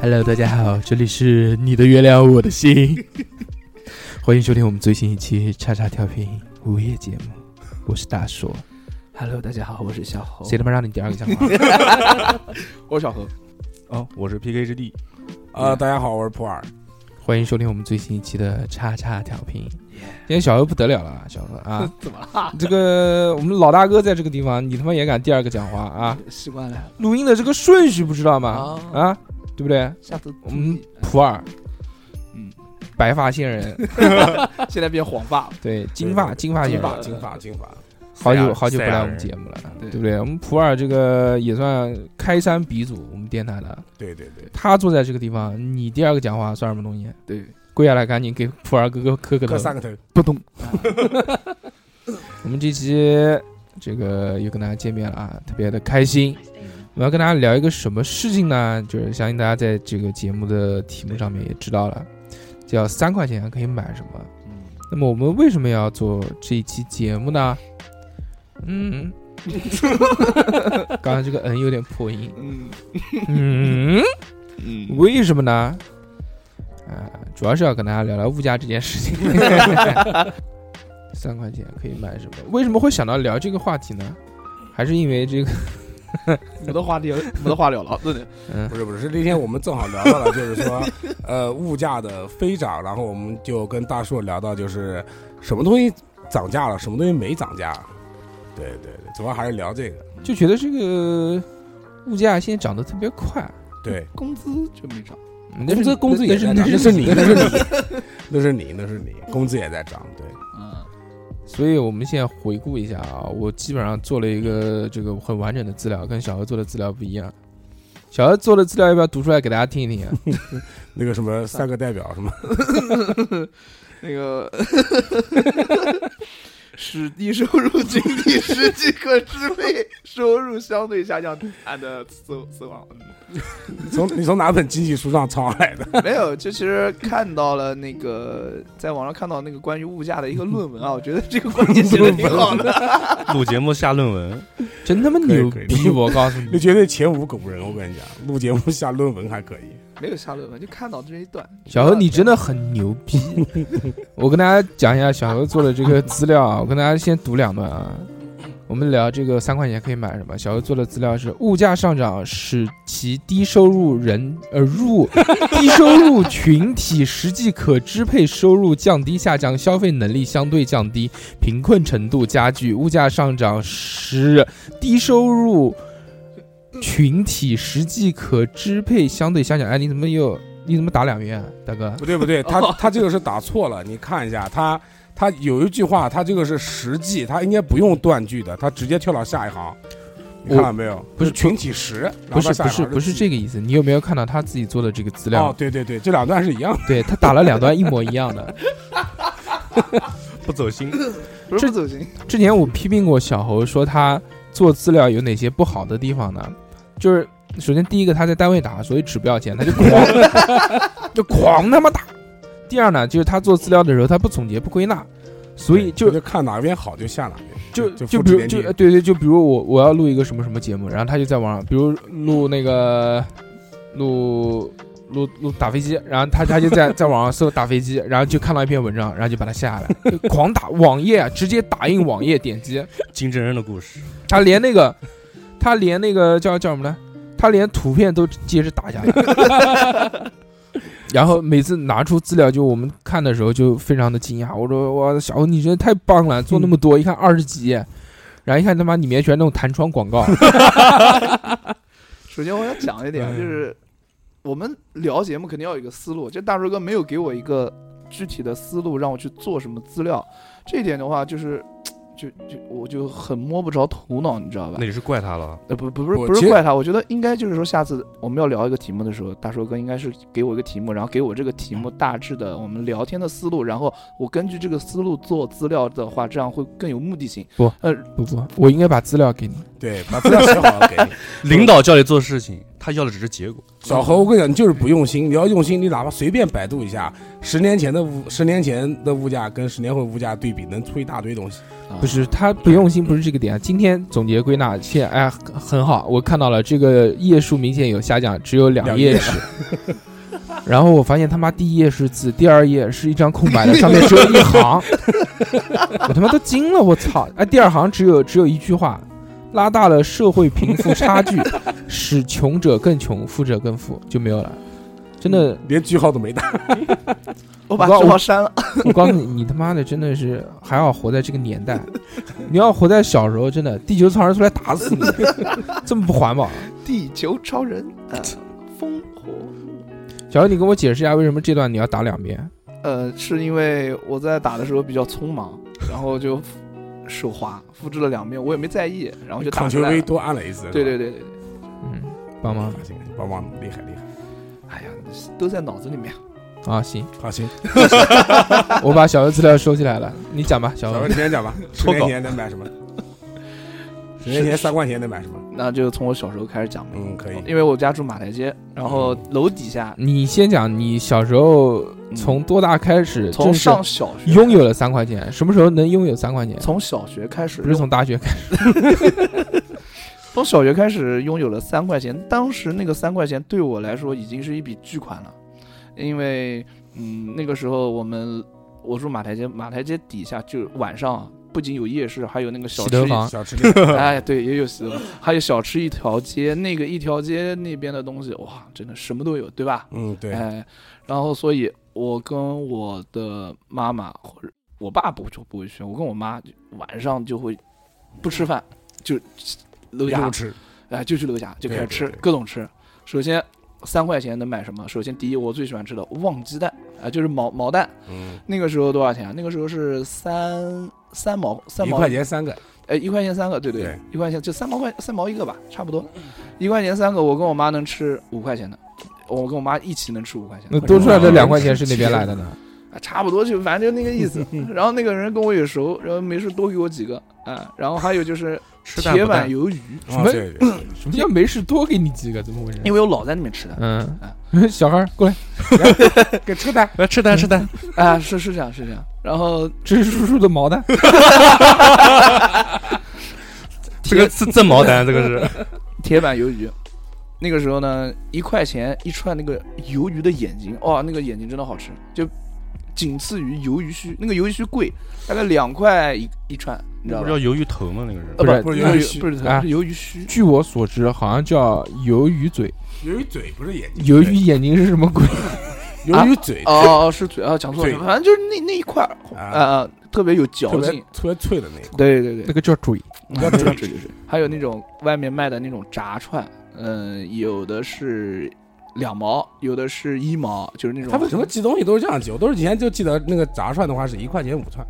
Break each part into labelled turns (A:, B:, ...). A: Hello，大家好，这里是你的月亮我的 心，欢迎收听我们最新一期叉叉调频午夜节目，我是大硕。
B: Hello，大家好，我是小猴。
A: 谁他妈让你第二个讲 话？
C: 我是小何，
D: 哦，我是 PK 之嗯地，
E: 啊、大家好，我是普洱。
A: 欢迎收听我们最新一期的叉叉调频。今天小何不得了了，小何啊， 怎么了？这个我们老大哥在这个地方，你他妈也敢第二个讲话 啊？
B: 习惯了
A: 录音的这个顺序不知道吗？
B: 啊，
A: 啊，对不对？
B: 下次
A: 我们普洱，
D: 嗯，
A: 白发仙人，
C: 现在变黄发，
A: 对，金发金发仙
E: 金
A: 人，
E: 发，金发，金发。啊
A: 好
D: 赛亚
A: 久
D: 人
A: 好久不
D: 赛亚
A: 来我们
D: 人
A: 节目了，对
B: 对
A: 不对？我们普洱这个也算开山鼻祖，我们电台的，
E: 对对对，
A: 他坐在这个地方，你第二个讲话算什么东西？
C: 对，
A: 跪下来赶紧给普洱哥哥磕个
E: 磕
A: 头。
E: 三个头。
A: 不懂。我们这期这个又跟大家见面了啊，特别的开心。我要跟大家聊一个什么事情呢？就是相信大家在这个节目的题目上面也知道了，叫三块钱可以买什么。那么我们为什么要做这一期节目呢？嗯，刚才这个嗯有点破音。
C: 嗯
A: 嗯，
C: 嗯，
A: 为什么呢？啊，主要是要跟大家聊聊物价这件事 情。三块钱可以买什么？为什么会想到聊这个话题呢？还是因为这个，
C: 没得 话聊，没得话聊了，真的。
A: 嗯
E: 不是不是，是那天我们正好聊到了，就是说，呃，物价的飞涨，然后我们就跟大硕聊到，就是什么东西涨价了，什么东西没涨价。对对对，主要还是聊这个。
A: 就觉得这个物价现在涨得特别快。
E: 对，
C: 工资就没涨，
A: 那
E: 工
A: 是
E: 资工资
A: 那
E: 也
A: 是
E: 在涨，
A: 那
E: 那是你，那
A: 的。
E: 是你，那是你，那是你，工资也在涨。对，
C: 嗯，
B: 啊
A: 所以我们现在回顾一下啊，我基本上做了一个这个很完整的资料，跟小何做的资料不一样。小何做的资料要不要读出来给大家听一听啊？
E: 那个什么三个代表什么，
C: 那个 史地收入经济 实际可支配收入相对下降按的死死亡。
E: 你从你从哪本经济书上抄来的？
C: 没有，就其实看到了那个在网上看到那个关于物价的一个论文啊，我觉得这个观点写的挺好 的。
A: 嗯
D: 录节目下论文，
A: 真他妈
E: 可以
A: 牛
E: 可以
A: 逼！我告诉你
E: 那，绝对前无古人，我跟你讲，录节目下论文还可以。
C: 没有下论文，就看到这一段。
A: 小何，你真的很牛逼！我跟大家讲一下小何做的这个资料啊，我跟大家先读两段啊。我们聊这个三块钱可以买什么？小何做的资料是：物价上涨使其低收入人呃入低收入群体实际可支配收入降低下降，消费能力相对降低，贫困程度加剧。物价上涨使低收入群体实际可支配相对下降。哎，你怎么又你怎么打两遍、啊，大哥？
E: 不对不对，他他这个是打错了，你看一下，他他有一句话，他这个是实际，他应该不用断句的，他直接跳到下一行，你看到没有？
A: 不是
E: 就群体十，然
A: 不
E: 后
A: 是
E: 到下
A: 不
E: 一
A: 是
E: 行
A: 不是这个意思，你有没有看到他自己做的这个资
E: 字
A: 料？
E: 哦，对对对，这两段是一样的。
A: 对他打了两段一模一样的。
D: 不走心。
C: 不是不走心，
A: 之前我批评过小侯，说他做资料有哪些不好的地方呢？就是首先第一个，他在单位打，所以纸不要钱，他就狂就狂他妈打。第二呢，就是他做资料的时候，他不总结不归纳，所以就
E: 就看哪边好就下哪边，
A: 就
E: 就
A: 就
E: 复
A: 比
E: 制
A: 如
E: 粘
A: 就
E: 贴
A: 呃对对，就比如我我要录一个什么什么节目，然后他就在网上，比如录那个录录录打飞机，然后他他就在在网上搜打飞机，然后就看到一篇文章，然后就把它下来，就狂打网页啊，直接打印网页点击，
D: 金正恩的 故事，
A: 他连那个他连那个叫叫什么呢？他连图片都接着打下来。 然后每次拿出资料，就我们看的时候就非常的惊讶。我说：“哇，小欧你真的太棒了，做那么多，一看二十几页，然后一看他妈里面全是那种弹窗广告，
C: 首先我想讲一点，啊
E: 嗯
C: 就是我们聊节目肯定要有一个思路。这大叔哥没有给我一个具体的思路让我去做什么资料，这一点的话就是。就就我就很摸不着头脑，你知道吧
D: 那？你是怪他了，
C: 呃，不不不是
E: 我
C: 不
E: 其
C: 是
E: 实
C: 怪他，我觉得应该就是说，下次我们要聊一个题目的时候，大硕哥应该是给我一个题目，然后给我这个题目大致的我们聊天的思路，然后我根据这个思路做资料的话，这样会更有目的性。呃
A: 不不，我应该把资料给你。
E: 对，把资料写好了给 你。
D: 领导叫你做事情，他要的只是结果。
E: 小何，我跟你讲，你就是不用心。你要用心，你哪怕随便百度一下，十年前的物，十年前的物价跟十年后的物价对比，能出一大堆东西。
C: 啊
A: 不，是他不用心，不是这个点啊。今天总结归纳，现哎很很好，我看到了这个页数明显有下降，只有两
E: 两
A: 页
E: 页
A: 纸。 然后我发现他妈第一页是字，第二页是一张空 白的，上面只有一行， 我他妈都惊了，我操！哎，第二行只有只有一句话，拉大了社会贫富差 距，使穷者更穷，富者更富，就没有了。真的，
E: 连句号都没打。
C: 我把
A: 我
C: 这号删了。
A: 我告诉你，你他妈的真的是还好活在这个年代，你要活在小时候，真的地球超人出来打死你， 这么不环保。啊
C: 地球超人，呃，烽火，
A: 小时候你跟我解释一下，为什么这段你要打两遍？
C: 呃，是因为我在打的时候比较匆忙，然后就手滑，复制了两遍，我也没在意，然后就打
E: 抗
C: 出
E: 球
C: 来
E: 微
C: 了。
E: 多按了一次。
C: 对对对对对，
A: 嗯，帮忙
E: 好，行，帮忙，厉害厉害。
C: 哎呀，都在脑子里面。
A: 啊！行，
E: 好，行，
A: 我把小何资料收起来了， 你讲吧，小
E: 小何，
A: 何
E: 你。先讲吧。十
D: 脱稿
E: 年前能买 什么？十年前三块钱能买什么？
C: 那就从我小时候开始讲吧，
E: 嗯，可以。嗯
C: 因为我家住马台街，然后楼底下
A: 你先讲，你小时候
C: 嗯
A: 从多大开始
C: 从
A: 正式
C: 上小学
A: 拥有了三块钱？什么时候能拥有三块钱？
C: 从小学开始
A: 不，是从大学开始？
C: 从小学开始拥有了三块钱。当时那个三块钱对我来说已经是一笔巨款了，因为嗯，那个时候我们我住马台街，马台街底下就晚上啊不仅有夜市，还有那个小
A: 洗
C: 吃
A: 头
C: 一
A: 房
E: 小吃店，
C: 哎，对，也有洗头房，还有小吃一条街，那个一条街那边的东西，哇，真的什么都有，对吧？
E: 嗯，对，
C: 哎，然后所以，我跟我的妈妈或者我爸不就不会去，我跟我妈就晚上就会不吃饭，就楼
E: 又
C: 下
E: 吃，
C: 哎就去楼下就开始
E: 对对
C: 吃
E: 对
C: 各种吃。首先三块钱能买什么？首先第一，我最喜欢吃的旺鸡蛋啊、就是毛毛蛋，
E: 嗯，
C: 那个时候多少钱啊？那个时候是三三毛三
E: 一
C: 毛
E: 块钱三个，
C: 哎，一块钱三个，对对，
E: 对
C: 一块钱就三毛块三毛一个吧，差不多，一块钱三个，我跟我妈能吃五块钱的，我跟我妈一起能吃五块钱的
A: 那，多出来的两块钱是哪边来的呢？
C: 啊差不多就反正就那个意思。 然后那个人跟我也熟，然后没事多给我几个啊。然后还有就是
D: 吃蛋
C: 铁
D: 不啊
C: 板
D: 蛋，
C: 鱿鱼，
E: 什
A: 么
E: 哦对对对
A: 什么叫没事多给你几个？怎么回事？
C: 因为我老在那边吃 的
A: 嗯，小孩儿过来，
E: 给吃蛋，
D: 来哎吃蛋吃蛋，
E: 嗯
C: 啊，是是这样是这样。然后
A: 这是叔叔的毛蛋。
D: 这个是赠毛蛋，这个 是
C: 铁板鱿鱼，那个时候呢，一块钱一串那个鱿鱼的眼睛，哇，那个眼睛真的好吃，就仅次于鱿鱼须。那个鱿鱼须贵，大概两块一一串，你知道
D: 不
C: 吧
D: 叫？鱿鱼头吗？那个是
A: 不
C: 呃
A: 是
C: 不
E: 不是
C: 那个
E: 鱿鱼须
C: 不是头
A: 啊
C: 是鱿鱼须，
A: 据我所知，好像叫鱿鱼嘴。
E: 鱿鱼嘴不是眼睛，
A: 鱿鱼眼睛是什么鬼？
E: 对鱿鱼嘴
C: 哦，是嘴啊，讲错了，
E: 嘴
C: 反正就是那那一块儿，
E: 啊
C: 啊，特别有嚼
E: 特别
C: 劲。
E: 特别脆的那一块，
C: 对对
A: 那
C: 对，
A: 个叫嘴。
E: 要
C: 对
E: 注
C: 对
E: 意
C: 对对， 还有那种外面卖的那种炸串，嗯，有的是两毛，有的是一毛，就是那种。
E: 他为什么寄东西都是这样寄？我都是以前就记得那个炸串的话是一块钱五串，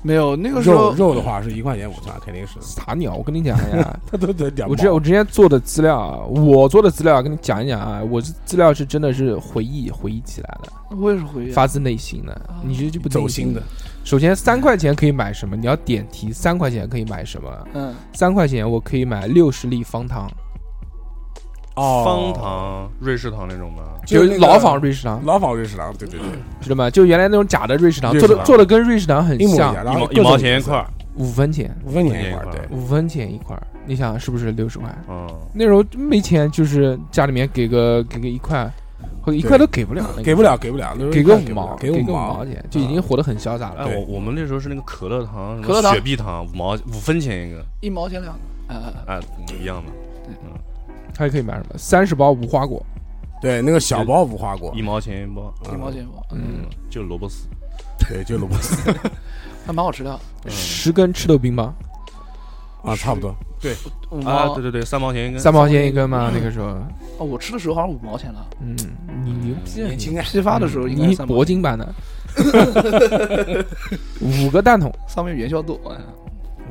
C: 没有那个时
E: 肉
C: 候
E: 肉的话是一块钱五串，肯定是。
A: 撒鸟！我跟你讲 呀，
E: 他都得两毛
A: 我之前我之前做的资料，啊，我做的资料跟你讲一讲啊，我这资料是真的是回忆回忆起来的，
C: 我也是回忆啊
A: 发自内心的，你这就不
E: 啊 走
A: 心
E: 心的。，
A: 首先三块钱可以买什么？你要点题，三块钱可以买什么？
C: 嗯，
A: 三块钱我可以买六十粒方糖，
D: 方糖、瑞士糖那种吗？
E: 哦就
A: 就是
E: 那个
A: 老仿瑞士糖，
E: 老仿瑞士郎，对对对，
A: 知道吗？就原来那种假的瑞士糖，
E: 瑞
A: 做
E: 士
A: 的
E: 糖
A: 做的跟瑞士糖很
E: 一模一
A: 像，
E: 样，
D: 一
E: 然后
D: 毛一毛钱一块，儿，
A: 五分钱，
E: 五分
D: 五分
E: 钱
D: 钱一
E: 块，
D: 块
E: 对，
A: 五分钱一块儿，你想是不是六十块？
D: 嗯，
A: 那时候没钱，就是家里面给个给个一块，或者一块都给不了，那个
E: 给不了给不了，那时候
A: 给
E: 一
A: 个
E: 块
A: 五
E: 给不了
A: 毛，
E: 给
A: 五
E: 五
A: 毛，钱，就已经活得很潇洒
D: 哎，
A: 了。
E: 对
D: 我我们那时候是那个可乐糖、什么
C: 可乐糖
D: 雪碧糖，五毛五分钱一个，
C: 一毛钱两个。呃，
D: 啊，一样的，
A: 还可以买什么？三十包无花果，
E: 对，那个小包无花果
D: 一，毛钱一包，
C: 一毛钱一包，
A: 嗯，
D: 就萝卜丝，
E: 对，就萝卜丝
C: 还蛮好吃的。
D: 嗯
A: 十根赤豆冰吧，
E: 啊，差不多。
C: 五
D: 啊，
C: 毛
D: 对，对对，三毛钱一根，
A: 三毛钱一根嘛，那个时候，
C: 哦，我吃的时候好像五毛钱了，
A: 嗯，你牛逼啊你，
E: 啊，
C: 批发的时候应该
A: 你
C: 三毛
A: 铂
C: 钱。
A: 金版的，五个蛋筒，
C: 上面元宵多，哎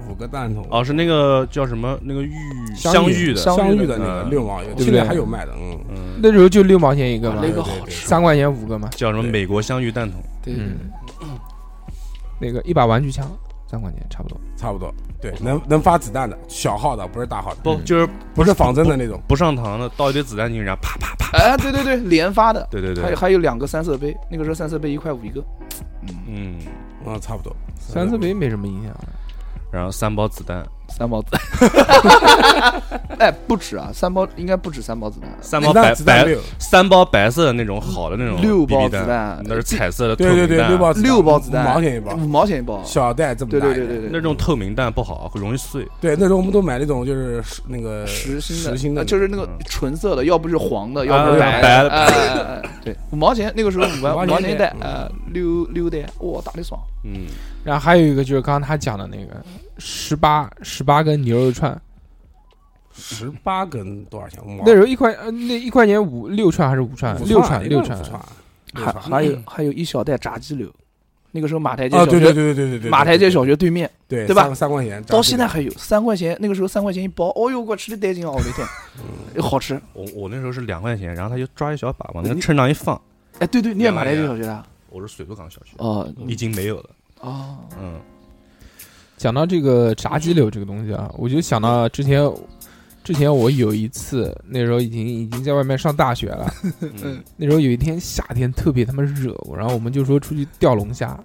E: 五个蛋筒，
D: 哦，是那个叫什么？那个玉
A: 香芋
D: 芋的，
C: 香
E: 香
C: 芋
E: 芋
C: 的
E: 的那个
D: 嗯
E: 六毛一个，
A: 对不
E: 现
A: 对
E: 在还有卖的，嗯，
D: 嗯，
A: 那时候就六毛钱一个嘛，
C: 那个
E: 对对
C: 好
E: 对
C: 吃，
A: 三块钱五个嘛，
D: 叫什么
E: 对
D: 美国香芋蛋筒？
C: 对对
A: 嗯，那个一把玩具枪三块钱差不多，
E: 差不多，对，
A: 哦
E: 能能发子弹的，小号的，不是大号的，
D: 不，
A: 嗯
D: 就是
E: 不是仿真的那种，
D: 不上膛的，倒一堆子弹进去，然后啪啪啪。
C: 哎，对对对，连发的，
D: 对对
C: 还
D: 对，
C: 有还有两个三色杯，那个时候三色杯一块五一个，嗯，
D: 嗯，
E: 嗯，差不多，
A: 三四杯没什么影响了。
D: 然后三包子弹，
C: 三包子弹，哎，不止啊，三包应该不止三包子弹，
D: 三
E: 子
D: 包
E: 弹
D: 白
E: 子弹
D: 白，
E: 六，
D: 三包白色的那种好的那种
C: 六包
D: BB
C: 子弹
D: 弹，那是彩色的透明
E: 对对对，
D: 弹，
E: 六包
C: 六包子弹
E: 五毛钱一包，
C: 五毛钱一包，
E: 小袋这么大
C: 对
E: 一
C: 对
E: 个，
C: 对对对，
D: 那种透明弹不好，会容易碎。
E: 对，那时候我们都买那种就是实那个
C: 实心的，
E: 实心的
C: 呃
E: 那种，
C: 就是那个
D: 嗯
C: 纯色的，要不是黄的，要不是
D: 啊
C: 白
D: 白
C: 的。
D: 的
C: 哎哎哎哎对，五毛钱，那个时候五毛
E: 五
C: 五
E: 毛
C: 毛
E: 钱
C: 钱
E: 一
C: 一袋
E: 袋，
C: 呃，溜溜袋，哇，打的爽。
D: 嗯，
A: 然后还有一个就是刚刚他讲的那个十八十八根牛肉串，
E: 十八根多少钱？五毛
A: 那时候一块呃那一块钱五六串还是五串？
E: 五
A: 六
E: 串
A: 六
E: 串
A: 串，，
C: 还
E: 六串
C: 还有还有一小袋炸鸡柳，那个时候马台街
E: 啊，
C: 小
E: 对对对
C: 学，
E: 对对对对，
C: 马台街
E: 对
C: 小学对面，
E: 对
C: 对吧
E: 三三块钱，
C: 到现在还有三块钱，那个时候三块钱一包，哦呦，我吃的带劲啊，我的天，好吃。
D: 我我那时候是两块钱，然后他就抓一小把往那个秤上一放，
C: 哎，对对，你也
D: 原来
C: 马台街
D: 呀
C: 小学的啊？
D: 我是水族港小学，
C: 哦
D: 已经没有了。
C: 哦，
D: 嗯，
A: 讲到这个炸鸡柳这个东西啊，我就想到之前，之前我有一次，那时候已经已经在外面上大学 了，
D: 嗯
A: 那时候有一天夏天特别他妈热，然后我们就说出去钓龙虾，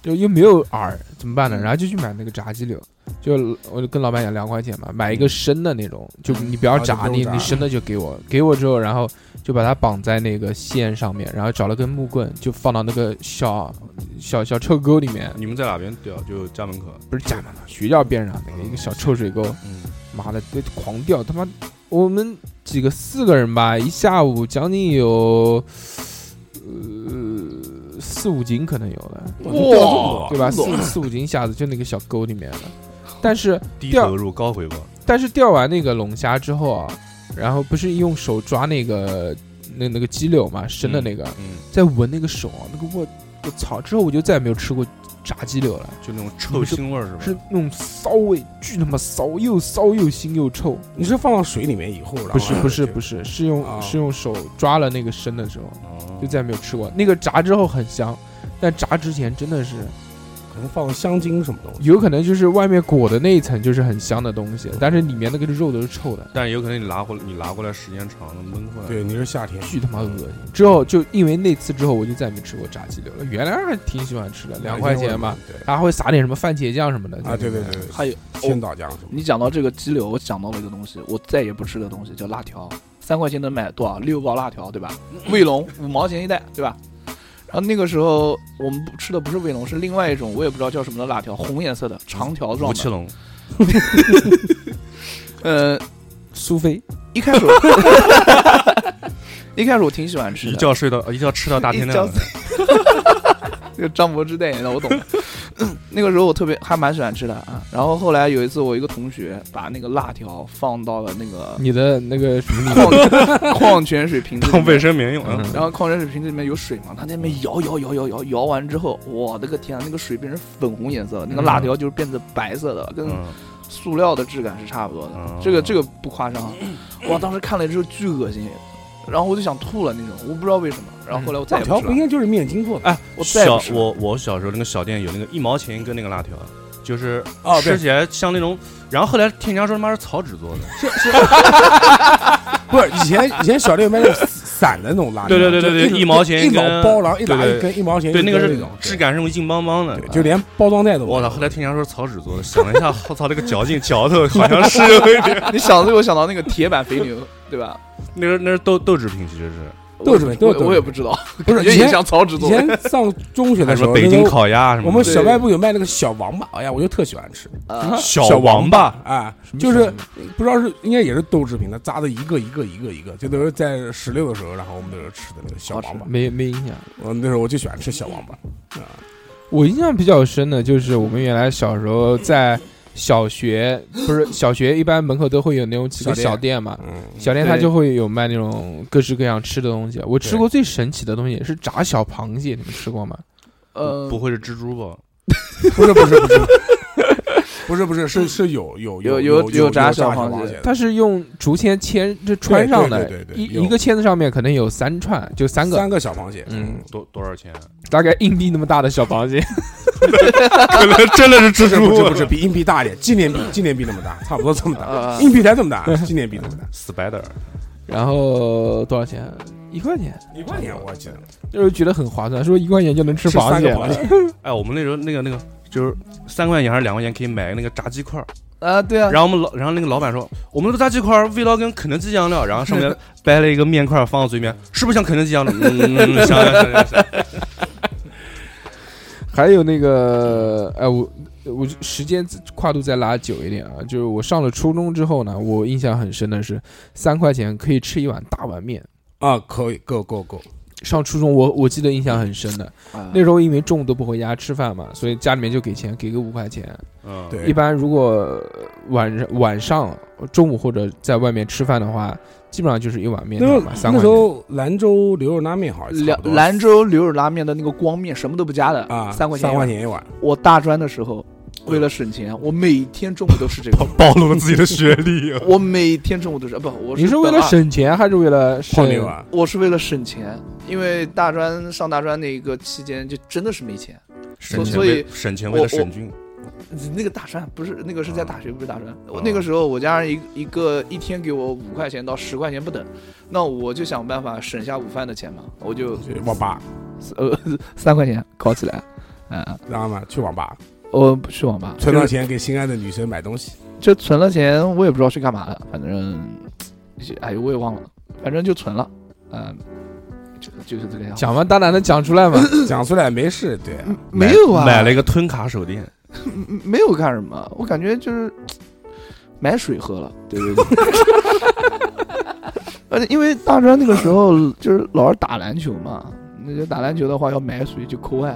A: 就又没有饵，怎么
E: 嗯
A: 办呢？然后就去买那个炸鸡柳，就我就跟老板讲两块钱嘛，买一个生的那种，就你不要
E: 啊
A: 炸，
E: 就不用
A: 你
E: 炸
A: 你生的就给我，给我之后，然后就把它绑在那个线上面，然后找了根木棍，就放到那个小小小臭沟里面，
D: 你们在哪边钓？就家门口。
A: 不是家门口，学校边上那个一个小臭水沟，
D: 嗯，
A: 妈的，这狂钓他妈！我们几个四个人吧，一下午将近有，呃，四五斤可能有了，
C: 哇，
A: 对吧？四
C: 懂
A: 四五斤一下子就那个小沟里面了。但是
D: 低
A: 钓
D: 投入高回报。
A: 但是钓完那个龙虾之后啊，然后不是用手抓那个那那个鸡柳嘛，生的那个，
D: 嗯，
A: 在闻那个手啊，那个我我操！之后我就再也没有吃过炸鸡柳了，
D: 嗯就那种臭腥味儿是
A: 是
D: 吧？
A: 那种骚味，巨他妈骚，又骚又腥又臭。
E: 你是放到水里面以后，然后
A: 不是不是
E: 就
A: 不是，是用、
E: 啊
A: 是用手抓了那个生的时候，
D: 哦
A: 就再也没有吃过。那个炸之后很香，但炸之前真的是
E: 可能放香精什么东 西，
A: 有可能就是外面裹的那一层就是很香的东西，但是里面那个肉都是臭的，
D: 但是有可能你拿过来，你拿过来时间长了闷坏了。
E: 对，你是夏天，
A: 巨他妈恶心。之后就因为那次之后，我就再也没吃过炸鸡柳了。原来还挺喜欢吃的，两块钱嘛，，
E: 对
A: 还会撒点什么番茄酱什么的
E: 啊，对对对，
C: 还有
E: 千岛酱什么的，
C: 你讲到这个鸡柳，我想到了一个东西，我再也不吃的东西叫辣条，三块钱能买多少？六包辣条，对吧？卫龙五毛钱一袋，对吧？然后那个时候我们不吃的不是卫龙，是另外一种我也不知道叫什么的辣条，红颜色的长条
D: 吴
C: 状
D: 奇
C: 的。
D: 隆，
C: 呃，
A: 苏菲
C: 一开始我， 一开始我挺喜欢吃
D: 一
C: 的，
D: 觉睡到一觉吃到大天亮的。
C: 那个张柏芝代言的，我懂。 那个时候我特别还蛮喜欢吃的啊。然后后来有一次，我一个同学把那个辣条放到了那个
A: 你的那个什么里面，
C: 矿矿泉水瓶子里
D: 当
C: 面
D: 卫生棉用啊！
A: 嗯
C: 然后矿泉水瓶子里面有水嘛，他在那边摇摇摇摇摇摇完之后，我的个天啊，那个水变成粉红颜
E: 嗯
C: 色了，那个辣条就是变成白色的了，跟
D: 嗯，
C: 塑料的质感是差不多
D: 嗯
E: 哦
C: 的。这个这个不夸张，哇，当时看了之后巨恶心，然后我就想吐了那种，我不知道为什么。然后后来我再
E: 辣
C: 也不
E: 条
C: 吃
E: 不应
C: 了，
E: 该就是面筋做的
D: 哎，
C: 我再也
D: 小
C: 不吃了。
D: 我我小时候那个小店有那个一毛钱一根那个辣条，就是
E: 哦对
D: 吃起来像那种，然后后来听人家说他妈是草纸做的，
E: 不是以前以前小店有卖那种散的那种辣条，
D: 对对对对对
E: 就
D: 一毛钱
E: 一
D: 一根
E: 毛包，然后一打
D: 对
E: 一
D: 对
E: 根一毛钱一
D: 对，
E: 根
D: 那
E: 那
D: 个是
E: 种
D: 质感是硬邦邦的啊
E: 对，。就连包装袋都没 有。
D: 我操！后来听人家说是草纸做的，想了一下，我操，那个嚼劲嚼头好像是 有一
E: 嗯
D: 点。
C: 你想的我想到那个铁板肥牛，对吧？
D: 那是那是豆豆制品，其实是
E: 豆制品
C: 我
E: 豆制品
C: 我也不知道，
E: 不是
C: 感觉
E: 以
C: 也
E: 前
C: 像草纸
E: 以
C: 做的。
E: 前上中学
D: 还有
E: 的
D: 什
E: 时候，
D: 么北京
E: 那时候
D: 烤鸭什么的。
E: 我们小
C: 对
E: 卖部有卖那个小王八，哎呀，我就特喜欢吃
C: 啊
D: 小
E: 小
D: 王八，
E: 啊，
A: 什么
E: 就是
A: 什么
E: 不知道是应该也是豆制品，它扎的一个一个一个一个，就都是在十六的时候，然后我们那时候吃的那个小
C: 好吃
E: 王八。
A: 没没影响。
E: 我那时候我就喜欢吃小王八，
A: 我印象比较深的就是我们原来小时候在小学，不是小学一般门口都会有那种几个
E: 小店
A: 小店嘛，
E: 嗯，
A: 小店它
C: 对
A: 就会有卖那种各式各样吃的东西。我吃过最神奇的东西是炸小螃蟹，你们吃过吗？
C: 呃，
D: 不会是蜘蛛吧？
E: 不是不是不是不是不是是是有有
C: 有有
E: 有
C: 有
E: 有
C: 炸
E: 炸
C: 小螃
E: 螃
C: 蟹
E: 蟹的，
A: 它是用竹签牵这穿上的，
E: 呃对对对对对有
A: 一一个签子上面可能有三串，就三个，
E: 三个小螃蟹，
A: 嗯，
D: 多多少钱？
A: 大概硬币那么大的小螃蟹，
D: 可能 真的是
E: 不
D: 蜘
E: 是不 是不
D: 蛛啊
E: 是，比硬币大一点，纪念币纪念币那么大，差不多这么
C: 啊
E: 大，硬币才这么大，纪念币那么大，
D: ，spider。
A: 然后多少钱？一块钱，
E: 一块钱我记得
A: 那时候觉得很划算，说一块钱就能吃
E: 是
A: 螃
E: 三
A: 蟹
E: 个
A: 了
E: 螃蟹，
D: 哎，我们那时候那个那个就是三块钱还是两块钱可以买那个炸鸡块儿，
C: 啊，对啊
D: 然，后我们老然后那个老板说，我们这个炸鸡块儿味道跟肯德基一样料，然后上 面掰了一个面块儿放到嘴里面，是不是像肯德基一样 的？嗯，像像像像。
A: 还有那个，哎，我我时间跨度再拉久一点啊，就是我上了初中之后呢，我印象很深的是三块钱可以吃一碗大碗面。
E: 啊，可以够够够，
A: 上初中我我记得印象很深的，
C: 啊
A: 那时候因为中午都不回家吃饭嘛，所以家里面就给钱，给个五块钱。
D: 嗯，
E: 对
A: 一般如果晚上晚上中午或者在外面吃饭的话，基本上就是一碗面
E: 那时
A: 条
E: 候
A: 嘛，三
E: 那
A: 块
E: 时
A: 钱。
E: 候兰州牛肉拉面好像差
C: 兰
E: 不多
C: 呃兰州牛肉拉面的那个光面什么都不加的
E: 啊
C: 三块钱。
E: 三块。钱一碗，
C: 我大专的时候，
E: 嗯
C: 为了省钱，我每天中午都吃这个
D: 暴。暴露了自己的学历啊！
C: 我每天中午都吃，啊不，我
A: 你是
C: 是
A: 为
C: 本
A: 了
C: 二
A: 省钱还是为了
E: 泡
A: 省？
E: 妞啊，
C: 我是为了省钱，因为大专上大专那个期间就真的是没钱。
D: 省嗯钱
C: 所以
D: 为省钱为了
C: 我
D: 省军，
C: 那个大专不是那个是在大学，不是大专。我
D: 哦
C: 那个时候我家人一一个一天给我五块钱到十块钱不等，那我就想办法省下午饭的钱嘛，我
A: 嗯
C: 就
E: 去网吧，
C: 呃三块钱搞起来。啊、
E: 知道吗？去网吧
C: 我不去网吧，
E: 存到
C: 就是
E: 钱给心爱的女生买东西，
C: 就存了钱，我也不知道去干嘛了，反正，哎呦，我也忘了，反正就存了，嗯、就就是这个样子。
A: 讲嘛，大胆的讲出 来嘛。
E: 讲出来没事，对啊，
C: 没有啊，
D: 买了一个吞卡手电，
C: 嗯没有干什么，我感觉就是买水喝了，对对对。而且因为大专那个时候就是老是打篮球嘛，那就打篮球的话要买水就抠 爱，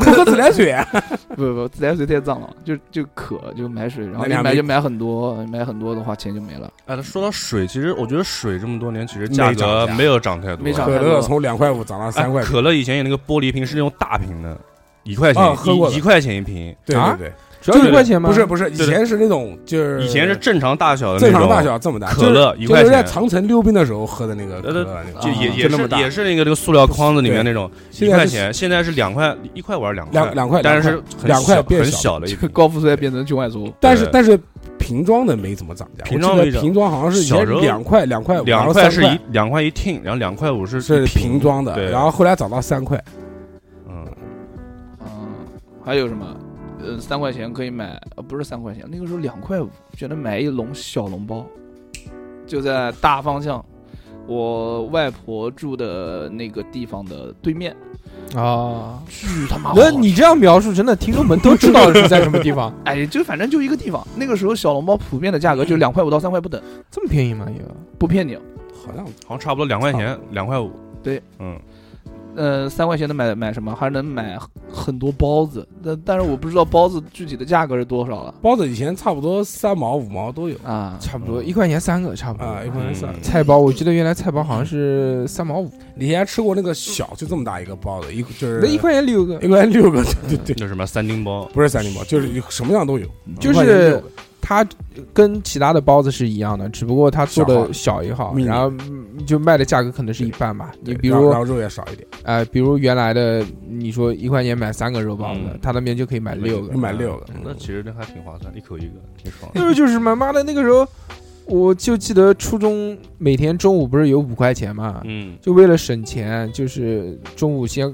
E: 喝自来水啊，
C: 不不自来水太脏了，就就渴就买水，然后
E: 那
C: 一
E: 你还
C: 买
E: 没
C: 就买很多，买很多的话钱就没了。
D: 哎，说到水，其实我觉得水这么多年其实价
E: 没涨
D: 格
E: 价
D: 没有涨太多，
C: 没涨
E: 可乐从两块五涨到三块
D: 哎
E: 五，
D: 可乐以前有那个玻璃瓶是那种大瓶的，一块钱
E: 啊喝过的
D: 一一块钱一瓶，
E: 对
A: 啊
E: 对对，
A: 只要一块钱吗？
E: 不是，不是，以
D: 对的
E: 前是那种就是
D: 以前是正常大小的那
E: 正
D: 种
E: 常大，小这么大，
D: 可乐一
E: 就
D: 块
E: 是就是在
D: 钱。呃
E: 长城溜冰的时候喝的那个可乐，那个
D: 就也
C: 啊
D: 也
E: 就那
D: 是
E: 么大
D: 也是那个那个塑料筐子里面那种一
E: 现
D: 块
E: 在是
D: 钱，现在是两块一块五还是两块
E: 两两块
D: 但是很
E: 两块
D: 小
E: 变
D: 很
E: 小
D: 小的一
C: 这个
D: 瓶，
C: 高富帅变成圈外族，
E: 但是但是瓶装的没怎么涨价，
D: 瓶装
E: 我记
D: 没
E: 得
D: 涨
E: 瓶装好像是以
D: 小
E: 前
D: 时候
E: 两块两块五，然
D: 两
E: 后三
D: 是一两块一听，然后两块五是
E: 是
D: 一
E: 瓶装的，
D: 对
E: 然后后来涨到三块，
D: 嗯，
C: 嗯，还有什么？呃，三块钱可以买，呃，不是三块钱，那个时候两块五，觉得买一笼小笼包，就在大方向，我外婆住的那个地方的对面，
A: 啊。
C: 巨他妈好
A: 那
C: 吃
A: 你这样描述，真的听众们都知道是在什么地方，
C: 哎，就反正就一个地方，那个时候小笼包普遍的价格
A: 嗯
C: 就两块五到三块不等，
A: 这么便宜吗？也
E: 嗯
C: 不骗你，
E: 好像
D: 好像差不多两块钱两块五，
C: 对，
D: 嗯，
C: 呃，三块钱能买买什么？还能买很多包子，但但是我不知道包子具体的价格是多少了
E: 包子以前差不多三毛五毛都有
C: 啊。
A: 差不多一块钱三个，差不多。
E: 啊，一块钱三
D: 嗯。
A: 菜包，我记得原来菜包好像是三毛五，
E: 你以前吃过那个小就这么大一个包子，一就是
A: 那一块钱六个
E: 一。块钱六个，对对对，
D: 那什么三丁包，
E: 不是三零包，就是什么样都有，
A: 就
E: 一块钱六
A: 是
E: 个
A: 它跟其他的包子是一样的，只不过它做的小一号，
E: 小号
A: 然后嗯就卖的价格可能是一半吧。你
E: 对
A: 比
E: 然后
A: 如
E: 然后肉也少一点，
A: 呃，比如原来的你说一块钱买三个肉包子
D: 嗯，
A: 它那边就可以买六个
E: 就。买六个，
D: 那其实那还挺划算，一口一个，挺爽
A: 那
D: 的。
A: 时候就是嘛妈的那个时候，我就记得初中每天中午不是有五块钱嘛，
D: 嗯，
A: 就为了省钱，就是中午先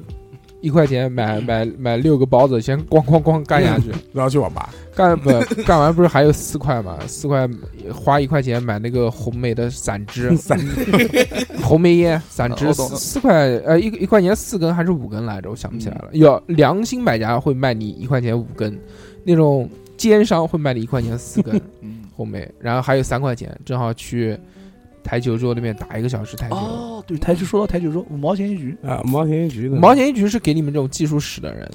A: 一块钱买
C: 嗯
A: 买买六个包子，先咣咣咣干下去，
E: 然后去网吧。
A: 干不干完不是还有四块嘛？四块花一块钱买那个红梅的 散枝，
E: 散
A: 红梅烟散
C: 哦
A: 枝
C: 我懂
A: 四四块呃一一块钱四根还是五根来着？我想不起来了。
C: 嗯
A: 有良心买家会卖你一块钱五根，那种奸商会卖你一块钱四 根
C: 嗯，
A: 红梅，然后还有三块钱，正好去台球桌那边打一个小时台球。
C: 哦，对，台球说到台球桌，五毛钱一局，
E: 啊，毛钱一局的
A: 毛钱一局是给你们这种技术史的人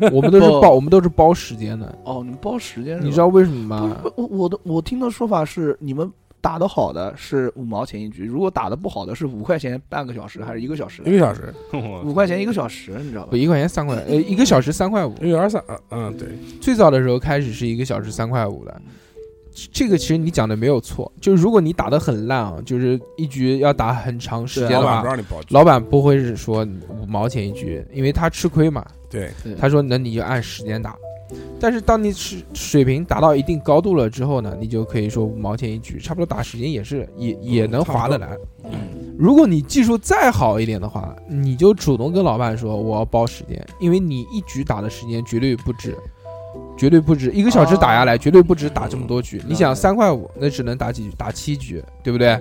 A: 的，我们都是包，我们都是包时间的。
C: 哦，你包时间是吧？
A: 你知道为什么
C: 不
A: 吗？
C: 不，我我的我听的说法是，你们打得好的是五毛钱一局，如果打得不好的是五块钱半个小时还是一个小时
E: 一？个小时，
D: 嗯
C: 五块钱一个小时，你知道吧
A: 不，？一块钱三块，呃，一个小时三块五。
E: 一个二三，嗯嗯，对，
A: 最早的时候开始是一个小时三块五的，这个其实你讲的没有错，就是如果你打得很烂啊，就是一局要打很长时间
C: 对
A: 的
E: 老板
A: 话
E: 不，让你保底，
A: 老板不会是说五毛钱一局，因为他吃亏嘛。
E: 对，
A: 他说：“那你就按时间打。”但是当你水水平达到一定高度了之后呢，你就可以说五毛钱一局，差不多打时间也是也也能划得来。如果你技术再好一点的话，你就主动跟老板说我要包时间，因为你一局打的时间绝对不止，绝对不止一个小时打下来，绝对不止打这么多局。你想三块五，那只能打几局？打七局，对不对？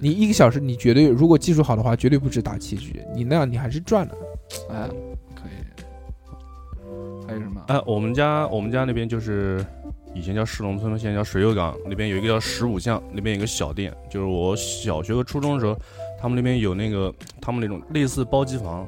A: 你一个小时，你绝对如果技术好的话，绝对不止打七局，你那样你还是赚的。
C: 哎，可以。还有什么？
A: 嗯
D: 哎，我们家我们家那边就是以前叫市农村，现在叫水右港，那边有一个叫十五巷，那边有一个小店，就是我小学和初中的时候，他们那边有那个他们那种类似包机房，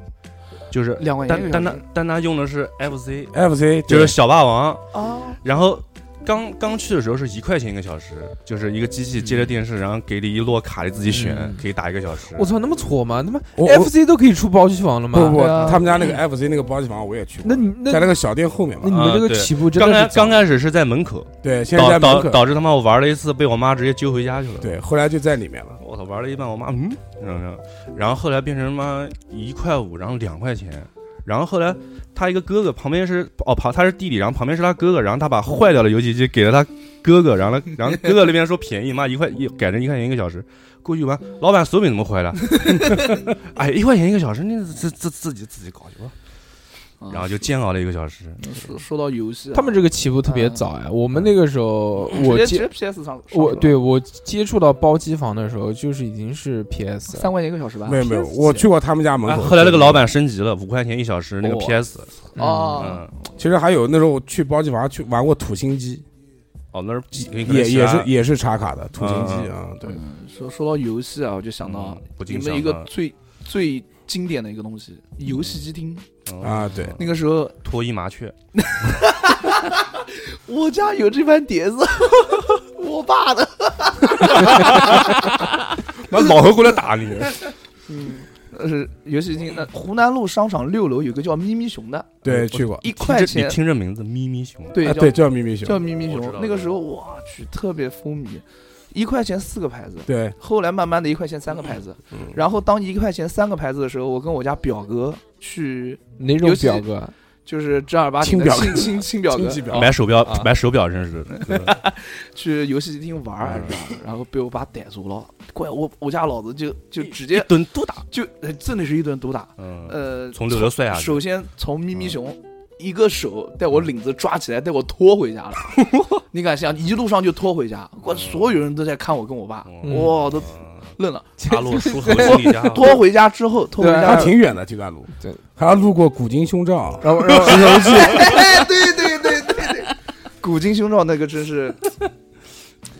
D: 就是
C: 两块钱
D: 但
C: 一个
D: 但
C: 小
D: 他
C: 时
D: 但他用的是 FC，
E: FC
D: 就是小霸王，
F: 哦，
D: 然后。刚刚去的时候是一块钱一个小时，就是一个机器接着电视，然后给你一摞卡，你自己选，
A: 嗯
D: 可以打一个小时。
A: 我操，那么挫吗？他妈
E: 我我
A: FC 都可以出包机房了吗？
E: 不不，
C: 对啊
E: 他们家那个 FC 那个包机房我也去过
A: 那，你那
E: 在那个小店后面
A: 那你
E: 嘛，
A: 们这
D: 啊
A: 个
D: 对
A: 起步真
D: 刚
A: 的
D: 开
A: 是
D: 刚开始是在门口，
E: 对，现在
D: 导
E: 在门
D: 导
E: 口，
D: 导致他妈我玩了一次，被我妈直接揪回家去了。
E: 对，后来就在里面了，
D: 我操，玩了一半，我妈嗯，然后然后后来变成妈一块五，然后两块钱，然后后来他一个哥哥旁边是哦旁他是弟弟，然后旁边是他哥哥，然后他把坏掉的游戏机给了他哥哥，然后 他然后哥哥那边说便宜，妈一块一改成一块钱一个小时，过去玩，老板手柄怎么坏了？ 哎，一块钱一个小时，那自自自己自己搞去吧，
C: 啊
D: 然后就煎熬了一个小时，
C: 说说到游戏啊，
A: 他们这个起步特别早哎，我们那个时候我
C: 嗯直接直
A: 接
C: 接 PS 上，
A: 我
C: 上
A: 对我接触到包机房的时候，就是已经是 PS
C: 三块钱一个小时吧
E: 没。有没有，
A: PC
E: 我去过他们家门
D: 哎
E: 口。
D: 后来那个老板升级了，五块钱一小时那个
C: 哇
D: PS，
C: 哦，
D: 嗯，
E: 其实还有那时候我去包机房去玩过土星机，
D: 哦那是几
E: 也也是也是插卡的土星机
D: 嗯
E: 啊，对，
C: 说说到游戏啊，我就想到
D: 嗯不
C: 你
D: 禁
C: 们
D: 想
C: 一
D: 到嗯
C: 个
D: 了
C: 最最经典的一个东西，游戏机厅。
E: 啊对
D: 嗯
C: 那个时候
D: 脱衣麻 雀，
C: 我家有这盘碟子，我爸的。
D: 那老何过来打你。
C: 呃，是游戏厅，那湖南路商场六楼有个叫咪咪熊的，
E: 对去过，
C: 一块
D: 听这
C: 钱
D: 你，听这名字，咪咪熊，
C: 对，
E: 啊
C: 叫
E: 对叫咪咪熊，
C: 叫咪咪
D: 我知
C: 熊
D: 道。
C: 那个
D: 的
C: 时候，我去，特别风靡，一块钱四个牌子。
E: 对，
C: 后来慢慢的一块钱三个牌子，然后当一块钱三个牌子的时候，我跟我家表哥去，
A: 哪种
C: 尤其
A: 表格？
C: 就是正儿八经
E: 亲
C: 的
E: 表
C: 亲亲亲表
E: 经
C: 哥
E: 济表
A: 哦
D: 买手表
A: 啊，
D: 买手表哎认识
C: 嗯
D: 的，
C: 去游戏厅玩儿还是啥，然后被我爸逮住了，怪我我家老子就就直接
D: 蹲多打，
C: 就呃真的是一顿毒打，
D: 嗯，
C: 呃，
D: 从六楼摔下去，
C: 首先从咪
D: 嗯
C: 咪熊一个手带我领子抓起来，带我拖 回家了。你敢想，一路上就拖回家，我所有人都在看我跟我爸，
D: 嗯啊
C: 哇，都愣了。
D: 插 落书和行李架，
C: 拖回家之后，拖回
A: 对
C: 家
E: 还，挺远的这段路，
A: 对，
E: 还要路过古今胸罩，
A: 然后然后
C: 哎，对对对对对，古今胸罩那个真是。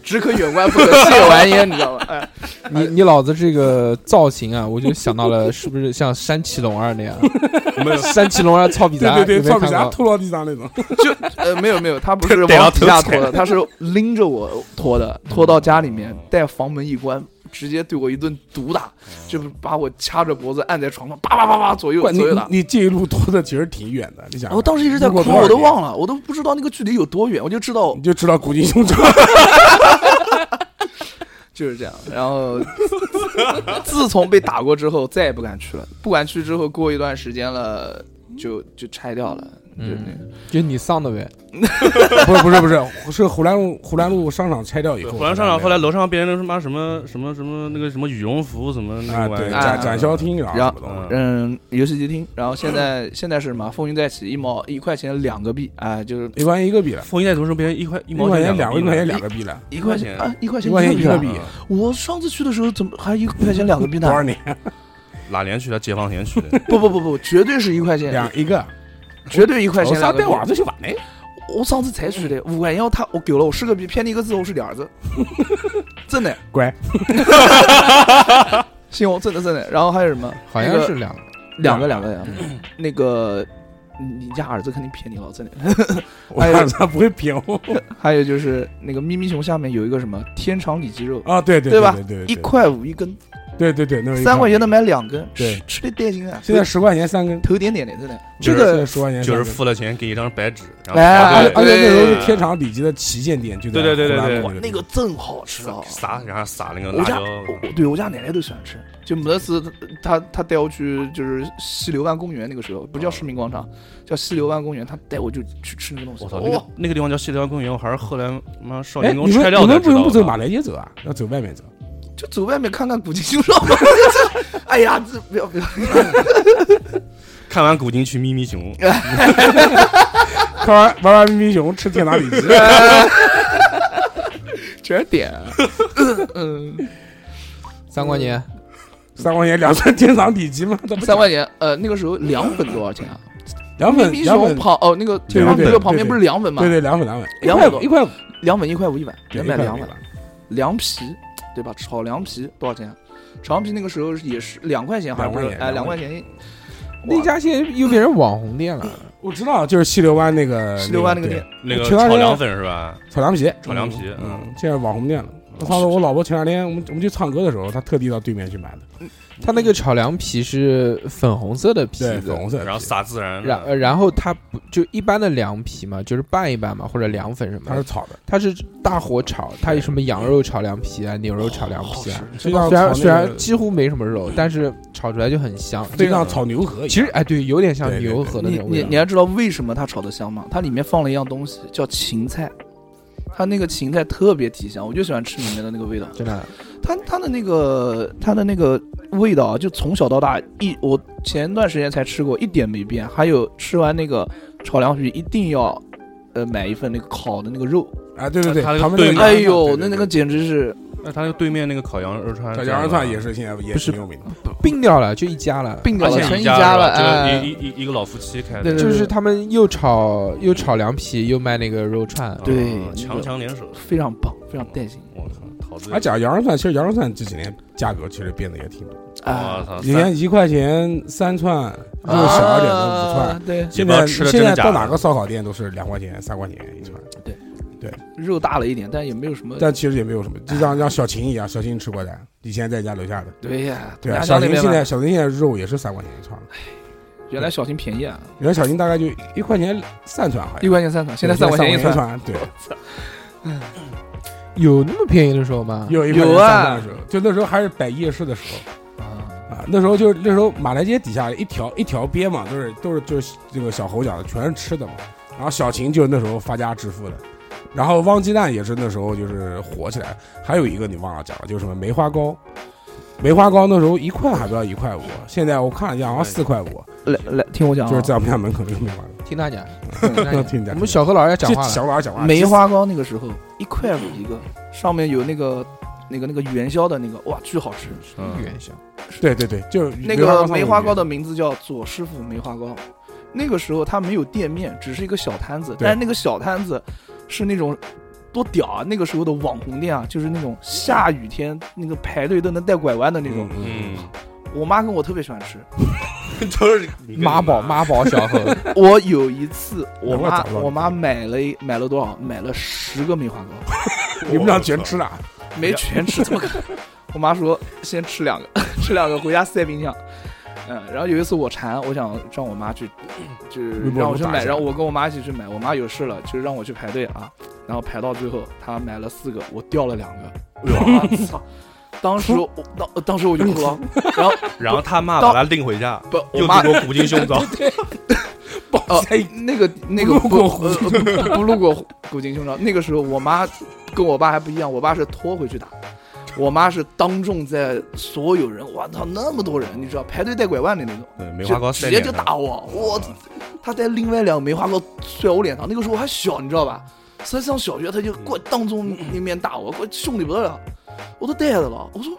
C: 只可远观不可 亵玩焉，你知道吗？哎，
A: 你你老子这个造型啊，我就想到了，是不是像山崎龙二那样？
D: 没有
A: 山崎龙二操比
E: 对
A: 赛，
E: 对对，
A: 有没
E: 放不
A: 有看
E: 下
A: 过
E: 吐到地上那种，
C: 就呃没有没有，他不是
D: 逮到
C: 往底下
D: 头
C: 拖的，他是拎着我拖的，拖到家里面，带房门一关，直接对我一顿毒打，就是把我掐着脖子按在床上，叭叭叭叭左右
E: 怪你
C: 左右打。
E: 你这一路拖的其实挺远的，你想，
C: 我当时一直在
E: 路过
C: 哭，
E: 多少
C: 我都
E: 年
C: 忘了，我都不知道那个距离有多远，我就知道
E: 你就知道古今胸罩，
C: 就是这样。然后自从被打过之后，再也不敢去了。不敢去之后，过一段时间了，就就拆掉了。就是那个
A: 嗯，就你丧的呗。
E: 不是不是不是，是湖南路湖南路商场拆掉以后，
D: 湖南商场后来楼上变成他妈什么什么什么那个什么羽绒服什么那
E: 啊
D: 个玩
E: 对
D: 意
C: 啊
E: 展展销
D: 儿，
E: 厅然后
C: 然
E: 什
C: 后
E: 么东西，
C: 嗯，游戏机厅，然后现在现在是什么？风云再起，一毛一块钱两个币，啊、就是
E: 一块钱一个币了，
D: 风衣带头是变成一嗯块一
E: 一
D: 毛
E: 块
D: 钱
E: 钱两
D: 个
E: 一块钱
D: 币
E: 两个币了，
C: 一
D: 块
C: 块
D: 钱
C: 钱啊，一块
E: 一
C: 钱
E: 块钱一个
C: 个币
E: 币
C: 啊。，我上次去的时候怎么还一块钱两个币呢
E: 多？少年
D: 哪年去的？解放前 去的，
C: 不不不不，绝对是一块钱，
E: 两一个，
C: 绝对一块
E: 我
C: 钱两
E: 上
C: 个
E: 带
C: 币。
E: 娃子去玩嘞，
C: 我上次才去的，五块钱我他我给了我是个币，偏了一个字，我是俩 字，真的
E: 乖，
C: 信我真的真的。然后还有什么？
A: 好像
C: 那个
A: 是两个
C: 两个两个两个，那个你你家儿子肯定骗你了，真的。
E: 我
C: 哎
E: 儿 子不会骗我
C: 还有就是那个咪咪熊下面有一个什么天长里脊肉，
E: 啊，对对
C: 对吧
E: 对对
C: 一
E: 对
C: 块五一根，
E: 对对对，那是一
C: 三块钱能买两根，
E: 对
C: 吃吃的带劲啊！
E: 现在十块钱三根，
C: 头点点的，真的。
D: 就
C: 这
D: 是
C: 个
E: 十块钱
D: 就是
E: 三根
D: 付了钱给一张白纸，然后排
C: 哎
E: 而
D: 队
E: 且而且那时候
D: 对
E: 是天长里脊的旗舰店，就在
D: 对对对对
E: 湖南
D: 对
E: 路
D: 哇
C: 那个真好吃啊！
D: 撒，然后撒那个
C: 我
D: 辣
C: 家
D: 椒，
C: 我对我家奶奶都喜欢吃，就每次她她带我去就是西流湾公园那个时候，不叫市民广场，叫西流湾公园，她带我就去吃那个东西。
D: 我操，那个
C: 哇
D: 那个地方叫西条公园，我还是后来妈少
E: 哎，
D: 年
E: 你
D: 宫
E: 们
D: 拆掉
E: 你
D: 才
E: 们
D: 知
E: 不
D: 道
E: 用不走马
D: 的。
E: 台街走啊，要走外面走。
C: 就走外面看看古今修道。 哎呀，这不要不要！
D: 看完古今去咪咪熊，
E: 看完玩玩咪咪熊，吃天长里脊。
C: 全是点。啊嗯，
A: 三块钱，
E: 三块钱两份天长里脊嘛，这不
C: 三块钱，呃，那个时候凉粉多少钱啊？
E: 两
C: 咪
E: 粉
C: 咪
E: 两
C: 熊
E: 粉，
C: 旁哦，那个
D: 对
C: 天长
D: 对
C: 那
D: 对
C: 个旁边
E: 对
C: 不是凉粉吗
E: 对？对，两粉两粉，一
C: 两
E: 块
C: 粉
E: 五一块五，
C: 凉粉一块五一碗，
E: 对
C: 原
E: 一
C: 买
E: 块
C: 凉
E: 五
C: 粉，凉皮对吧？炒凉皮多少钱啊？炒凉皮那个时候也是两块钱，好像不是
E: 两块钱
C: 哎两
E: 两块
C: 块钱一。
A: 那家现在又变成网红店了。
E: 我知道，就是西流湾那个
C: 十六万那个
E: 对
C: 店，
D: 那个
E: 其他人
D: 炒凉粉是吧？
E: 炒凉皮，
D: 炒凉皮
E: 嗯
D: 嗯，
E: 现在网红店了。我操！我老婆前两天我们我们去唱歌的时候，她特地到对面去买的，
A: 它那个炒凉皮是粉红色的皮
E: 对，
A: 子
E: 粉，红色的皮，
D: 然后撒孜然
A: 然呃
D: 的，
A: 然后它不就一般的凉皮嘛，就是拌一拌嘛，或者凉粉什么
E: 它是
A: 的。
E: 炒的，
A: 它是大火炒，它有什么羊肉炒凉皮啊，牛肉炒凉皮啊。
E: 就像
A: 虽然
E: 炒
A: 虽
E: 那
A: 然
E: 个，
A: 几乎没什么肉，但是炒出来就很香。
E: 就像炒牛河一样。
A: 其实哎，对，有点像
E: 对对
A: 牛
E: 对
A: 河的那
C: 你
A: 种味
C: 你
A: 道。
C: 你还知道为什么它炒的香吗？它里面放了一样东西叫芹菜，它那个芹菜特别提香，我就喜欢吃里面的那个味道。
A: 真的，
C: 它它的那个它的那个味道啊，就从小到大一我前段时间才吃过，一点没变。还有吃完那个炒凉皮一定要。呃，买一份那个烤的那个肉，
E: 啊，对对对，
D: 它那个
E: 他们那
D: 对
E: 个
D: 面
C: 哎呦，那那
E: 对
C: 个
E: 对
C: 简直是
D: 那他那个对面那个烤羊肉串，
E: 对羊肉串也是现在也
A: 不是
E: 挺有名的，
A: 并掉了就一家了。
C: 并掉
D: 而
C: 了
D: 且
C: 成
D: 一
C: 家了，
D: 是吧这
C: 哎
D: 个一，一一一个老夫妻开
C: 对
D: 的，
C: 对
A: 就是他们又炒又炒凉皮，又卖那个肉串，
D: 嗯
C: 对那个
D: 强强联手，
C: 非常棒，非常带劲
D: 我靠，陶醉，
E: 而讲羊肉串，其实羊肉串这几年价格其实变得也挺多，
D: 我
C: 啊！
D: 操，
E: 以前一块钱三串，肉
C: 啊
E: 小一点的五串，，
C: 对，
D: 也
E: 现
D: 不知道
E: 在
D: 吃的
E: 现
D: 真的
E: 在
D: 假
E: 到哪
D: 的
E: 个。烧烤店都是两块钱、三块钱一
C: 嗯
E: 串，
C: 肉大了一点，但也没有什么。
E: 但其实也没有什么，就
C: 哎
E: 像像小秦一样，小秦吃过的，以前在家楼下的，
C: 对呀，
E: 对
C: 家
E: 啊，
C: 乡
E: 小
C: 那
E: 秦
C: 边
E: 现
C: 嘛
E: 在小秦现在肉也是三块钱一串，
C: 原来小秦便宜啊，
E: 原来小秦大概就一块钱三串，好
C: 一
E: 像
C: 块钱三串，现在
E: 对
C: 三块
E: 块
C: 钱
E: 钱
C: 一串。
E: 串，对，
A: 有那么便宜的时候吗？
E: 有一块
C: 有
E: 钱
C: 啊
E: 三串的时候，就那时候还是摆夜市的时候。啊，那时候就是那时候马来街底下一条一条边嘛，都是都是就是这个小猴讲的，全是吃的嘛。然后小秦就是那时候发家致富的，然后汪鸡蛋也是那时候就是火起来。还有一个你忘了讲了，就是什么梅花糕，梅花糕那时候一块还不到一块五，啊现在我看了一下好像四块五，
C: 来来，听我讲啊，
E: 就是在我们家门口那个梅花糕。
A: 听他讲，
E: 听他
A: 我们小何老师讲
E: 这
A: 话了，
E: 小娃讲话，
C: 梅花糕那个时候一块五一个，上面有那个那个那个元宵的那个，哇，巨好吃。
D: 嗯
A: 元宵，
E: 对对对，就是
C: 那个
E: 上面
C: 梅
E: 有
C: 花糕
E: 一个
C: 的名字叫左师傅梅花糕，那个时候它没有店面，只是一个小摊子，
E: 对
C: 但是那个小摊子是那种。多屌啊！那个时候的网红店啊，就是那种下雨天那个排队都能带拐弯的那种。
E: 嗯，
D: 嗯，
C: 我妈跟我特别喜欢吃，
D: 都是你跟你
A: 妈宝妈宝小何，
C: 我有一次， 我
E: 难怪
C: 妈
E: 找不到你
C: 我妈买了一买了多少？买了十个梅花糕，
E: 你们俩全
C: 嗯
E: 吃了，啊
C: 没全吃，这么个。 我妈说先吃两个，吃两个回家塞冰箱。嗯，然后有一次我馋，我想让我妈去，就是
E: 微波炉
C: 让我去
E: 打一
C: 买，
E: 下
C: 然后我跟我妈一起去买。我妈有事了，就让我去排队啊。然后排到最后，她买了四个，我掉了两个。
E: 哎
C: 我 操！当时我当当时我就哭了，然后
D: 然后他妈把他拎回家，
C: 不，我
D: 又
C: 妈
D: 给我古今胸罩，
C: 呃，那个那个
E: 不路过
C: 呃不不路过古今胸罩。那个时候我妈跟我爸还不一样，我爸是拖回去打，我妈是当众在所有人，我操那么多人，你知道排队带拐弯的那种，
D: 嗯梅
C: 梅
D: 花糕
C: 直
D: 塞
C: 接
D: 脸
C: 就
D: 上
C: 打我，
D: 嗯
C: 我他带另外两个梅花糕甩我脸上，那个时候我还小，你知道吧？才上小学，他就
D: 嗯
C: 过来当众面面打我，给我凶的不得了，我都呆着了。我说，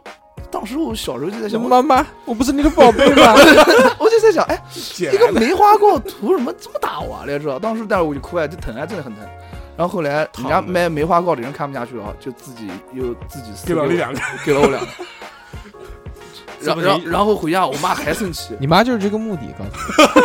C: 当时我 小时候就在想，我
A: 妈妈，我不是你的宝贝吗？ ，
C: 我就在想，哎，
E: 姐
C: 一个梅花糕图什么这么打我啊？你也知道，当时但是我就哭啊，就疼啊，真的很疼。然后后来人家卖梅花糕的人看不下去了，就自己又自己撕
E: 给了
C: 我
E: 你两个，
C: 给了我两个。
D: 这
C: 然
D: 不
C: 后
D: 是
C: 然后然后回家，我妈还生气
A: 你妈就是这个目的，告诉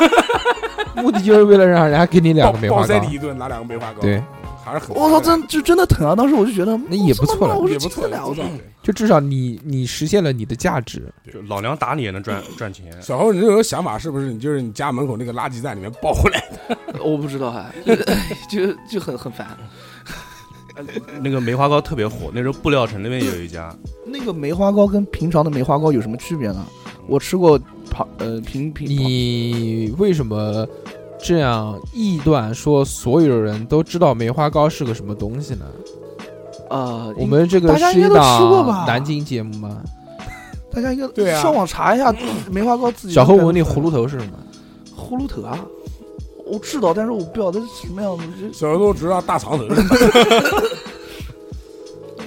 A: 你， 目的就是为了让人家给你两个梅
E: 暴
A: 花
E: 暴
A: 糕
E: 塞。你一顿，拿两个梅花糕，
A: 对，，
E: 还是很
C: 我操，真就真的疼啊！当时我就觉得
A: 那也不错了
C: 我
E: 也
C: 是
E: 不错，
C: 了，我
E: 不
C: 操
E: 错。
A: 就至少你你实现了你的价值。
D: 就老娘打你也能赚 赚钱，
E: 小侯，你这种想法是不是你就是你家门口那个垃圾站里面抱回来？
C: 我不知道啊，就就很很烦。
D: 那个梅花糕特别火，那时候布料城那边也有一家，
C: 那个梅花糕跟平常的梅花糕有什么区别呢？我吃过旁呃平平
A: 你为什么这样臆断说所有人都知道梅花糕是个什么东西呢？
C: 呃，
A: 我们这个
C: 大家
A: 是
C: 应
A: 一
C: 该都吃过吧
A: 档南京节目吗？
C: 大家应该
E: 对啊
C: 上网查一下梅花糕自己。
A: 小何我问你，葫芦头是什么？
C: 葫芦头啊，我知道，但是我不晓得是什么样子。就
E: 小侯都知道大肠头，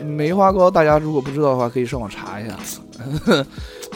C: 梅花糕，大家如果不知道的话，可以上网查一下。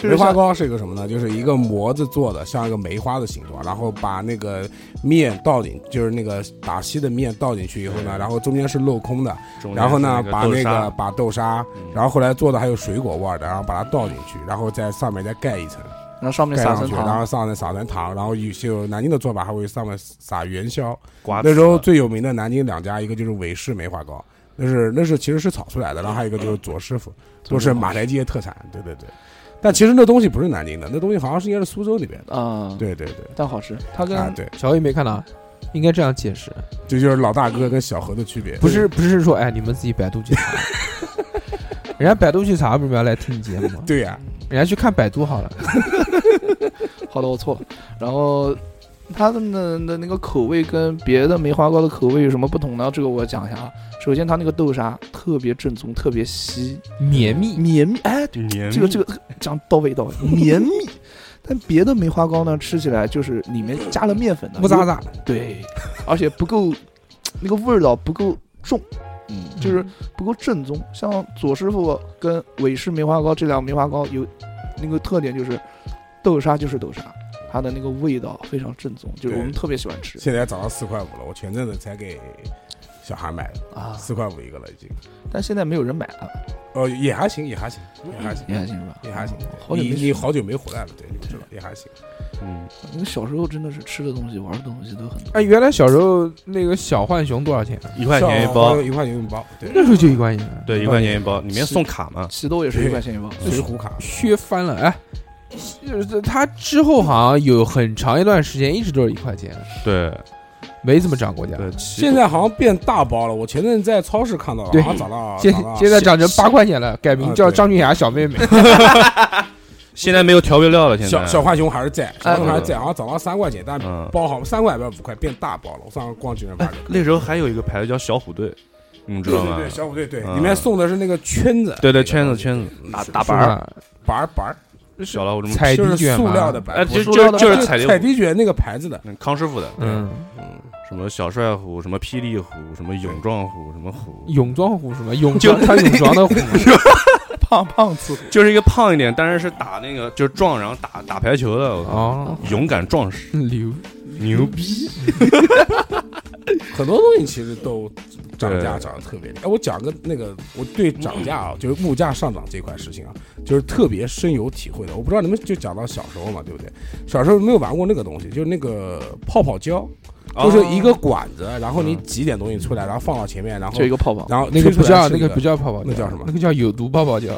C: 就是
E: 梅花
C: 像
E: 糕是一个什么呢？就是一个模子做的，像一个梅花的形状，然后把那个面倒进，就是那个打稀的面倒进去以后呢，然后中间是镂空的，
D: 中间
E: 然后呢
D: 是
E: 把
D: 豆
E: 那
D: 沙
E: 个把豆沙，
D: 嗯
E: 然后后来做的还有水果味儿的，然后把它倒进去，然后在上面再盖一层，
C: 然后上面
E: 盖
C: 撒
E: 上
C: 层
E: 去，然
C: 糖
E: 后，上面撒层糖，然后有些有南京的做法还会上面撒元宵。
D: 瓜子啊
E: 那时候最有名的南京两家，一个就是韦氏梅花糕。那是那是其实是炒出来的，然后还有一个就是左师傅，都是马台街特产，对对对。但其实那东西不是南京的，那东西好像是应该是苏州那边的。
C: 啊，，
E: 对对对，
C: 但好吃。它跟
E: 啊对，
A: 小何也没看到啊，应该这样解释，
E: 这就是老大哥跟小何的区别。
A: 不是不是说哎你们自己百度去 查，人家百度去查不是要来听你节目吗？
E: 对呀、
A: 人家去看百度好了。
C: 好的，我错了。然后它的那的那个口味跟别的梅花糕的口味有什么不同呢？这个我讲一下啊。首先，它那个豆沙特别正宗，特别稀
A: 绵密，
C: 绵密，哎，
D: 年
C: 这个这个讲到位到位，绵密。但别的梅花糕呢，吃起来就是里面加了面粉的，
A: 乌渣渣，
C: 对，而且不够那个味儿道不够重，嗯，就是不够正宗。像左师傅跟韦氏梅花糕这两个梅花糕有那个特点就是豆沙就是豆沙，它的那个味道非常正宗，就是我们
E: 对
C: 特别喜欢吃
E: 现在涨到四块五了，我前阵子才给小孩买的，
C: 啊，
E: 四块五一个了已经。
C: 但现在没有人买了，
E: 哦，也还行，也还行，也还行，
C: 你还信是吧？
E: 也还行。
C: 好久
E: 你
C: 没
E: 你
C: 吃，
E: 好久没回来了，对，你不知道，也还行。
D: 嗯，
C: 那个小时候真的是吃的东西、玩的东西都很多。
A: 哎，原来小时候那个小浣熊多少钱啊？
D: 一块钱一包
E: 小，一块钱一包，对，
A: 那时候就一块钱，
D: 对，一块钱一包，里面送卡嘛，
C: 奇豆也是一块钱一包，
E: 水浒卡。
A: 削翻了，哎。呃它之后好像有很长一段时间一直都是一块钱，
D: 对
A: 没怎么涨过价。
D: 对，其
E: 现在好像变大包了，我前阵子在超市看到了，
A: 对
E: 好像涨到
A: 现
E: 涨到
A: 现在涨成八块钱了，改名
E: 啊
A: 叫
E: 对
A: 张俊雅小妹妹。
D: 现在没有调味料了，现在
E: 小小浣熊还是在，小浣熊还是在，
D: 哎
E: 好像涨到三块钱，但
D: 嗯
E: 包好像三块还是五块变大包了。我上次逛巨人发
D: 哎
E: 现，，
D: 那时候还有一个牌子叫小虎队，你们知
E: 对
D: 道
E: 对
D: 吗？
E: 对，小虎队对，
D: 嗯
E: 里面送的是那个圈子，
D: 对对，圈子圈子，
E: 打
C: 打板
A: 是
C: 儿，
A: 吧
E: 板儿板儿，
D: 小了我这么，
A: 彩
E: 嗯就是
A: 迪卷
E: 塑
A: 嘛
E: 料的，板
D: 哎，
E: 儿，
D: 就
C: 塑
D: 就
C: 料
D: 是
C: 的
D: 就是彩
E: 彩
D: 迪，
E: 滴卷那个牌子的，
D: 嗯康师傅的，
A: 嗯，
D: 什么小帅虎，什么霹雳虎，什么勇壮虎，什么虎，
A: 泳装虎什么泳装穿泳装的虎，
C: 胖胖子
D: 就是一个胖一点，但是是打那个就是撞，然后打打排球的，我靠
A: 哦，
D: 勇敢壮士，
A: 牛
D: 牛逼，
E: 很多东西其实都涨价
D: 对
E: 涨得特别厉害。哎，我讲个那个，我对涨价啊，就是物价上涨这块事情啊，就是特别深有体会的。我不知道你们就讲到小时候嘛，对不对？小时候有没有玩过那个东西，就是那个泡泡胶，
D: 哦
E: 就是一
A: 哦
E: 个管子，然后你
A: 嗯
E: 挤点东西出来，然后放到前面，然后
C: 就一个泡泡，
E: 然后
A: 那个
E: 吹
A: 不
E: 出来
A: 叫
E: 是
A: 那
E: 一个
A: 个不叫泡泡胶，
E: 那叫什么
A: 那个叫有毒泡泡 胶。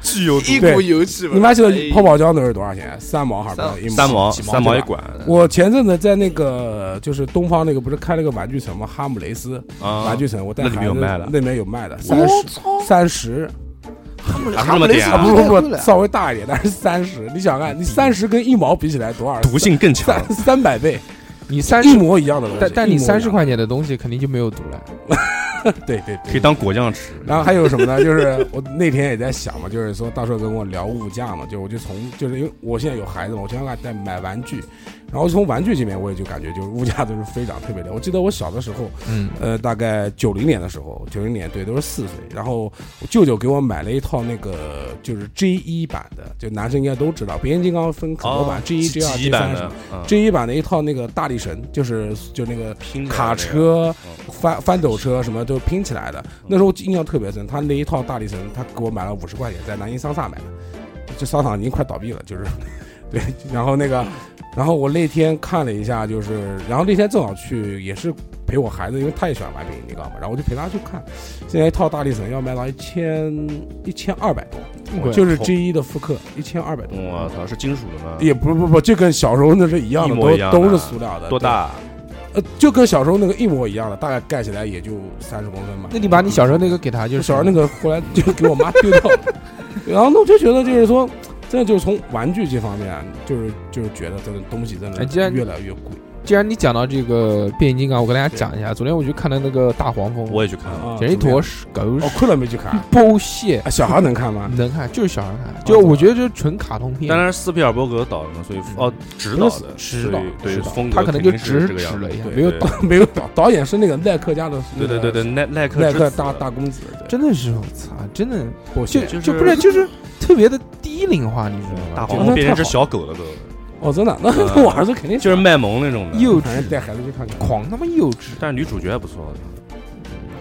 D: 具有
C: 一
E: 对
C: 股油气味儿。
E: 你们还记
C: 哎
E: 得泡泡胶那是多少钱？三毛还是多少
C: 三
E: 一
D: 三毛
E: 几
D: 三毛
E: 对
D: 一
E: 吧
D: 管
E: 我前阵子在那个就是东方那个不是开了个玩具城吗？哈姆雷斯
D: 啊，
E: 玩具城，我带
D: 那里面
E: 孩
D: 有
E: 子
D: 卖的
E: 那边有卖的，三
C: 我
E: 十
C: 操，
E: 三十
D: 还是那么点
E: 啊，
D: 啊
E: 不是不是，
C: 了。
E: 稍微大一点，但是三十，你想看，你三十跟一毛比起来多少？
D: 毒性更强
E: 三，三百倍，
A: 你三
E: 一
A: 十，
E: 模一样的东西。
A: 但但你
E: 一模一样
A: 三十，块钱的东西肯定就没有毒了。
E: 对对
D: 可以
E: 对。
D: 当果酱吃。
E: 然后还有什么呢？就是我那天也在想嘛，就是说到时候跟我聊物价嘛，就我就从就是因为我现在有孩子嘛，我经常在买玩具，然后从玩具这边我也就感觉就是物价都是飞涨特别厉害。我记得我小的时候，
A: 嗯，
E: 呃，大概九零年的时候，九零年对，都是四岁。然后我舅舅给我买了一套那个就是 G 一版的，就男生应该都知道，变形金刚分很多版、
D: 哦
E: G 一、G 二、
D: 几
E: G
D: 版
E: 三
D: 的
E: 么。
D: 嗯
E: G 一版的一套那个大力神，就是就那个
D: 拼的
E: 卡
D: 那个
E: 车、
D: 嗯
E: 翻翻斗车什么都拼起来的。那时候印象特别深，他那一套大力神，他给我买了五十块钱，在南京商厦买的，这商场已经快倒闭了，就是对， 然后那个，然后我那天看了一下，就是，然后那天正好去也是陪我孩子，因为他也喜欢玩这个你知道吗？然后我就陪他去看，现在一套大力神要卖到一千一千二百多，就是 G 一的复刻，一千二百多。
D: 我嗯操，是金属的吗？
E: 也不不不，就跟小时候那是一样的，
D: 一模一样的
E: 都都是塑料的。
D: 多大？
E: 对？呃，就跟小时候那个一模一样的，大概盖起来也就三十公分吧。
A: 那你把你小时候那个给他，就
E: 就是是小时候那个后来就给我妈丢掉了。然后呢，我就觉得就是说，真的就是从玩具这方面啊，就是就是觉得这个东西真
A: 哎既
E: 的
A: 然
E: 越来越贵
A: 既然你讲到这个变形金刚，我跟大家讲一下，昨天我去看了那个大黄蜂，
D: 我也去看了，
E: 啊！
A: 简直一
E: 怎么
A: 坨
E: 样
A: 屎狗
E: 哦
A: 屎，，
E: 困了没去看？
A: 包蟹，
E: 啊小孩能看吗？
A: 能看就是小孩看，
E: 哦
A: 就我觉得这是纯卡通片，
D: 但是斯皮尔伯格导的嘛，所以
E: 嗯
D: 哦指导的，
A: 指
D: 所
A: 导
D: 以对
A: 指导
D: 风格
A: 他可能就
D: 肯定是
A: 只
D: 这个样
A: 指
D: 子
A: 了一下，
D: 对
A: 没有
D: 对
A: 导，
E: 没有导导演是那个耐克家的，
D: 对对对对，，耐耐克
E: 耐
D: 之
E: 克
D: 子
E: 大大公子，
A: 真的是我操，真的
E: 我
A: 就
D: 就是
A: 就不是就是特别的低龄化，你知道吗？
D: 大
A: 就
D: 黄蜂变成只小狗了都，
E: 哦真的，那
A: 啊
D: 嗯
E: 那我儿子肯定
D: 就是卖萌那种的。
A: 幼
E: 反正
A: 稚，
E: 带孩子去看看。
A: 狂他妈幼稚，
D: 但是女主角也不错，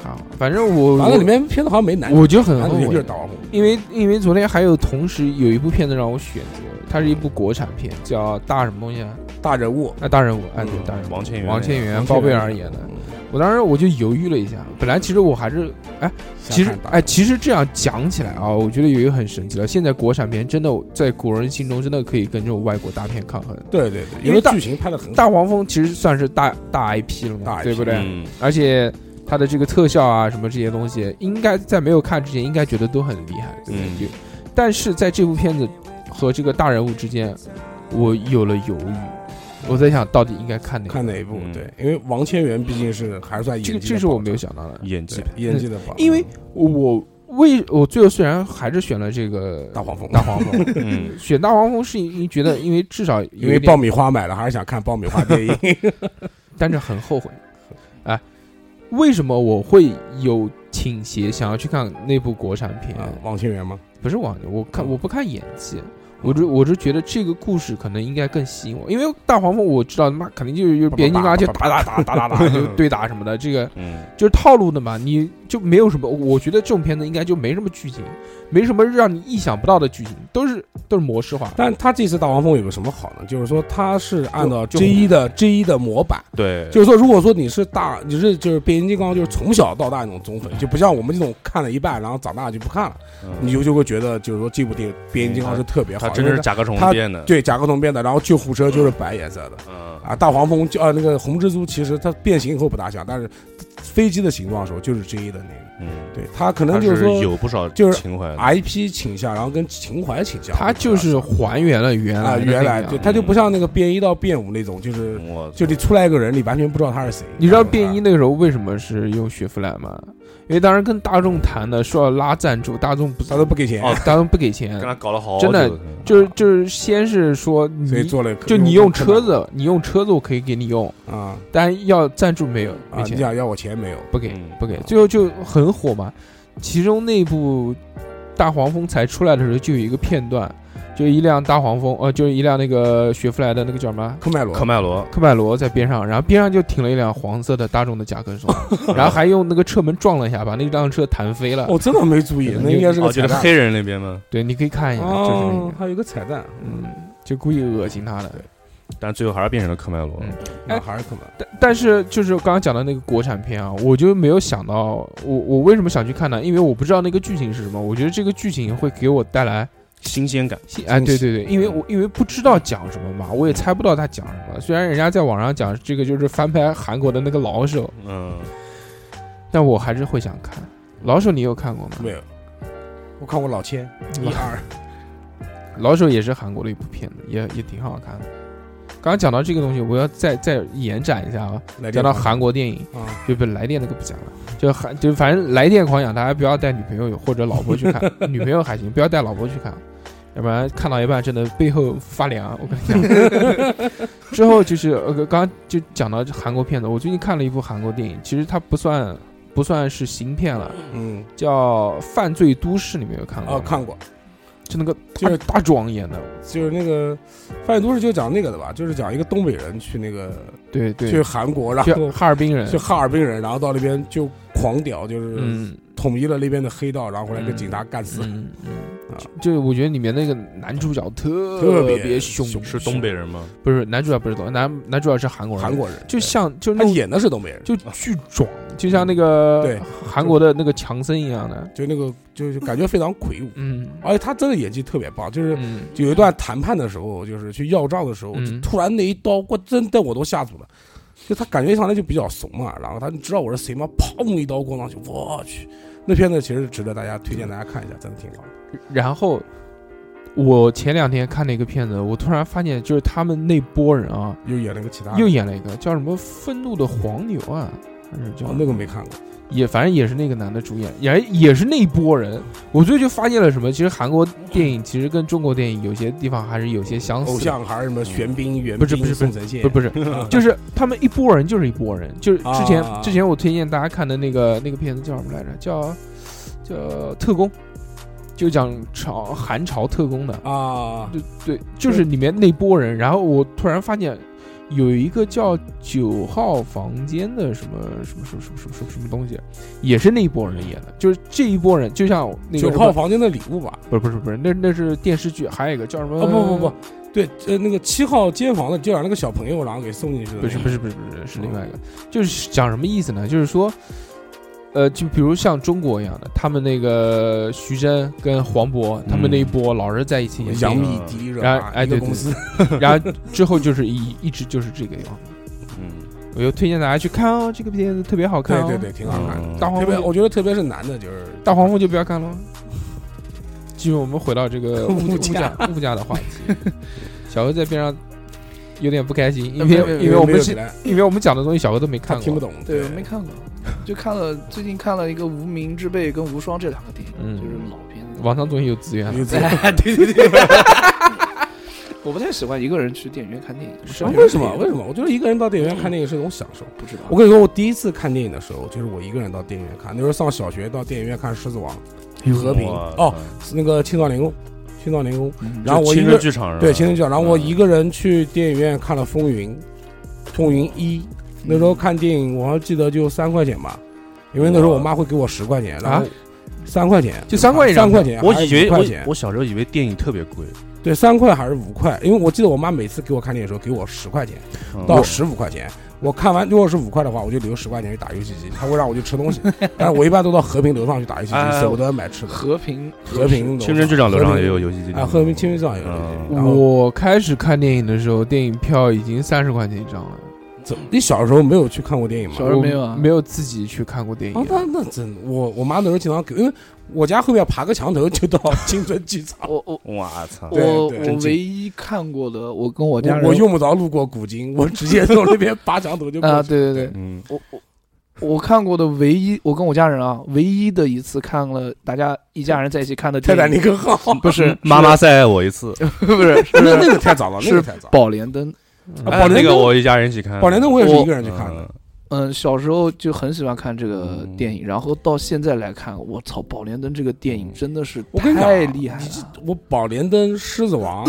A: 好，反正我
E: 完了，里面片子好像没男主，
A: 我就很
E: 男
A: 后
E: 主角就
A: 悔
E: 是，导火。
A: 因为因为昨天还有同时有一部片子让我选择，它是一部国产片，叫大什么东西啊？
E: 大人物，
A: 啊，大人物，哎，对，
E: 嗯
A: 大人物，
D: 王千源
A: 王千源、
E: 王千源
A: 包贝尔演的。
E: 嗯
A: 我当时我就犹豫了一下，本来其实我还是，其实
E: 想看大
A: 哎，其实这样讲起来啊，我觉得有一个很神奇的，现在国产片真的在国人心中真的可以跟这种外国大片抗衡。
E: 对对对，因
A: 因为
E: 为
A: 大
E: 剧情拍的很好，
A: 大黄蜂其实算是大大 IP 了
E: 大
A: 嘛，
E: IP
A: 对不对？
D: 嗯，
A: 而且它的这个特效啊，什么这些东西，应该在没有看之前，应该觉得都很厉害，对不对？
D: 嗯
A: 就但是在这部片子和这个大人物之间，我有了犹豫，我在想到底应该看哪个？
E: 看哪一部？
D: 嗯
E: 对，因为王千源毕竟是还是算演
A: 这个
E: 技的
A: 这是我没有
E: 保证
A: 想到的，
D: 演 技
E: 对演技的保证，
A: 因为我为我最后虽然还是选了这个
E: 大黄蜂，
A: 大黄蜂，
D: 嗯，
A: 选大黄蜂是因为觉得，因为至少有
E: 因为
A: 一
E: 爆
A: 点，
E: 米花买了，还是想看爆米 花电影。
A: 但是很后悔，哎，为什么我会有倾斜想要去看那部国产片？
E: 啊王千源吗？
A: 不是网我
E: 嗯
A: 看我不看演技，我就我就觉得这个故事可能应该更吸引我，因为大黄蜂我知道他妈肯定就是就是变形金刚就打打打打打 打就对打什么的，这个
D: 嗯，
A: 就是套路的嘛，你就没有什么，我觉得这种片子应该就没什么剧情，没什么让你意想不到的剧情，都是都是模式化。
E: 但他这次大黄蜂有个什么好呢？就是说他是按照
A: 就
E: J 一的 J 一的模板，
D: 对，
E: 就是说如果说你是大，你是就是变形金刚，就是从小到大那种忠粉，就不像我们这种看了一半，然后长大就不看了，
D: 嗯
E: 你就就会觉得就是说这部电影变形
A: 嗯
E: 金刚是特别好，
D: 他真的
E: 因为
D: 是甲壳虫
E: 他
D: 变的，
E: 对甲壳虫变的，然后救护车就是白颜色的。
D: 嗯，
E: 啊，大黄蜂就啊那个红蜘蛛，其实它变形以后不大像，但是飞机的形状的时候就是 J 一的那个，
D: 嗯，
E: 对它可
D: 他
E: 能就是
D: 是
E: 说
D: 有不少
E: 就是啊
D: 情怀的，
E: IP 倾向，然后跟情怀倾向，
A: 它就是还原了原来
E: 啊
A: 的
E: 原来
A: 那个
E: 对它就不像那个变一到变五那种，就是
D: 嗯我
E: 就你出来一个人，你完全不知道他是谁。啊
A: 你知道变
E: 变
A: 一那个时候为什么是用雪佛兰吗？因为当时跟大众谈的说要拉赞助，大众不
E: 他都不给钱，
D: 哦
A: 大众不给钱
D: 跟，他搞了好
A: 真的
D: 久嗯
A: 就是就是先是说
E: 所以
A: 你
E: 做了
A: 嗯就你用车子，你用车子我可以给你用，
E: 啊
A: 但要赞助没有，
E: 啊！
A: 没
E: 你
A: 钱
E: 想要我钱没有？
A: 不给
D: 嗯
A: 不给，最后就很火嘛。其中那部大黄蜂才出来的时候，就有一个片段，就一辆大黄蜂，呃，就是一辆那个雪佛兰的那个叫什么？
E: 科迈罗
D: 科迈罗，
A: 科迈罗在边上，然后边上就停了一辆黄色的大众的甲壳 虫，然后还用那个车门撞了一下，把那辆车弹飞了。
E: 我真的哦没注意，那应该是
D: 哦，
E: 个
D: 就
E: 彩
D: 是
E: 蛋
D: 黑啊人那边吗？
A: 对，你可以看一下，就是那
E: 哦
A: 个，，
E: 还有个彩蛋，
A: 嗯，就故意恶心他的。
D: 但最后还是变成了科迈罗，
A: 嗯
E: 那还是科迈。
A: 但但是就是刚刚讲的那个国产片啊，我就没有想到，我我为什么想去看呢？因为我不知道那个剧情是什么，我觉得这个剧情会给我带来
D: 新鲜感，
A: 新哎，对对对，因为我因为不知道讲什么嘛，我也猜不到他讲什么。虽然人家在网上讲这个就是翻拍韩国的那个老手，
D: 嗯，
A: 但我还是会想看。老手你有看过吗？
E: 没有，我看过老千一二，
A: 老手也是韩国的一部片子，也也挺好看的。刚刚讲到这个东西，我要再再延展一下啊，
E: 来
A: 讲到韩国电影，
E: 啊，
A: 就不来电那个不讲了，就韩就反正来电狂想，大家不要带女朋友或者老婆去 看，女朋友还行，不要带老婆去看，要不然看到一半真的背后发凉。我跟你讲， 之后就是呃刚刚就讲到韩国片子，我最近看了一部韩国电影，其实它不算不算是新片了，
E: 嗯，
A: 叫《犯罪都市》，你们有看过？
E: 哦，看，过，
A: 就那个
E: 就
A: 大
E: 是
A: 大壮演的，
E: 就是那个《犯罪都市》就讲那个的吧，就是讲一个东北人去那个
A: 对对，
E: 去韩国，然
A: 就
E: 后
A: 哈尔滨人
E: 去，哈尔滨人，然后到那边就狂屌，就是
A: 嗯
E: 统一了那边的黑道，然后后来跟警察干死
A: 嗯嗯，就是我觉得里面那个男主角
E: 特
A: 特
E: 别
A: 别凶，
D: 是东北，人吗？
A: 不是男主角不是东男男主角是韩国人，
E: 韩国人，
A: 就
E: 对
A: 像就
E: 他
A: 那种
E: 演的是东北人，
A: 就巨壮，就像那个
E: 对
A: 韩国的那个强森一样的，
E: 就那个就是感觉非常魁梧，
A: 嗯
E: 而且他真的演技特别棒，就是。
A: 嗯，
E: 就有一段谈判的时候，就是去要账的时候，
A: 嗯
E: 就突然那一刀，我真的我都吓住了。就他感觉上来就比较怂嘛，然后他你知道我是谁吗？砰一刀咣上去，我去！那片子其实值得大家推荐大家看一下，真的挺好的。
A: 嗯然后我前两天看了一个片子，我突然发现就是他们那波人啊，
E: 又演了个其他的，
A: 又演了一个叫什么《愤怒的黄牛》啊，还是叫
E: 哦那个没看过，
A: 也反正也是那个男的主演，也也是那一波人。我最近就发现了什么，其实韩国电影其实跟中国电影有些地方还是有些相似的。
E: 偶哦像还是什么玄彬、袁
A: 不是不是
E: 彬、宋承宪，
A: 不不 是，
E: 啊
A: 就是他们一波人就是一波人，就是之前、
E: 啊
A: 之前我推荐大家看的那个那个片子叫什么来着？叫叫特工，就讲朝韩朝特工的。
E: 啊，
A: 对对，就是里面那波人。然后我突然发现有一个叫九号房间的什么什么什么什么什么什么什么东西，也是那一波人演的。就是这一波人，就像那个
E: 九
A: 什么
E: 号房间的礼物吧？
A: 不是不是不是，那那是电视剧，还有一个叫什么？
E: 哦不不不，对，呃，那个七号间房的就把那个小朋友然后给送进去的，
A: 不是不是不是不是是嗯另外一个，就是讲什么意思呢？就是说，呃，就比如像中国一样的，他们那个徐峥跟黄渤他们那一波老是在一起演电
E: 杨
A: 影，
E: 幂、啊迪丽热
A: 然后
E: 巴
A: 哎
E: 一
A: 对
E: 个公
A: 对
E: 司，
A: 然后之后就是一一直就是这个样子。
D: 嗯，
A: 我就推荐大家去看哦，这个片子特别好看、
E: 对
A: 哦。
E: 对哦对，挺好看的。
D: 嗯
A: 大黄
E: 特别，
A: 蜂
E: 我觉得特别是男的，就是
A: 大黄蜂就不要看了。继续，我们回到这个
E: 物
A: 物
E: 价
A: 价物价的话题。 小何在边上有点不开心，因
C: 没
A: 为
C: 有没有
A: 因为我
E: 没
A: 们
E: 有
A: 是
E: 起来
A: 因为我们讲的东西小何都没
E: 他
A: 看过，
E: 听不。懂，
C: 对，没看过，就看了最近看了一个《无名之辈》跟《无双》这两个电影，
A: 嗯
C: 就是老片子。
A: 网上总有资源，
E: 有资源
C: 哎，对对对，我不太喜欢一个人去电影院看电影，嗯
E: 啊为什么？为什么？我觉得一个人到电影院看电影是一种享受。
C: 不知道
E: 我。跟你说，我第一次看电影的时候，就是我一个人到电影院看，那时候上小学到电影院看《狮子王》《和平》
D: 哇
E: 哦，，是那个《青藏零工》，《青藏零工》，
C: 嗯
E: 然后我一
D: 亲
E: 个
D: 热剧场是吧？
E: 对《青藏剧场》，然后我
D: 嗯
E: 一个人去电影院看了《风云》，《风云一》，那时候看电影我还记得就三块钱吧，因为那时候我妈会给我十块钱，然
A: 啊
E: 后三块钱。
A: 就三块一张
E: 三块钱，
D: 我以为
E: 块
D: 我
E: 钱，
D: 我小时候以为电影特别贵，
E: 对，三块还是五块？因为我记得我妈每次给我看电影的时候给我十块钱
D: 嗯
E: 到十五块钱，我看完如果是五块的话，我就留十块钱去打游戏机，她会让我去吃东西，但是我一般都到和平楼上去打游戏
D: 哎
E: 机，舍不得买吃的。
C: 和平
E: 和平楼
D: 青春剧场楼上也有
E: 和
D: 游戏机
E: 平啊，和平青春剧场有游戏
D: 嗯
E: 机，然后
A: 我开始看电影的时候，电影票已经三十块钱一张了。
E: 怎么？你小时候哦没有去看过电影吗
C: 小？时候没有啊
A: 我没有自己去看过电
E: 啊
A: 影，。
E: 那那真的，我我妈那时候经常给，因为我家后面爬个墙头就到青春剧场，
C: 我我
D: 哇操！
E: 对
C: 我
E: 对
C: 我
E: 真
C: 唯一看过的，我跟我家人
E: 我我用不着路过古今，我直接从那边爬墙头就过去
C: 啊，，对对对，
D: 嗯，
C: 我我我看过的唯一，我跟我家人啊，唯一的一次看了大家一家人在一起看的
E: 泰
C: 电
E: 坦尼
C: 影，
E: 克号，
C: 不是
D: 妈妈再爱我一次，
E: 呃
C: 不是是
E: 那那个太早了，那
C: 是
E: 个太早了。
C: 宝莲灯。
E: 啊
D: 哎
E: 宝莲
D: 那个
E: 灯
D: 我一家人一起看的，
E: 宝莲灯我也是
C: 我
E: 一个人去看的，
D: 嗯
C: 嗯，小时候就很喜欢看这个
D: 嗯
C: 电影，然后到现在来看，我操，《宝莲灯》这个电影真的是
E: 嗯我跟你讲
C: 太厉害了。
E: 我宝莲灯、狮 子王，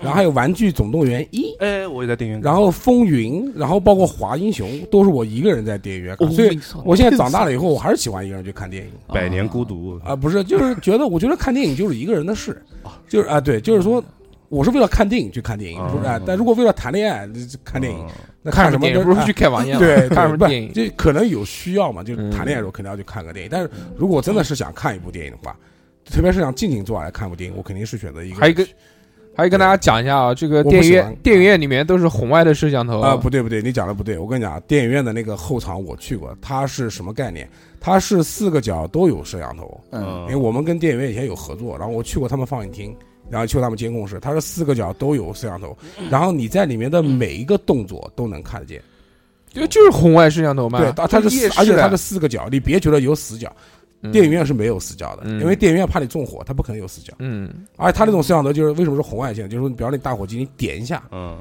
E: 然后还有玩具总动员一，
D: 哎，我也在电影院看，
E: 然后风云，然后包括华英雄，都是我一个人在电影院
A: 哦
E: 看。所以我现在长大了以后，我还是喜欢一个人去 看电影
D: 百年孤独
E: 啊，不是，就是觉得我觉得看电影就是一个人的事，
A: 哦
E: 就是啊，对，就是
A: 嗯
E: 说。我是为了看电影去看电影，
D: 啊
E: 是不是？哎但如果为了谈恋爱就就看电影，，那看
A: 哦嗯看
E: 什么
A: 电
E: 都
A: 影不如
E: 哎
A: 去开房间了，
E: 对，
A: 看
E: 对
A: 什么
E: 不
A: 电影？
E: 就可能有需要嘛，就是
A: 嗯
E: 谈恋爱的时候肯定要去看个电影。但是如果我真的是想看一部电影的话，特别是想静静坐下来看部电影，我肯定是选择一个人去。
A: 嗯还有一个还有跟大家讲一下啊，这个
E: 不
A: 电影
E: 喜欢
A: 院电影院里面都是红外的摄像头
E: 啊、不对不对，你讲的不对。我跟你讲，啊电影院的那个后场我去过，它是什么概念？它是四个角都有摄像头，
C: 嗯，
A: 哦
E: 因为我们跟电影院以前有合作，然后我去过他们放映厅，然后去过他们监控室，它是四个角都有摄像头，
A: 嗯
E: 然后你在里面的每一个动作都能看得见。
A: 就就是红外摄像头嘛。
E: 对，它它是
A: 夜视啊
E: 四
A: 嗯
E: 而且
A: 的
E: 它是四个角，你别觉得有死角，电影，院是没有死角的，
A: 嗯
E: 因为电影院怕你纵火，它不可能有死角。
A: 嗯嗯，
E: 而且它那种摄像头就是为什么是红外线，就是说你比方说你打火机你点一下，
D: 嗯，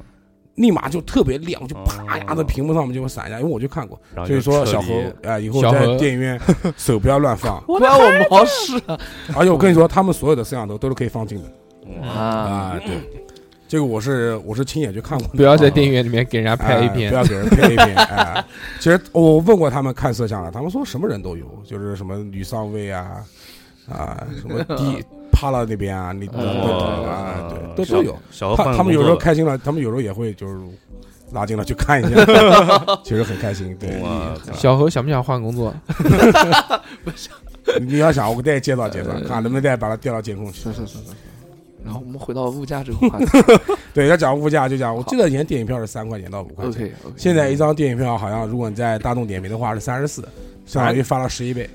E: 立马就特别亮，就啪
D: 哦
E: 呀，那屏幕上面就会闪一下，因为我去看过。
D: 然后
E: 所以
D: 就
E: 说，
D: 彻
E: 小
D: 底
E: 何啊，以后
A: 小
E: 在
A: 何
E: 电影院手不要乱放。
C: 关我毛事啊！
E: 而且我跟你说，他们所有的摄像头都是可以放近的
D: 哇
C: 啊，
E: 啊。对，这个我是我是亲眼去看过的。
A: 不要在电影院里面给人家拍 A
E: 一哎不
A: 片，
E: 要给人拍 A 片。哎，其实我问过他们看摄像了，他们说什么人都有，就是什么女上尉啊，啊，什么 D 趴到那边啊，你等等等啊，对，都都有。
D: 哦嗯小何
E: 他
D: 换个
E: 他们有
D: 工
E: 时
D: 作
E: 候
D: 吧
E: 开心了，他们有时候也会就是拉近了去看一下，其实很开心。对，
D: 我操
A: 小何想不想换工 作？
E: 你你要想，我再介绍介绍，看能不能再把它调到监控去。
C: 是是是是。然后我们回到物价这个话 题
E: 对，要讲物价就讲，我记得以前电影票是三块钱到五块钱，
C: ，OK OK，
E: 现在一张电影票好像如果你在大众点评的话是三十四，相当于翻了十一倍。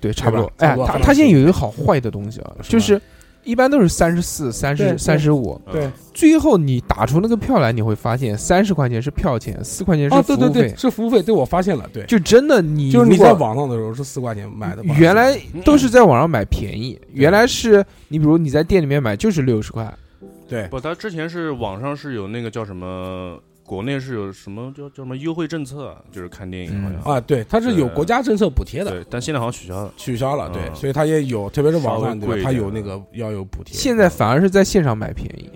A: 对，差不多。
E: 差
A: 哎
E: 不，多
A: 他他现在有一个好坏的东西啊，
E: 是
A: 就是一般都是三十四、三
E: 对
A: 十、
E: 对
A: 三十五，
D: 嗯
E: 对
A: 最后你打出那个票来，你会发现三十块钱是票钱，四块钱是
E: 哦，
A: 服
E: 对对
A: 务费
E: 对，。是服务费，对我发现了，对，
A: 就真的你
E: 就是你
A: 如果
E: 在网上的时候是四块钱买的吧，嗯
A: 原来都是在网上买便宜，原来是你比如你在店里面买就是六十块，
E: 对
D: 不，他之前是网上是有那个叫什么，国内是有什么叫叫什么优惠政策，就是看电影好像。
E: 啊，对，它是有
D: 对
E: 国家政策补贴的，
D: 对，但现在好像取消了。
E: 取消了，对，
D: 嗯
E: 所以它也有，特别是网
D: 稍微
E: 上对
D: 贵
E: 吧
D: 一，
E: 它
D: 点
E: 有那
D: 的
E: 个要有补贴。
A: 现在反而是在线上买便宜。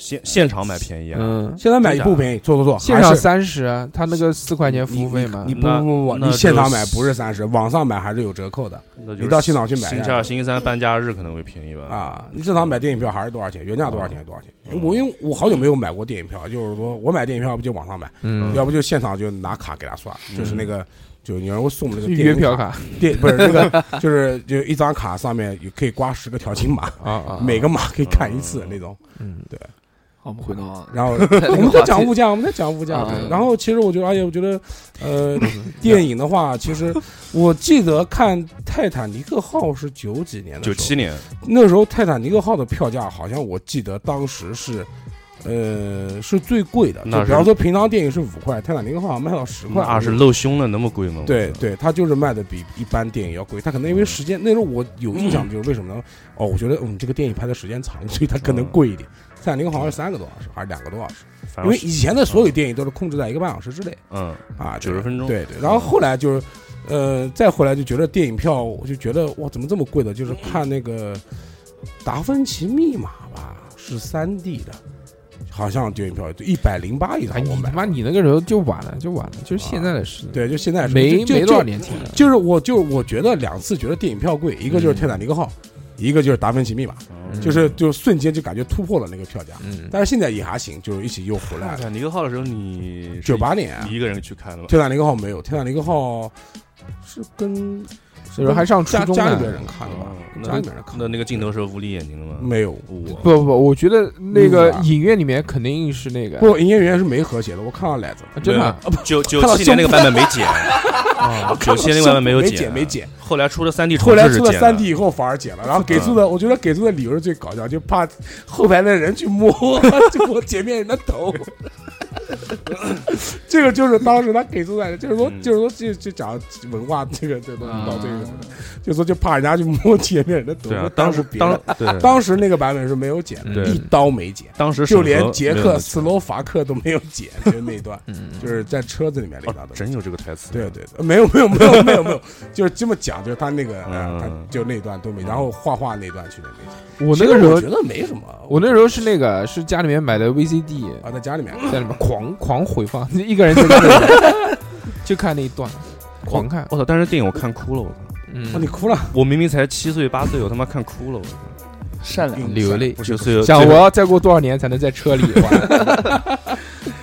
D: 现现场买便宜啊，
A: 嗯，
E: 现在买也不便宜，坐坐坐，
A: 线
E: 哦还
A: 上
E: 是
A: 三十，啊他那个四块钱服务费嘛
E: 你，不
D: 嗯那
E: 不不不，
D: 那
E: 你现场
D: 就
E: 买不是三十，网上买还是有折扣的
D: 那就是
E: 你到现场去买
D: 星期二、星期三半假日可能会便宜吧？，
E: 啊。
A: 嗯
E: 你正常买电影票还是多少钱？原价多少钱？多少钱？我因为我好久没有买过电影票，就是说我买电影票不就网上买，
A: 嗯，
E: 要不就现场就拿卡给他刷，就是那个。就有人会送我们那个
A: 预
E: 电
A: 约
E: 影
A: 票
E: 卡，
A: 卡
E: 电不是那 个，就是就一张卡上面有可以刮十个条形码，
A: 啊啊，
E: 每个码可以看一次那种。
A: 嗯
C: 好，我们回到
E: 然 后
C: 我
E: 我们在讲物价，我们在讲物价。
C: 啊
A: 嗯
E: 对然后其实我觉得，而哎且我觉得，呃，电影的话，其实我记得看《泰坦尼克号》是九几年的
D: 九
E: 时候，
D: 七年
E: 那时候《泰坦尼克号》的票价好像我记得当时是。呃，是最贵的。
D: 那
E: 就是比方说，平常电影是五块，《泰坦尼克号》好像卖到十块，
D: 那啊是露胸了，那么贵吗？
E: 对对，它就是卖的比一般电影要贵。它可能因为时间，那时候我有印象，就是为什么呢？哦，我觉得嗯，这个电影拍的时间长，所以它可能贵一点。《泰坦尼克号》好像是三个多小时，还是两个多小时？
D: 反正
E: 因为以前的所有电影都是控制在一个半小时之内
D: 嗯，
E: 啊，
D: 90分钟
E: 对对，然后后来就是，呃，再后来就觉得电影票，我就觉得哇，怎么这么贵的？就是看那个《达芬奇密码》吧，是三 D 的，好像电影票就一百零八一
A: 哎，
E: 张，我
A: 你
E: 买
A: 他。妈你那个时候就晚了，就晚了，就是现在的事，
E: 对，就现在是
A: 没
E: 啊就
A: 没
E: 就
A: 多少
E: 就
A: 年前了，
E: 就是我就我觉得两次觉得电影票贵，一个
A: 嗯
E: 就是《泰坦尼克号》，一个就是《达芬奇密码》，
D: 嗯
E: 就是就瞬间就感觉突破了那个票价。
A: 嗯，
E: 但是现在也还行，就是一起又回来
D: 泰
E: 了。
D: 坦尼克号的时候，你
A: 嗯
D: 是
E: 嗯九八年啊
D: 你一个人去看的吗？
E: 泰坦尼克号没有，泰坦尼克号是跟
A: 那时候还上初
E: 家
A: 中
E: 家里边
A: 呢。
E: 人看的吧
D: 哦？
E: 跟家里边人看
D: 那
E: 的
D: 那个镜头是无敌眼睛的吗？
E: 没有。
D: 我
A: 不不不，我觉得那
E: 嗯
A: 个
E: 啊
A: 影院里面肯定是那个，
E: 不，营业员是没和谐的，我看到来着。
A: 啊真的啊，
D: 九九七年那个版本没剪，啊 九七年那个版本没有
E: 没剪，没
D: 没。
E: 剪。
D: 后来出了三 D，
E: 后来出了三 D 以后反而剪了，然后给出
D: 嗯
E: 的，我觉得给出的理由是最搞笑，就怕后排的人去摸 就摸前面人的头。 这个就是当时他给出来的，就是说，
D: 嗯
E: 就是说，就就讲文化这个这个东西到这个，
C: 啊
E: 就说就怕人家去摸前面人的头。
D: 对啊
E: 就，耽
D: 当
E: 误
D: 时
E: 别人
D: 当对
E: 当时那个版本是没有剪
D: 对
E: 的，一刀没剪。
D: 当时
E: 就
D: 审
E: 连
D: 核
E: 捷
D: 没有
E: 克
D: 的
E: 斯洛伐克都没有剪，就那一段，
A: 嗯，
E: 就是在车子里面那一段
D: 哦
E: 的。
D: 真有这个台词。
E: 对对对，没有没有没有没有没有，就是这么讲，就是他那个，
D: 嗯
E: 呃他就那段都没，然后画画那段去的没剪。
A: 我
E: 其
A: 那
E: 实
A: 个时
E: 我
A: 候
E: 觉得没什么，
A: 我那时候是那个是家里面买的 VCD，
E: 啊在家 里面
A: 在里面狂狂回放， 一个人就看那个就看那一段，狂看，
D: 我操！但是电影我看哭了，我操！
A: 嗯
E: 哦啊，你哭了，
D: 我明明才七岁八岁，我他妈看哭了，我操！
C: 善良，
A: 流泪
E: 不是
D: 九岁
A: 想我要再过多少年才能在车里玩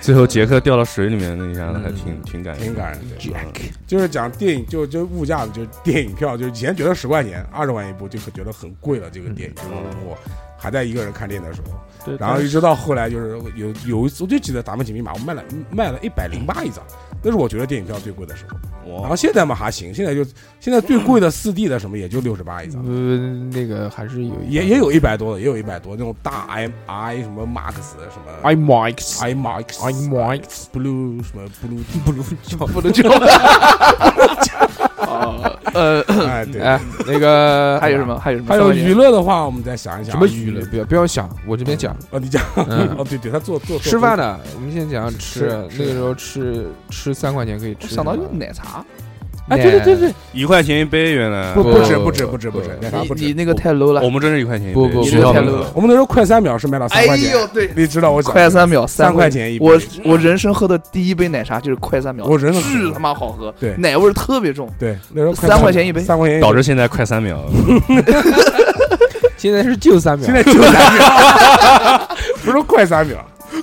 D: 最后杰克掉到水里面那一下子还挺挺感人
E: 嗯挺
D: 的。
E: 感人的。对
D: 嗯
E: 就是讲电影，就就物价，就电影票，就以前觉得十块钱、二十块一部就觉得很贵了。这个电影，
A: 嗯
E: 就是我还在一个人看电影的时候，
D: 对，
E: 然后一直到后来就是有有一次，我就记得《达芬奇密码》，我卖了卖了一百零八一张，那是我觉得电影票最贵的时候。然
A: 哦
D: 我
E: 后现在嘛还行，现在就现在最贵的四 D 的什么也就六十八一张，
A: 嗯，那个还是有一
E: 也也有一百多的，也有一百多那种大 I I 什么 Max 什么
A: i Mike's
E: I Max
A: i Mike
E: Blue 什么 Blue
A: 不如叫
C: 不能叫。哦 呃，
E: 哎对。
A: 哎那个
C: 还有什么？还有什么？
E: 还有娱乐的话，我们再想一想
A: 什么娱乐？不要不要想，我这边 讲。
E: 哦，你讲
A: 嗯
E: 哦，对对，他做做
A: 吃饭
E: 的
A: 的，我们先讲吃。
E: 吃
A: 那个时候吃吃三块钱可以吃
C: 我想
A: 什么。
C: 到一个奶茶，
A: 哎，
E: 对对对
A: 对，
D: 一块钱一杯，原来
E: 不不止
A: 不
E: 不止不止不止，
A: 不
E: 奶茶不
C: 你你
E: 止。
C: 那个太 low 了
D: 我，们真是一块钱一杯，
A: 不不
C: 你那
A: 不
D: 学
C: 个
D: 校
C: 太
D: 门
C: low
D: 口
C: 了。
E: 我们那时候快三秒是卖到三
C: 哎
E: 块钱，
C: 呦，对，
E: 你知道我讲
C: 快三秒
E: 三
C: 块
E: 块。钱一杯
C: 我我人生喝的第一杯奶茶就是快三秒，
E: 我人生
C: 巨他妈好喝，
E: 对
C: 奶味儿特别重。
E: 对那时候快
C: 三
E: 秒
C: 块钱一杯
E: 三块钱一杯
D: 导致现在快三秒，
A: 现现在是就三秒
E: 现。在就三秒，不是快三秒，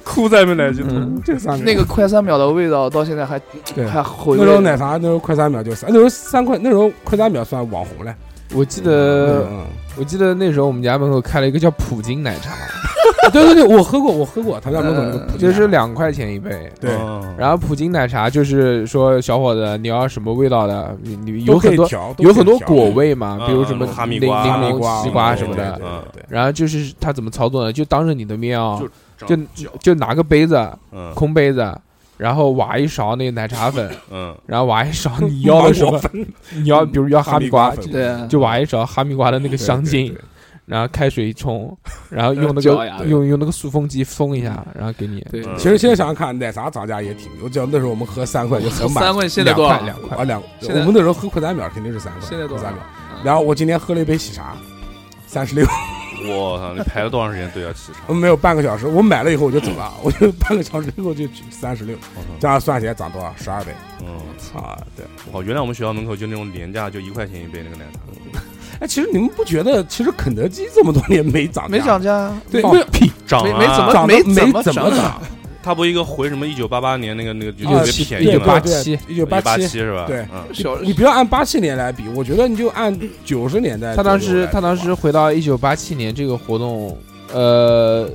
D: 哭再没来劲。
A: 嗯，
E: 就三秒。
C: 那个快三秒的味道到现在还
E: 对
C: 还回
E: 那时候
C: 味。
E: 奶茶，那时候快三秒就三，那时候三块，那时候快三秒算网红了。
A: 我记得
E: 嗯，
A: 我记得那时候我们家门口开了一个叫普京奶茶，
E: 嗯对对对，我喝过，我喝过，他家门口那个
C: 嗯
E: 普京
A: 就是
E: 奶茶
A: 两块钱一杯。
E: 对，
D: 哦
A: 然后普京奶茶就是说，小伙子，你要什么味道的？你你有
E: 都可以
A: 很多
E: 调都
A: 有
E: 可以
A: 很多
E: 调
A: 果味嘛，
D: 嗯
A: 比如什
D: 嗯
A: 么
D: 哈密
A: 柠
D: 瓜
E: 哈密
A: 柠
E: 瓜、
A: 檬、西瓜
D: 嗯
A: 什么
D: 对
A: 的
D: 对。
E: 对对
A: 然后就是他怎么操作呢？就当着你的面啊，
D: 就
A: 就就拿个杯子，
D: 嗯
A: 空杯子，然后挖一勺那个奶 茶粉，
D: 嗯，
A: 然后挖一勺你要的什么
E: 芒果，粉
A: 你要比如要哈密瓜
E: 哈密，瓜粉
C: 对啊，
A: 就挖一勺哈密瓜的那个
E: 对
A: 香
E: 对
A: 精
E: 对，
A: 然后开水一冲，然后用那
C: 搅呀
A: 个用用那个塑封机封一下，然后给你
C: 对，
D: 嗯
E: 其实现在想想看，奶茶涨价也挺牛，就那时候我们喝三块就很满
C: 三
E: 足。
C: 块现在
A: 两
C: 多
A: 块
C: 少？
A: 两块
E: 啊，。两，我
C: 现在
E: 们那时候喝快三秒肯定是三块，
C: 现在多
E: 快
C: 少嗯
E: 三秒。？然后我今天喝了一杯喜茶，三十六，
D: 我操，你排了多长时间队啊？起床，
E: 没有半个小时，我买了以后我就走了，我就 半个小时以后就去三十六，
C: 嗯
D: 我
E: 这
D: 操，
E: 样算起来涨多少？十二倍
D: 嗯，
E: 啊！对，
D: 哦，原来我们学校门口就那种廉价，就一块钱一杯那个奶茶，
E: 哎，其实你们不觉得，其实肯德基这么多年没涨价，
C: 没涨价，
E: 对，
A: 放
E: 没有屁，
D: 涨
C: 没
D: 啊
C: 没怎么
E: 涨得
C: 没
E: 没
C: 么
E: 怎么
C: 涨，
D: 它不一个回什么一九八八年那个那个就
A: 啊
D: 特别
A: 是
D: 便宜
E: 对
D: 嘛，
A: 198
E: 对
A: 87
E: 对，一九八
D: 八
E: 七，
D: 是吧？
E: 对
D: 嗯，
C: 小
E: 你不要按八七年来比，我觉得你就按九十年代
A: 他
E: 左右
A: 当
E: 来比吧。
A: 时他当时回到一九八七年这个活动，呃，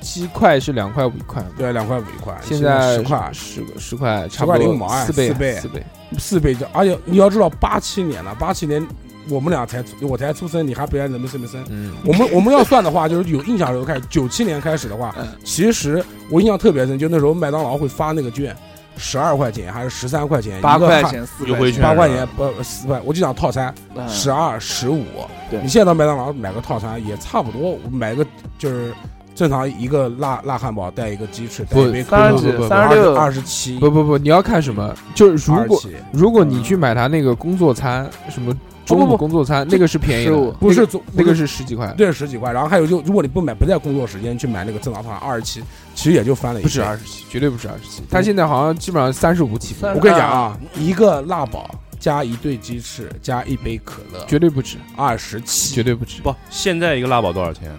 A: 鸡块是两块五一块嘛，
E: 对两块五一块，
A: 现
E: 在
A: 在
E: 十块，
A: 十十块，差
E: 10块
A: 不多
E: 零毛哎
A: 四倍啊
E: 四倍
A: 四倍。
E: 四倍涨，而且你要知道八七年了，八七年我们俩才出我才出生，你还别人能不生没生？
A: 嗯，
E: 我们我们要算的话，就是有印象的时候开始，九七年开始的话
C: 嗯，
E: 其实我印象特别深，就那时候麦当劳会发那个券，十二块钱还是十三块钱，
C: 八
E: 一个
C: 块
E: 汉，
C: 钱四
D: 优
C: 块
D: 惠
C: 钱
D: 券，
E: 八块钱不四块，我就讲套餐，
C: 嗯
E: 十二十五。
C: 对
E: 你现在到麦当劳买个套餐也差不多，我买个就是正常一个辣辣汉堡带一个鸡翅，带
A: 不
E: 一杯可
C: 三十
E: 乐
A: 不不不
C: 几
A: 不
C: 三十六
E: 二十七，
A: 不不不，你要看什么？就是如果
E: 27
A: 如
E: 嗯
A: 果你去买他那个工作餐，什么中
E: 不
A: 午
E: 不
A: 工作餐，那个是便宜的，
C: 15
E: 不是总
A: 那
E: 不
A: 个是十几块，
E: 对，十几块。然后还有就，如果你不买，不在工作时间去买那个正常套餐二十七，其实也就翻了一
A: 不止
E: 倍
A: 二十七，绝对不止二十七。他现在好像基本上三十五起步，
C: 32
E: 我跟你讲啊，一个辣堡加一对鸡翅加一杯可乐，
A: 绝对不止，
E: 二十
A: 绝
E: 七。
A: 对不止。
D: 不，现在一个辣堡多少钱？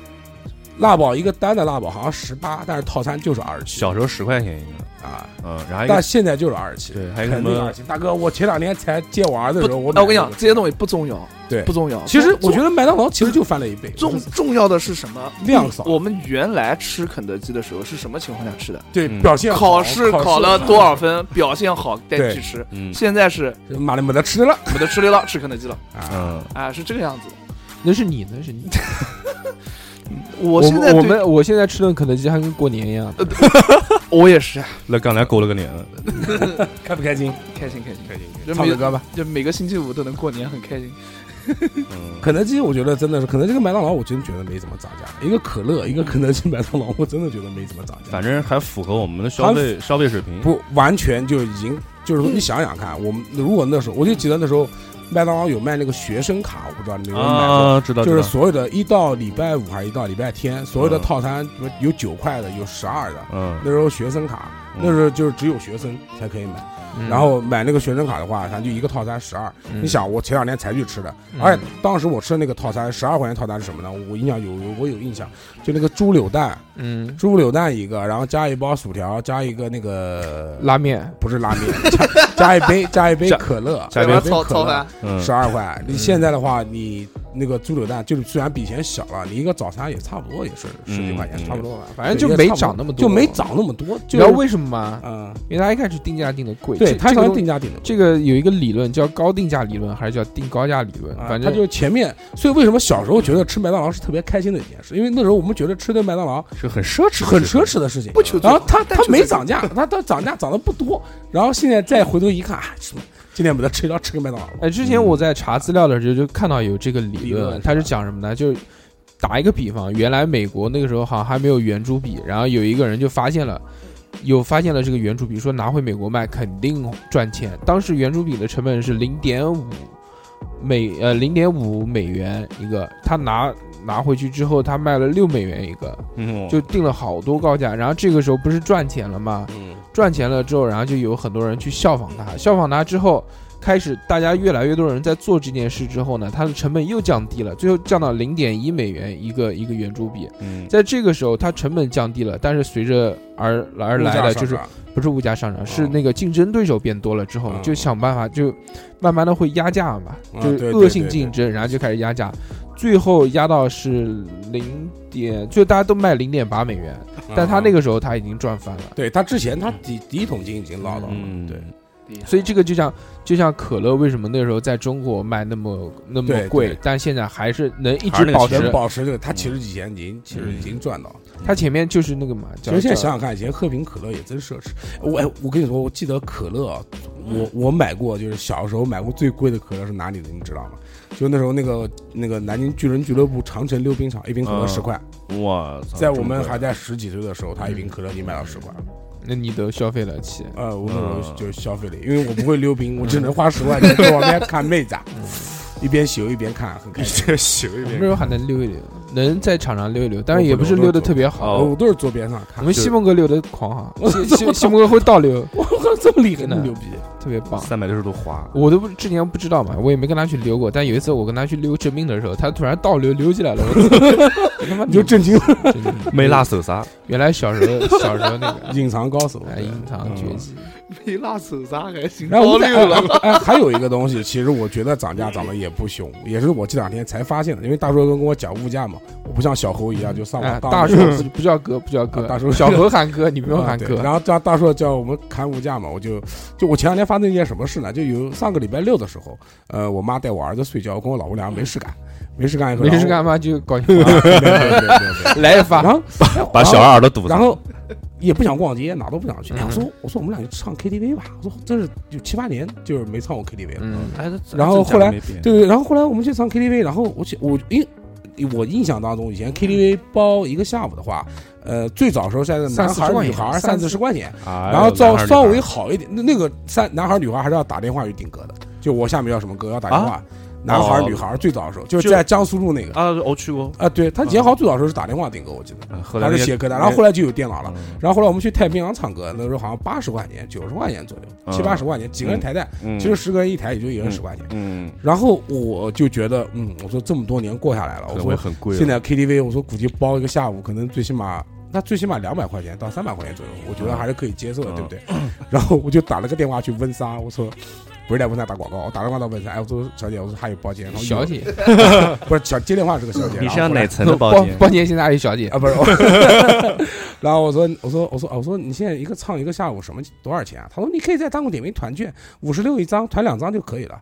E: 辣堡一个单的辣堡好像十八，但是套餐就是二十七
D: 小时候十块钱一个，
E: 啊，
D: 嗯，然后一
E: 但
D: 个
E: 现在就是二十七。
D: 对，还有一个
E: 肯
D: 什
E: 定二
D: 么
E: 十七。大哥，我前两天才接我儿子的时候，
C: 不，
E: 我
C: 哎我跟你讲，这些
E: 西
C: 东西不重要，
E: 对
C: 不重要。
E: 其实我
C: 得
E: 觉得麦当劳其实就翻了一倍，
C: 重重要的是什么？
E: 量少
C: 我们原来吃肯德基的时候是什么情况下吃的？
E: 对
D: 嗯
E: 表现好
C: 考试考
E: 考
C: 了多少分，表现好带
E: 对
C: 去吃。
D: 嗯
C: 现在是
E: 分？妈的没得吃了
C: 没得吃的了，吃肯德基了
E: 啊！
D: 嗯，
C: 啊，是这个样子。
A: 那是你，那是你。
C: 我
A: 们
C: 现在
A: 我
C: 对
A: 们我现在吃顿肯德基还跟过年一样。
C: 我也是啊
D: 那刚才勾了个脸，
E: 开不开心？
C: 开心开心，
D: 开心开心，
C: 就
E: 唱
C: 每
E: 首歌吧。
C: 就每个星期五都能过年，很开心。
D: 嗯，
E: 肯德基，我觉得真的是呃肯德基跟麦当劳，我真觉得没怎么涨价。一个可乐，一个肯德基、麦当劳，我真的觉得没怎么涨价。
D: 反正还符合我们的消费消费水平，
E: 不完全就已经，就是说你想想看，我们如果那时候，我就记得那时候麦当劳有卖那个学生卡，我不知道你们有没有买过。
D: 啊，知道，
E: 就是
D: 知道
E: 所有的，一到礼拜五还是一到礼拜天，所有的
D: 嗯
E: 套餐有九块的，有十二的。
D: 嗯，
E: 那时候学生卡，
D: 嗯
E: 那时候就是只有学生才可以买。
A: 嗯
E: 然后买那个学生卡的话，它就一个套餐十二。
A: 嗯
E: 你想，哎我前两天才去吃的，
A: 嗯
E: 而且当时我吃的那个套餐十二块钱套餐是什么呢？我印象有，有我有印象，就那个猪柳蛋，
A: 嗯，
E: 猪柳蛋一个，然后加一包薯条，加一个那个
A: 拉面
E: 不是拉面，加加一杯加一杯
D: 加
E: 可乐，
D: 加一
C: 哎要
D: 杯
C: 不然炒
E: 可
C: 炒
E: 乐
C: 饭，
D: 嗯
E: 十二块。你
A: 嗯
E: 现在的话，你那个猪柳蛋就是虽然比以前小了，你一个早餐也差不多也是
D: 嗯
E: 十几块钱，
D: 嗯
E: 差不多吧，
A: 反正就没涨那么多
E: 就没涨那么多，
A: 你知
E: 就
A: 道为什么吗？
E: 嗯，
A: 因为他一开始定价定的贵，
E: 对，
A: 这
E: 它
A: 这个
E: 好像
A: 东
E: 定价定的。
A: 这个有一个理论叫高定价理论，还是叫定高价理论？
E: 啊
A: 反
E: 它
A: 正
E: 就是前面，所以为什么小时候觉得吃麦当劳是特别开心的一件事？因为那时候我们觉得吃顿麦当劳
D: 是很奢侈，
E: 很奢，侈的事情，
C: 不求最
E: 然
C: 好
E: 后它
C: 但
E: 它
C: 求
E: 没
C: 最
E: 涨价，它它涨价涨得不多，然后现在再回头一看，啊，什么今天没得吃，要吃个麦当劳吧。
A: 哎，之前我在查资料的时候就看到有这个理
E: 嗯理论
A: 论，
E: 是吧
A: 它是讲什么呢？就打一个比方，原来美国那个时候好像还没有圆珠笔，然后有一个人就发现了。有发现了这个圆珠笔，说拿回美国卖肯定赚钱。当时圆珠笔的成本是零点五美呃零点五美元一个，他拿拿回去之后，他卖了六美元一个，
D: 嗯，
A: 就定了好多高价。然后这个时候不是赚钱了吗？
D: 嗯
A: 赚钱了之后，然后就有很多人去效仿他，效仿他之后，开始大家越来越多人在做这件事之后呢，它的成本又降低了，最后降到零点一美元一个一个圆珠笔。
D: 嗯，
A: 在这个时候，它成本降低了，但是随着而而
E: 物价
A: 来的
E: 上
A: 就是
E: 涨
A: 不是物价
E: 啊
A: 上涨，是那个竞争对手变多了之后，
E: 嗯
A: 就想办法就慢慢的会压价嘛，
E: 嗯
A: 就是
E: 对对
A: 恶性竞争，然后就开始压价，最后压到是零点，就大家都卖零点八美元，但他那
E: 嗯
A: 个时候他已经赚翻了，
E: 对他之前他第第一桶金已经捞到了，
D: 嗯
E: 对
A: 所以这个就像就像可乐为什么那时候在中国卖那么那么
E: 对
A: 贵
E: 对，
A: 但现在还是能一
D: 还是那
A: 直
D: 个
A: 保
D: 钱
A: 持
E: 能，保持这个，他其实以前已经其实已经赚到了。
A: 它前面就是那个嘛，
E: 其
A: 叫
E: 实现在
A: 叫
E: 想想看，以前喝瓶可乐也真奢侈。我哎，我跟你说，我记得可乐啊，我我买过，就是小时候买过最贵的可乐是哪里的，你知道吗？就那时候那个那个南京巨人俱乐部长城溜冰场一瓶可乐
D: 嗯
E: 十块，
D: 哇
A: 啊
D: 操，
E: 在我们
D: 中国
E: 还在十几岁的时候，他一瓶可乐你买到十
A: 嗯
E: 块。
A: 那你都消费得起，
E: 呃，我那时候
D: 嗯
E: 就消费了，因为我不会溜冰，我只能花十 块钱在旁边看妹子啊，一边修一边看，很开
D: 一
E: 心。
D: 直修一
A: 我
D: 遍
A: 们那时候还能溜一溜，能在场上溜一溜，但是
E: 我
A: 也
E: 不
A: 不是
E: 溜
A: 溜的
E: 我都
A: 特别好。
D: 哦
E: 我都是坐边上
A: 我
E: 看，
A: 们
D: 就
A: 西蒙哥溜的狂哈，西西西蒙哥会倒溜，
E: 我靠，这么厉害，
A: 真
E: 那
A: 的
E: 么牛逼！
A: 特别棒。
D: 三百六十度滑，
A: 我都不之前不知道嘛，我也没跟他去溜过。但有一次我跟他去溜正冰的时候，他突然倒溜溜起来了，我 我他妈
E: 你就震惊了，
A: 真的
D: 没拉。手刹，
A: 原来小时候小时候那个
E: 隐藏高手。
A: 哎，隐
E: 嗯
A: 藏绝技，
C: 没拉手刹还行，
E: 然后
C: 高
E: 我们
C: 六了。
E: 再哎，还有一个东西，其实我觉得涨价涨得也不凶，也是我这两天才发现的，因为大叔哥跟我讲物价嘛，我不像小猴一样就上
A: 哎，
E: 网
A: 大
E: 当
A: 叔 不不叫哥，不叫哥，
E: 啊大叔啊
A: 小何喊哥，你不用喊
E: 对
A: 哥。
E: 然后叫大叔叫我们看物价嘛，我就就我前两天发生一件什么事呢？就有上个礼拜六的时候，呃，我妈带我儿子睡觉，我跟我老婆俩没事干，没事干以后，
A: 没事干
E: 然后啊
A: 嘛就 搞
E: 我？没有没有没有没有 没有
A: 来一发
E: 然，后
D: 把小孩耳朵堵上，
E: 然后也不想逛街，哪都不想去。哎
A: 嗯
E: 我说我说我们俩去唱 KTV 吧，我说真是有七八年就是没唱过 KTV 了。
A: 嗯，
D: 哎，
E: 然后后来
D: 对
E: 对对，然后后来我们去唱 KTV，然后我去我因我印象当中，以前 KTV 包一个下午的话，呃，最早时候现在
A: 三
E: 男
A: 四
E: 孩
A: 十块
E: 女
A: 钱
E: 孩
A: 三
E: 三
A: 四
E: 四十块钱，
D: 然
E: 然后稍稍微好一点，那那个三男孩女孩还是要打电话去顶歌的，就我下面要什么歌要打电话，男孩
D: 哦
E: 女孩最早的时候就是
D: 就
E: 在江苏路那个
D: 啊，我去过，
E: 啊，对他杰豪最早的时候是打电话顶歌，我记得
D: 嗯后来
E: 他
D: 那
E: 是
D: 些
E: 写歌的，然后后来就有电脑了。
D: 嗯
E: 然后后来我们去太平洋唱歌，那时候好像八十块钱、九十块钱左右，
D: 嗯
E: 七八十块钱，几个人抬台，
D: 嗯
E: 其实十个人一台也就一人十块钱。
D: 嗯，
E: 然后我就觉得，嗯，我说这么多年过下来了，
D: 可
E: 我
D: 能会
E: 说
D: 很贵了，
E: 现在 KTV，我说估计包一个下午，可能最起码那最起码两百块钱到三百块钱左右，我觉得还是可以接受的，
D: 嗯
E: 对不对？ 然后我就打了个电话去温莎，我说不是在温莎打广告，我打了个电话到温莎，哎，我说小姐，我说还有包间，然后有
A: 小 姐，
E: 不是小接电话是个小姐，
D: 你
E: 然后
D: 是要
E: 后来
D: 哪层的包
A: 包
D: 间？
A: 包间现在还有小姐，
E: 啊？不是，我 然后我说我说我说啊我说你现在一个唱一个下午什么多少钱啊？他说你可以在当个点名团券，五十六一张，团两张就可以了。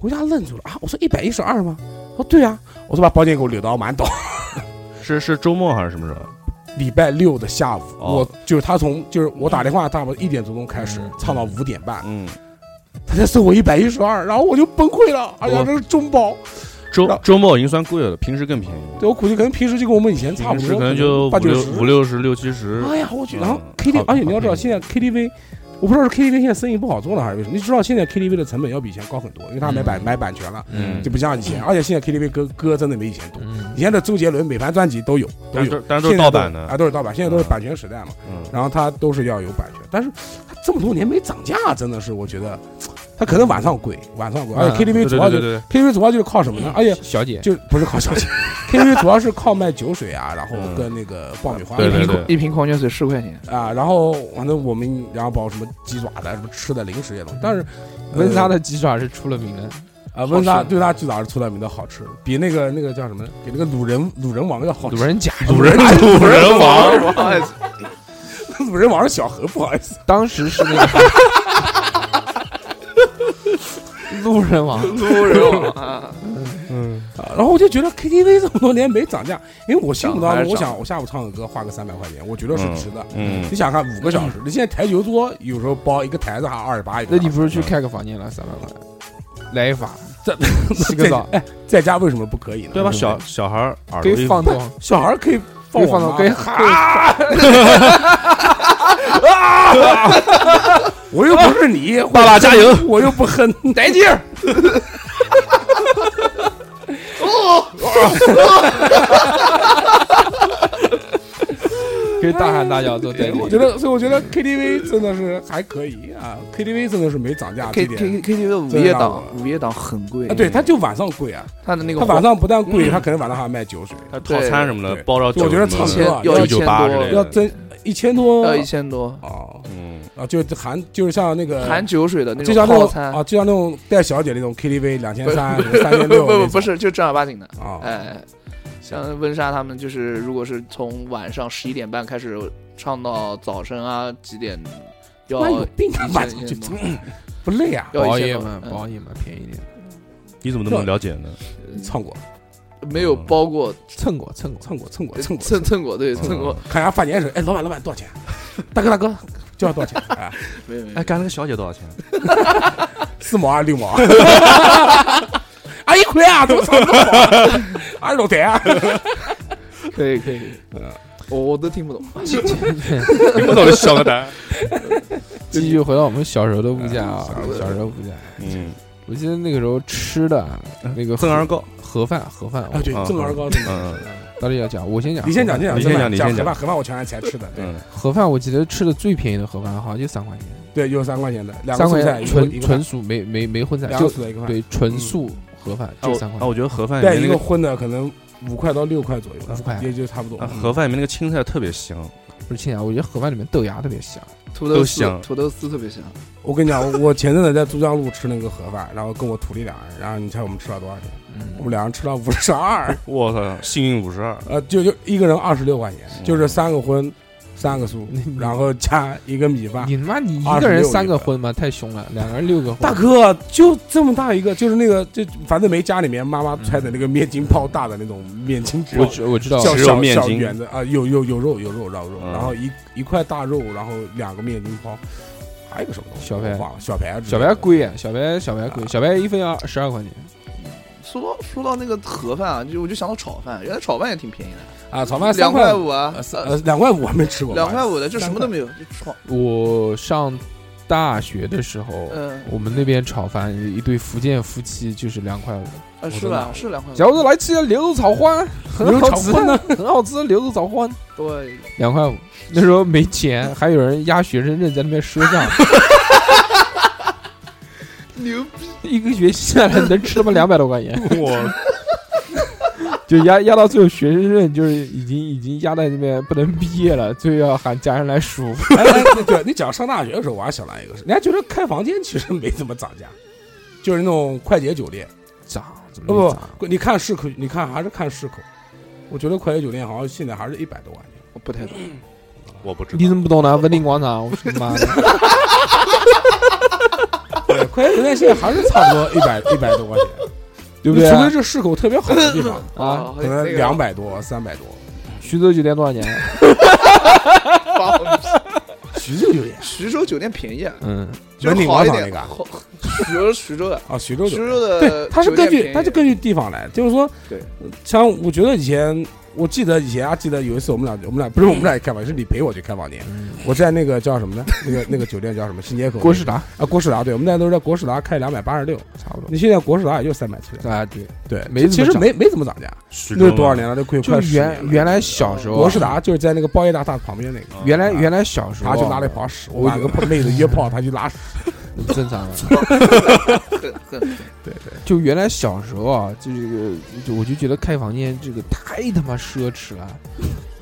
E: 我一下愣住了啊！我说一百一十二吗？他说对啊，我说把包间给我留到满岛。
D: 是是周末还是什么时候？
E: 礼拜六的下午，
D: 哦
E: 我就是他从就是我打电话，差不多一点多钟开始、
A: 嗯
E: 唱到五点半，
D: 嗯，
E: 他才收我一百一十二，然后我就崩溃了。哎呀，
D: 哇
E: 这是中包，
D: 周
E: 那
D: 周末已经算贵了，平时更便宜，
E: 对我估计可能平时就跟我们以前差
D: 平
E: 不
D: 时
E: 多，
D: 可能就
E: 八
D: 五
E: 九
D: 六
E: 十。
D: 五六十六七十。
E: 哎呀，我去！
D: 嗯
E: 然后 KTV，
D: 好
E: 而且你要知道，
D: 好嗯
E: 现在 KTV，我不知道是 KTV 现在生意不好做了还是为什么。你知道现在 KTV 的成本要比以前高很多，因为他买版买版权了，
A: 嗯
E: 就不像以前。而且现在 KTV 歌歌真的没以前多。
A: 嗯
E: 以前的周杰伦每盘专辑都有，都
D: 但
E: 有
D: 是，但是都是
E: 现在
D: 盗版的
E: 啊，都是盗版。现在都是
D: 嗯
E: 版权时代嘛。
D: 嗯，
E: 然后它都是要有版权，但是它这么多年没涨价，真的是我觉得，它可能晚上贵，晚上贵，而
A: 嗯
E: 且
D: 对
E: KTV 主
D: 对
E: 要
D: 对对
E: 就是
D: 对，
E: KTV 主要就是靠什么呢？而且
A: 小姐，
E: 就不是靠小姐，KTV 主要是靠卖酒水啊，然后
D: 嗯
E: 跟那个爆米花
D: 对
C: 一
D: 对
C: 瓶
D: 对
C: 矿一瓶矿泉水十块钱，
E: 啊，然后反正我们然后包括什么鸡爪啊的、什么吃的、零食这种，但是
A: 温莎
E: 的
A: 的鸡爪是出了名的，
E: 啊，温莎
C: 好吃
E: 对它鸡爪是出了名的好吃，比那个那个叫什么，比那个鲁人鲁人王要好吃。
A: 主人甲。
D: 主人哎主人王，
C: 哎
E: 鲁人王是小何，不好意思，
A: 当时是那个 路人王，
C: 路人 啊，
E: 啊，然后我就觉得 KTV 这么多年没涨价，因为我心目当
C: 涨还
E: 中，
C: 是
E: 我
C: 涨
E: 想我下午唱个歌花个三百块钱，我觉得是值的。
D: 嗯，
E: 你想看五个小时，你现在台球桌有时候包一个台子还二十八一
A: 那
E: 个小时，
A: 你不是去开个房间了三百块？来一发，洗个
E: 在
A: 澡，
E: 哎，在家为什么不可以呢？
D: 对吧？小小孩儿耳
A: 可
D: 朵
A: 以
D: 一
A: 放纵，
E: 小孩可以
A: 可
E: 放
A: 以放纵，
E: 纵，
A: 可以哈。
E: 我又不是你，
D: 爸爸加油！
E: 我又不哼，
A: 来劲儿！可以大喊大叫做代
E: 对，
A: 理
E: 我。觉得，所以我觉得 KTV 真的是还可以啊，KTV 真的是没涨价，这
C: K
E: 点
C: K K T V 的午
E: 这
C: 夜
E: 让
C: 档
E: 我，
C: 午夜档很贵
E: 啊，对，他就晚上贵啊，
C: 他的那个
E: 他晚上不但贵，他可能晚上还要卖酒水，
D: 他套餐什么的
E: 对
D: 包着酒
E: 我觉得
D: 什么
E: 差不多啊
D: 的，
C: 要
D: 九
C: 一
D: 九
C: 千
D: 八之
C: 多
D: 类
E: 要
D: 的，
E: 真一千多
C: 呃要一千多，
E: 哦，
D: 嗯，
E: 啊，就含就是像那个
C: 含酒水的那种
E: 就像那
C: 套
E: 种
C: 餐，
E: 啊，就像那种带小姐那种 KTV 两千三、
C: 不
E: 三 千
C: 不
E: 六，
C: 不不是，就正儿八经的，
E: 啊，
C: 哎，像温莎他们就是，如果是从晚上十一点半开始唱到早晨啊几点，要
E: 妈
C: 哦
E: 有病啊，
C: 一
E: 晚
C: 千
E: 上
C: 一
E: 就
C: 千多，
E: 不累啊，
C: 要
A: 熬
C: 一
A: 夜
C: 千
A: 嘛，不
C: 多，
A: 熬夜嘛，便宜一点，
D: 你怎么那么了解呢？
E: 蹭过
C: 嗯没有包过
A: 蹭过蹭过。
E: 蹭过蹭过 蹭过，
C: 蹭蹭过，对蹭 过，
E: 看人家饭店时，哎，老板老板多少钱？大哥大哥，叫多少钱？哎，
C: 没有没
D: 哎，
C: 有，
D: 干了个小姐多少 钱？
E: 四毛啊，六 毛啊？啊，一块啊，怎么这么少啊？二十多台啊？
C: 可以可以，可 以嗯我我都听不 懂，
D: 听不懂就笑个蛋。
A: 继续回到我们小时候的物价啊
E: 哎小时候，的
A: 小时候物价，
D: 嗯，
A: 我记得那个时候吃的啊那个
D: 增而高，
A: 盒饭，盒饭，
E: 啊，对，正儿高正。
D: 嗯
A: 到底要讲，我先讲。
E: 你先讲，先
D: 你先
E: 讲，
D: 讲你先
E: 盒
D: 讲
E: 饭，盒饭我前两天才吃的，对
D: 嗯，
A: 盒饭，我记得吃的最便宜的盒饭好像就三块钱，
E: 对，有三块钱的，两个
A: 三块
E: 蔬菜，
A: 钱
E: 一
A: 纯
E: 个
A: 纯素，没没没荤菜，
E: 两
A: 就
E: 个蔬菜一块，
A: 对哦纯素盒饭
D: 啊
A: 就
D: 我
A: 三块
D: 啊，
A: 钱。
D: 我觉得盒饭
E: 带
D: 里
E: 一
D: 面
E: 个
D: 那个
E: 荤的可能五块到六块左右，
A: 五块
E: 也就差不多嗯
D: 啊。盒饭里面那个青菜特别香，
A: 不是亲啊，我觉得盒饭里面豆芽特别香，
C: 土豆丝
D: 香
C: 土豆丝特别香，
E: 我跟你讲，我前阵子在珠江路吃那个盒饭，然后跟我徒弟俩人，然后你猜我们吃了多少钱？我
A: 嗯，
E: 们俩人吃了五十二，
D: 我操，幸运五十二，
E: 呃，就就一个人二十六块钱，就是三个荤，三个素，然后加一个米饭。
A: 你他妈你一个
E: 26
A: 人三个
E: 一个
A: 荤吗？太凶了，两个人六个荤。
E: 大哥，就这么大一个，就是那个，就反正没家里面妈妈揣的那个面筋泡大的那种面筋纸
A: 我，知我知道，
E: 小
D: 吃肉
E: 小
D: 面
E: 小
D: 筋
E: 圆的啊，有有有肉有肉绕肉，
D: 嗯
E: 然后一一块大肉，然后两个面筋泡，还有一个什么东西
A: 小白
E: 我忘了，小白之
A: 小
E: 类的
A: 白贵啊，小白小白贵，小白一份要十二块钱。
C: 说到说到那个盒饭啊，就我就想到炒饭，原来炒饭也挺便宜的，
E: 啊，炒饭三
C: 两
E: 块
C: 块，五啊
E: 呃，三
C: 呃
E: 呃两块五还没吃过，
C: 两块五的就什么都
E: 没。
C: 没有，就炒，
A: 我上大学的时候，
C: 嗯
A: 我们那边炒饭一对福建夫妻就是两块五。
C: 啊是吧？是两块五，
A: 小伙子来吃牛肉炒欢，很好吃
E: 牛肉 炒，
A: 很好吃，牛肉炒欢，
C: 对，
A: 两块五。那时候没钱，还有人压学生证在那边赊账，
C: 牛
A: 一个学期下来能吃他妈两百多块钱，
D: 我
A: 就压压到最后学生证就是已经已经压在那边不能毕业了，最后要喊家人来 赎。
E: 哎哎，对对，你讲上大学的时候，我还想到一个事，人家觉得开房间其实没怎么涨价，就是那种快捷酒店，
A: 涨怎么没
E: 不
A: 涨？
E: 不，你看市口，你看还是看市口，我觉得快捷酒店好像现在还是一百多块钱。
C: 我不太懂，
D: 我不知
A: 你
D: 道，
A: 怎么不懂呢？文林广场，我他 妈的，
E: 对，呃快捷酒店现在还是差不多一百一百多块钱，
A: 对不啊对
E: 除？非是市口特别好的 地方，
A: 啊，
E: 可能两百多、三百多。
A: 徐州酒店多少钱？
C: 百。
E: 徐 州酒店
C: 徐州酒店便宜啊，
A: 嗯，
C: 就是
E: 文鼎
C: 好
E: 广
C: 一
E: 场
C: 点。
E: 那个啊
C: 好，徐州徐州的，
E: 啊，徐州
C: 徐
E: 酒店。
C: 州的
E: 对，它是
C: 酒
E: 根
C: 店
E: 据
C: 便
E: 它是
C: 宜
E: 根据地方来，就是说，
C: 对，
E: 像我觉得以前，我记得以前啊，记得有一次我们俩，我们俩不是我们俩去开房，是你陪我去开房间，我在那个叫什么呢？那个那 个酒店叫什么？新街口
A: 嗯郭士达
E: 啊，郭士达，对，我们那都是在郭士达开两百八十六，
A: 差不
E: 你现在郭士达也就三百七，
A: 多啊，对，
E: 对，
A: 没
E: 其
A: 怎么
E: 实
A: 涨
E: 没没怎么涨价，
D: 徐啊州
E: 那
D: 吗
E: 是多少？年了？都快
A: 就
E: 快
A: 是
E: 十
A: 原
E: 年了。
A: 原来小时候啊，
E: 郭士达就是在那个报业大厦旁边那个，
A: 原来原来小时候啊，
E: 他去拉了一泡屎，
A: 我
E: 我 有个妹子约炮，他去拉屎，
A: 正常的。
C: 很很
E: 对对，
A: 就原来小时候啊，就这个，就我就觉得开房间这个太他妈奢侈了，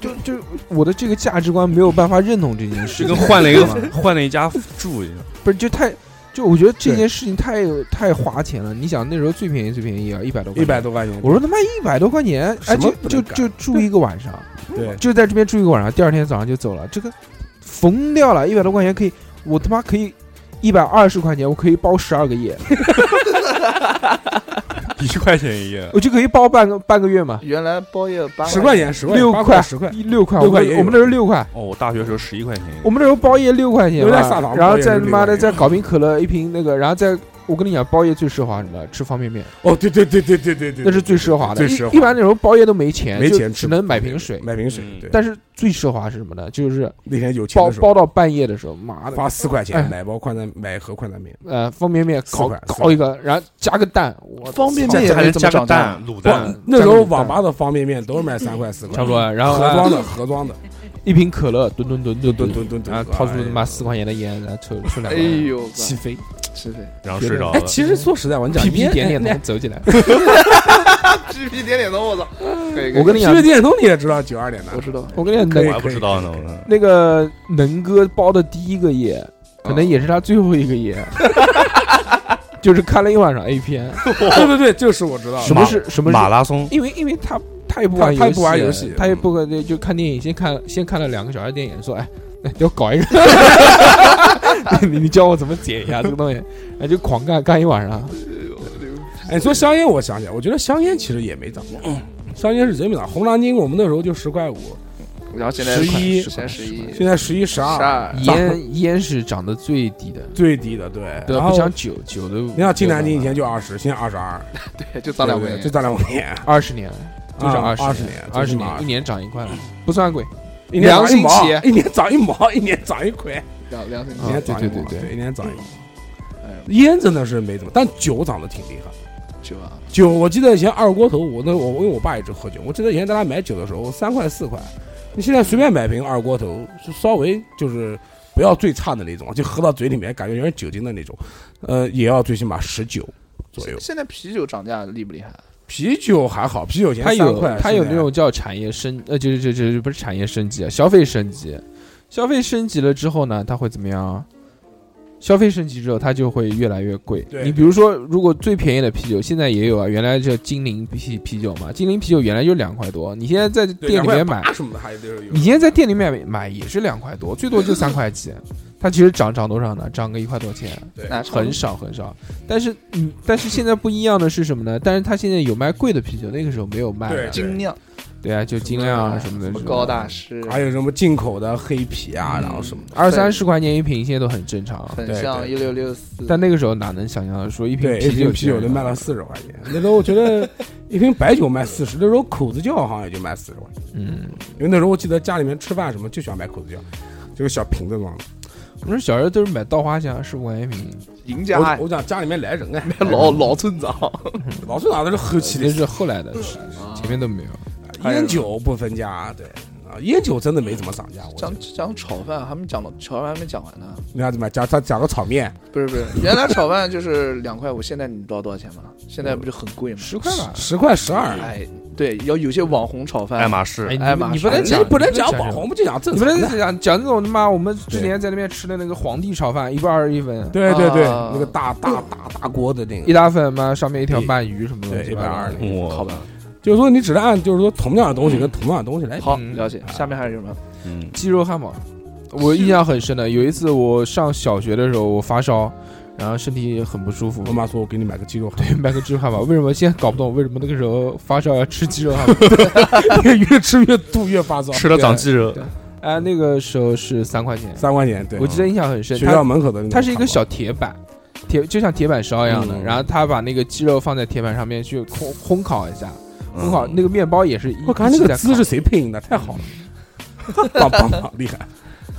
A: 就就我的这个价值观没有办法认同这件事
D: 就
A: 情，
D: 跟换了一个
A: 你知道吗
D: 换了一家住一样，
A: 不是就太。就我觉得这件事情太太花钱了。你想那时候最便宜最便宜也要一百多，
E: 一百。多块钱，
A: 我说他妈一百多块钱，哎，
E: 什么
A: 就
E: 不能
A: 就
E: 干
A: 就住一个晚上，
E: 对
A: 就在这边住一个晚上，第二天早上就走了，这个疯掉了。一百多块钱可以，我他妈可以一百二十块钱，我可以包十二个夜，
D: 一块钱一夜。
A: 我就可以包半个半个月嘛，
C: 原来包夜八
E: 十块，钱，十块钱，
A: 六
E: 八
A: 块
E: 十块，
A: 一六块，
E: 六块
A: 我们
E: 也有
A: 我们那时候六块，
D: 哦，我大学时候十一块钱一夜，
A: 我们那时候包夜六块钱
E: 有
A: 嘛
E: 点撒糖
A: 然后
E: 包夜
A: 再
E: 是
A: 他
E: 六
A: 妈的
E: 块钱
A: 再搞瓶可乐一瓶那个，然后再我跟你讲，包夜最奢华是什么？吃方便面，
E: 哦，对对对对对对对，
A: 那是最奢华的。
E: 最
A: 一
E: 奢华
A: 一般那时候包夜都没钱，
E: 没
A: 就
E: 钱吃
A: 只能买瓶水。
E: 买瓶水
D: 嗯。
E: 对，
A: 但是最奢华是什么呢？就是
E: 那天有钱
A: 包
E: 的时候，
A: 包到半夜的时候，妈的，
E: 花四块
A: 哎
E: 钱买包宽带，买盒宽带面，
A: 呃，方便面
E: 四
A: 搞
E: 块四
A: 搞一个，然后加个蛋，我
C: 方便
D: 加
C: 面也
D: 还能
C: 没怎么
D: 加
C: 涨
D: 个
C: 价，
D: 蛋，卤
E: 不
D: 蛋，
E: 那时候网吧的方便面都是卖三块四块，
A: 差不多。然后
E: 盒装的盒装的，
A: 一瓶可乐，吨吨吨吨吨吨，
E: 蹲蹲
A: 然后掏出他妈四块钱的烟，然后抽抽两
C: 哎
A: 根，
C: 呦，
A: 起飞，
C: 是的
D: 然后睡着
E: 哎
D: 了，。
E: 其实说实在，我跟你讲，
A: 屁屁
E: 烟
A: 点点
E: 那
A: 头走起来。
C: 屁屁点点头，我操！可以，可以
A: 我跟你
E: 其
A: 讲
E: 实，电通你也知道九二年的
C: 我，知道，
A: 我跟你讲，
E: 可以
A: 能
D: 我还不知道呢，我
A: 那个能哥包的第一个夜，可
E: 哦
A: 能也是他最后一个夜， 就是看了一晚上 A 片。
E: 对对对，就是我知道的
A: 什么是什么是
D: 马拉松，
A: 因为因为他他也不玩啊嗯
E: 他他也不玩游戏
A: 他也不跟就看电影，先看先看了两个小时的电影，说哎，来给我搞一 个，你你教我怎么解一下这个东西，哎就狂干干一晚上，
E: 哎，你说香烟，我想起来，我觉得香烟其实也没涨过，香烟是真没涨。红蓝鲸我们那时候就十块五，
C: 然后现在
E: 11
C: 现在十一，
E: 现在十一十
C: 嗯十
E: 二，
C: 二，
A: 烟烟是涨得最低的，
E: 最低的对。
A: 对
E: 然
A: 吧，不
E: 后
A: 像酒酒的，你
E: 你想进南京以前就二十，现在二十二，
C: 对，就涨两块
E: 对对就涨两块钱，
A: 二十年，就涨
E: 啊
A: 二
E: 20
A: 十
E: 年
A: 二十
E: 最起码
A: 年一年涨一块，不算贵，
E: 一年涨一毛，
A: 良
E: 一年涨一毛，一年涨一块，
C: 两两块
E: 一
A: 啊
E: 年涨一毛，
A: 对对对对
E: 一年涨一毛。
C: 哎
E: 烟真的是没怎么，但酒涨得挺厉害。
C: 九啊，
E: 酒，我记得以前二锅头，我那我因为我爸一直喝酒，我记得以前大家买酒的时候三块四块，你现在随便买瓶二锅头，就稍微就是不要最差的那种，就喝到嘴里面感觉有点酒精的那种，呃，也要最起码十九左右
C: 现。现在啤酒涨价厉不厉害？
E: 啤酒还好，啤酒以前
A: 它
E: 三
A: 有
E: 块，啊
A: 它有那种叫产业升，呃，就是就就就不是产业升级，啊，消费升级。消费升级了之后呢，它会怎么样啊？消费升级之后，它就会越来越贵
E: 对。
A: 你比如说，如果最便宜的啤酒，现在也有啊，原来叫金陵啤啤酒嘛，金陵啤酒原来就两块多，你现在在店里面买，
E: 什么的，还有有
A: 你现在在店里面买也是两块多，最多就三块几。它其实涨涨多少呢？涨个一块多钱。
C: 那
E: 嗯
A: 很少很少。但是，嗯，但是现在不一样的是什么呢？但是他现在有卖贵的啤酒，那个时候没有卖啊
E: 对
A: 的。
C: 精酿
A: 对啊，就精酿啊什么的
C: 什
A: 是
C: 么
A: 吧，
C: 高大师，
E: 还有什么进口的黑啤啊，然后什么的。
A: 二三十块钱一瓶，现在都很正常。啊
C: 粉
E: 对
C: 象
E: 对
C: 一六六四，
A: 但那个时候哪能想象说一瓶
E: 对，一
A: 啤酒啊
E: 瓶啤酒
A: 就
E: 都卖了四十块钱，那时候我觉得一瓶白酒卖四十，那时候口子窖好像也就卖四十块钱。
A: 嗯，
E: 因为那时候我记得家里面吃饭什么就喜欢买口子酱，这个小瓶子装的。
A: 我们小时候都是买稻花香十五块钱一瓶，
C: 赢家哎
E: 我我讲家里面来人哎，
C: 老老村长，
E: 老是拿的是后期
A: 那
E: 的
A: 是后来的，是
C: 啊
A: 前面都没有。
C: 还有
E: 烟酒不分家，对啊，烟酒真的没怎么涨价。我觉得
C: 讲讲炒饭，还没讲到炒饭还没讲完呢。
E: 你看怎么讲？他讲个炒面，
C: 不是不是，原来炒饭就是两块五，现在你知道多少钱吗？现在不是很贵吗？
A: 十块吧
E: 十块十二，啊
C: 哎，对，要有些网红炒
E: 呃
C: 饭，
D: 爱马仕
A: 哎，
C: 爱马
A: 你
C: 仕
A: 不能
C: 哎
E: 你
A: 讲，
E: 不能讲
A: 讲
E: 网红，，我们就讲正
A: 你不
E: 常
A: 能
E: 的。
A: 讲讲那种他妈我们之前在那边吃的那个皇帝炒饭，一块二十一分，
E: 对对对，
C: 啊
E: 那个大大大大锅的那
A: 一
E: 个，
A: 大份嘛，上面一条鳗鱼什么
E: 对
A: 东西
E: 一百二
A: 吧
E: 十。
D: 嗯我
C: 好吧，
E: 就是说你只能按就是说同样的东西跟同样的东西来。
C: 好
A: 嗯
C: 了解。下面还有什么？
D: 嗯，
A: 鸡肉汉堡，我印象很深的。有一次我上小学的时候，我发烧，然后身体很不舒服
E: 我，妈说我给你买个鸡肉汉
A: 对，买个鸡肉汉堡。为什么现在搞不懂？为什么那个时候发烧要吃鸡肉汉堡？
E: 堡，越吃越肚越 发烧，
D: 吃了长肌肉
A: 对， 哎，那个时候是三块钱，
E: 三块钱，对啊
A: 我，记得印象很深。
E: 学校
A: 它
E: 门口的那种汉堡。
A: 它是一个小铁板。铁就像铁板烧一样的，
E: 嗯
A: 然后他把那个鸡肉放在铁板上面去烘烘烤一下，烘
D: 嗯
A: 烤那个面包也是一，
E: 我靠，
A: 一
E: 那
A: 起
E: 个
A: 在
E: 字
A: 烤
E: 是谁配音的？太好了， 棒棒棒，厉害！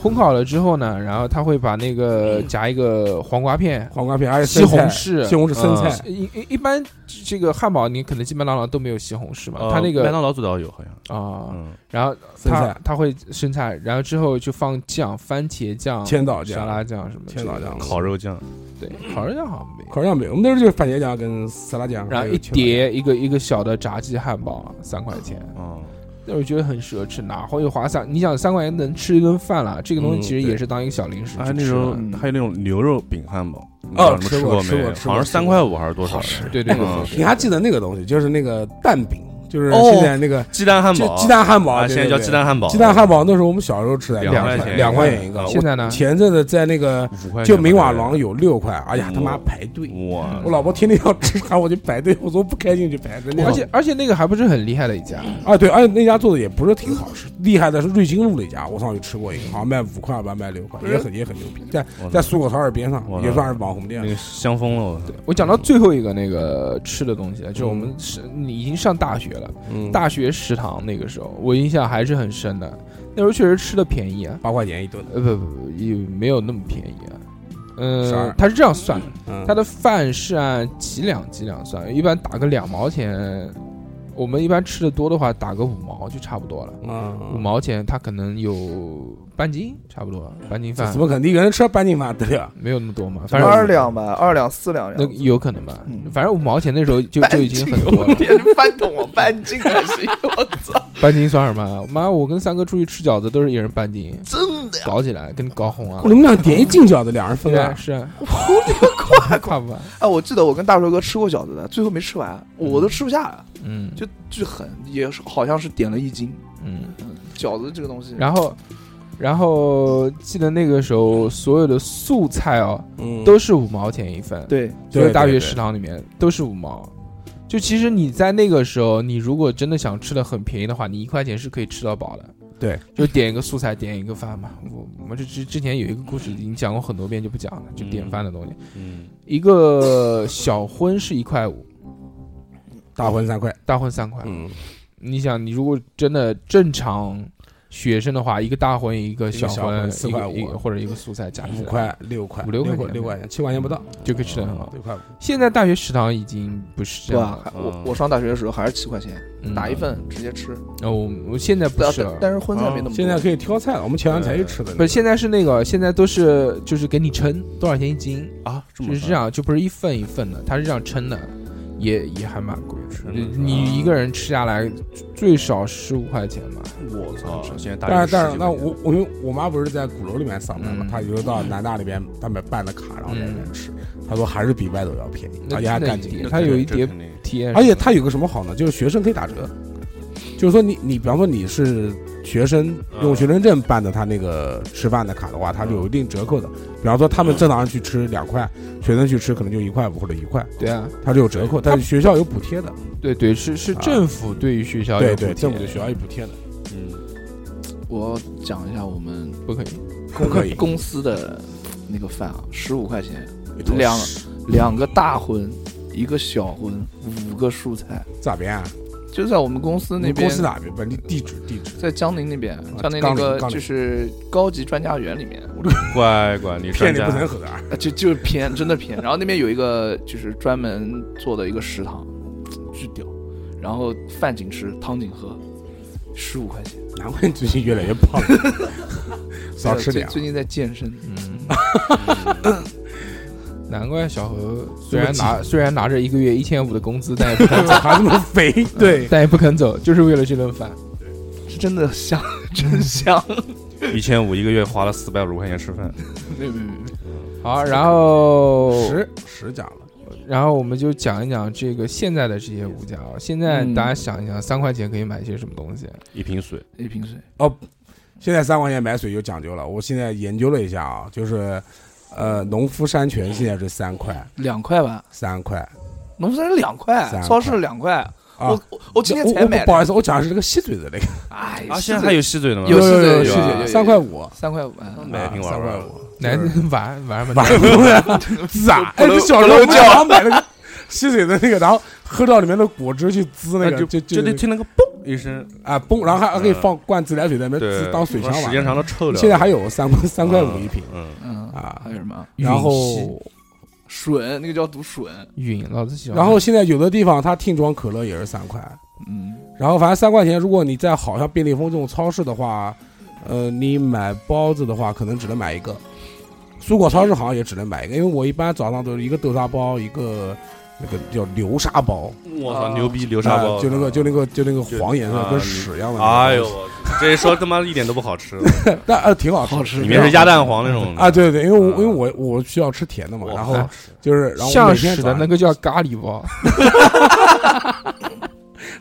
A: 烘烤了之后呢，然后他会把那
E: 嗯
A: 个夹一个黄瓜片、
E: 黄瓜片，而且
A: 西红
E: 柿，
A: 柿、
E: 西红柿、生菜，
A: 一一一般这个汉堡，你可能基本上都没有西红柿嘛，
E: 哦
D: 呃
A: 它那
D: 麦
A: 个
D: 当劳最早有好像，
A: 啊，
D: 嗯，
A: 然后
E: 生
A: 它
E: 菜、
A: 它会生菜，然后之后就放酱，番茄酱、
E: 千岛
A: 沙
E: 酱、
A: 拉酱什么之
E: 千
A: 类的，
E: 岛酱、
D: 烤肉酱，
A: 对，烤肉酱好像没有。
E: 烤酱没有，我们那时候就是番茄酱跟沙拉酱，哦
A: 然后一
E: 碟，
A: 碟一个一个小的炸鸡汉堡，啊三块钱，
D: 嗯，
A: 那我觉得很奢侈，哪会花三？你想三块钱能吃一顿饭了，这个东西
E: 嗯
A: 其实
E: 对啊
A: 也是当一个小零食
D: 还
A: 去
D: 有那
A: 吃
D: 种
A: 的
C: 嗯
D: 还有那种牛肉饼汉堡，你
E: 哦
D: 不知道你们
E: 吃过
D: 过
E: 吃
D: 没
E: 过
D: 有？
E: 吃
D: 好像
E: 过
D: 是三块五还是多少
E: 好吃
D: 的？
A: 对对对
D: 嗯
A: 对，
E: 你还记得那个东西，就是那个蛋饼，就是
D: 哦
E: 现在那个
D: 鸡蛋汉
E: 鸡
D: 堡，
E: 鸡蛋汉堡，
D: 啊，
E: 对
D: 现在叫鸡。蛋汉堡，
E: 对对鸡蛋汉堡那时候我们小时候吃的，
D: 两块钱
E: 两块钱一个
D: 啊。
A: 现在呢
E: 我？前阵子在那个
D: 五块钱
E: 就
D: 吧
E: 明瓦
D: 大概
E: 廊有六块，哎呀他妈
D: 嗯
E: 排队，
D: 哇
E: 我，老婆天天要吃，喊我去排队，我说不开心就排队。那样
A: 而且而且那个还不是很厉害的一家，
E: 啊，对，而且那家做的也不是挺好吃，厉害的是瑞金路那家，我上去吃过一个，好像卖五块吧，卖六块，也很也很牛逼，在
D: 我
E: 在苏果超市边上
D: 我，
E: 也算是网红店
D: 那。个香疯了，我操
A: 我讲到最后一个那个吃的东西，就是我们是你已经上大学了，
E: 嗯
A: 大学食堂那个时候我印象还是很深的。那时候确实吃的便宜啊，
E: 八块钱一顿，
A: 呃不不不，也没有那么便宜啊。嗯
E: 12，
A: 它是这样算的，
E: 嗯
A: 它的饭是按几两几两算，一般打个两毛钱我们一般吃的多的话，打个五毛就差不多了。五
E: 嗯，
A: 毛钱，它可能有半斤，差不多半斤
E: 这
A: 饭
E: 怎，么可能一个人吃半斤饭得了？
A: 没有那么多嘛，反正
C: 二两吧，二两四两
A: 那
C: 样子。
A: 有可能吧
C: 嗯，
A: 反正五毛钱那时候就就已经很多了
C: 我。天，翻桶我半斤还是我操，
A: 半斤算什么？啊妈，我跟三哥出去吃饺子都是一人半斤，
C: 真的呀，
A: 搞起来给你搞红啊
E: 你！们俩点一斤饺子，两人分
A: 对啊，
E: 啊？
A: 是啊， 跨跨不完，
C: 哎，我记得我跟大帅哥吃过饺子的，最后没吃完，啊我都吃不下了，
A: 嗯，
C: 就巨狠，也是好像是点了一斤
A: 嗯。
C: 饺子这个东西。
A: 然后，然后记得那个时候所有的素菜哦，
E: 嗯，
A: 都是五毛钱一份，
C: 对，
A: 所有大
E: 对
A: 学
E: 对
A: 食堂里面都是五毛。就其实你在那个时候，你如果真的想吃的很便宜的话，你一块钱是可以吃到饱的。
E: 对，
A: 就点一个素菜，点一个饭嘛。我我们这之之前有一个故事已经讲过很多遍，就不讲了。就点饭的东西，
D: 嗯，
A: 一个小荤是一块五，
E: 大荤三块。
A: 大荤三块。
E: 嗯，
A: 你想，你如果真的正常学生的话，一个大荤，一个小
E: 一个小
A: 荤，
E: 荤四块五
A: 一个一个或者一个素菜加起来
E: 五块、嗯六块、
A: 啊五六块
E: 块、
A: 钱嗯
E: 六块钱，七块钱不到，
A: 就可以吃的很好。
E: 六块五。
A: 现在大学食堂已经不是这
C: 对
A: 样
C: 吧？
A: 了，
C: 还我
D: 嗯
C: 我上大学的时候还是七块钱，
A: 嗯
C: 打一份直接吃，
A: 哦，我我现在不
C: 但
A: 是了，啊
C: 但是荤菜没那么多。
E: 哦现在可以挑菜了，我们前两天去吃的那个。
A: 不是现在是那个，现在都是就是给你称多少钱一斤，
D: 啊，这
A: 就是这，样，就不是一份一份的，它是这样称的，也也还蛮贵。
D: 真的
A: 你你一个人吃下来最少十五块钱吧，
D: 我操！现在大
E: 嗯但
D: 概
E: 是但
D: 十
E: 是，
D: 几
E: 那
D: 块钱
E: 我我因为我妈不是在鼓楼里面上班嘛
A: 嗯，
E: 她有时候到南大那边，他们办的卡，然后在那边吃。她说还是比外头要便宜，
A: 那
E: 而啊且还
A: 真的
E: 干
A: 一
E: 净。
A: 点
D: 那
A: 它
D: 肯定
A: 有一
D: 哎这
A: 叠
D: 肯定
A: 体验是
E: 而且它有个什么好呢？就是学生可以打折，就是说你你比方说你是学生
D: 嗯
E: 用学生证办的他那个吃饭的卡的话，它是有一定折扣的。比方说他们正常人去吃两块，学生去吃可能就一块五或者一块，
A: 对啊，
E: 它是有折扣，但是学校有补贴的。
A: 对对是是
E: 啊
A: 政府对于学校
E: 对
A: 有补
E: 对，
A: 贴
E: 政府对学校有补贴的，
D: 嗯，
C: 我讲一下我们
A: 不可以，
E: 功课以
C: 公司的那个饭啊，十五块钱，两两个大荤，一个小荤，五个蔬菜，
E: 咋边啊？
C: 就在我们公司那
E: 你公
C: 边，
E: 司哪边？不是你地址地址。
C: 在江宁那边，江宁那
E: 冈
C: 个
E: 林冈林
C: 就是高级专家园里面，
D: 乖乖，你专
E: 骗你
D: 家
E: 不成盒啊！
C: 呃就就是偏真的偏。然后那边有一个就是专门做的一个食堂，巨屌，然后饭仅吃，汤仅喝，十五块钱。
E: 难怪你最近越来越胖了，少吃点啊。
C: 最最近在健身，
A: 嗯， 难怪小何虽然拿虽然拿着一个月一千五的工资，但也不 肯走，
E: 还这么肥，对，
A: 但也不肯走，就是为了这顿饭。
C: 是真的香，真香。
D: 一千五一个月花了四百五十块钱吃饭，
C: 没有没有没有，
A: 好，然后
E: 十十讲了，
A: 然后我们就讲一讲这个现在的这些物价啊。现在大家想一想，三块钱可以买些什么东西？
D: 一瓶水，
C: 一瓶水，
E: 现在三块钱买水有讲究了。我现在研究了一下啊，就是，呃，农夫山泉现在是三块，
C: 两块吧，
E: 三块
C: 农夫山泉两块
E: 三，块
C: 超市两块。
E: 啊。
C: 我我我今天才
E: 我
C: 买
E: 我不好意思，我讲的是这个吸嘴的那个，
C: 哎，
D: 啊，
C: 是
D: 现在还有吸嘴的吗？
C: 有
E: 有
C: 有有
D: 有
E: 有
D: 有有
E: 三块五，
C: 三块五，嗯
D: 买一瓶玩玩
E: 三块五，
A: 来
E: 就是
A: 玩玩吧，
E: 晚上咋？哎，小时候我妈买了个吸嘴的那个，然后喝到里面的果汁去滋那
D: 那
E: 个，
D: 就
E: 就
D: 就得听那个嘣一声，
E: 啊嘣，然后还还可以
D: 嗯
E: 放灌自来水在那边
D: 对
E: 滋，当水枪
D: 时间
E: 玩。
D: 长了臭了。
E: 现在还有三块三块五
D: 嗯
E: 一瓶
D: 嗯，
C: 嗯
E: 啊
C: 还有什么
E: 然后
C: 笋？那个叫毒笋，
A: 云，老子喜欢。
E: 然后现在有的地方它听装可乐也是三块，
C: 嗯，
E: 然后反正三块钱，如果你在好像便利蜂这种超市的话，呃，你买包子的话可能只能买一个，蔬果超市好像也只能买一个，因为我一般早上都是一个豆沙包，一个那个叫流沙包，
D: 我操，
C: 啊
D: 牛逼，流沙包，
E: 啊就那个就那个就那个
D: 就
E: 黄颜色
D: 啊
E: 跟屎一样的那个
D: 哎呦
E: 东西，，
D: 这一说他妈一点都不好 吃，
E: 但呃挺好吃，
C: 好吃
D: 里面是鸭蛋黄那种
E: 啊，，对对，因为我
D: 嗯
E: 因为我我需要吃甜的嘛，
D: 哇
E: 然后
D: 好
E: 就是然后我
A: 像
E: 每天
A: 屎的
E: 早
A: 那
E: 上
A: 个叫咖喱包，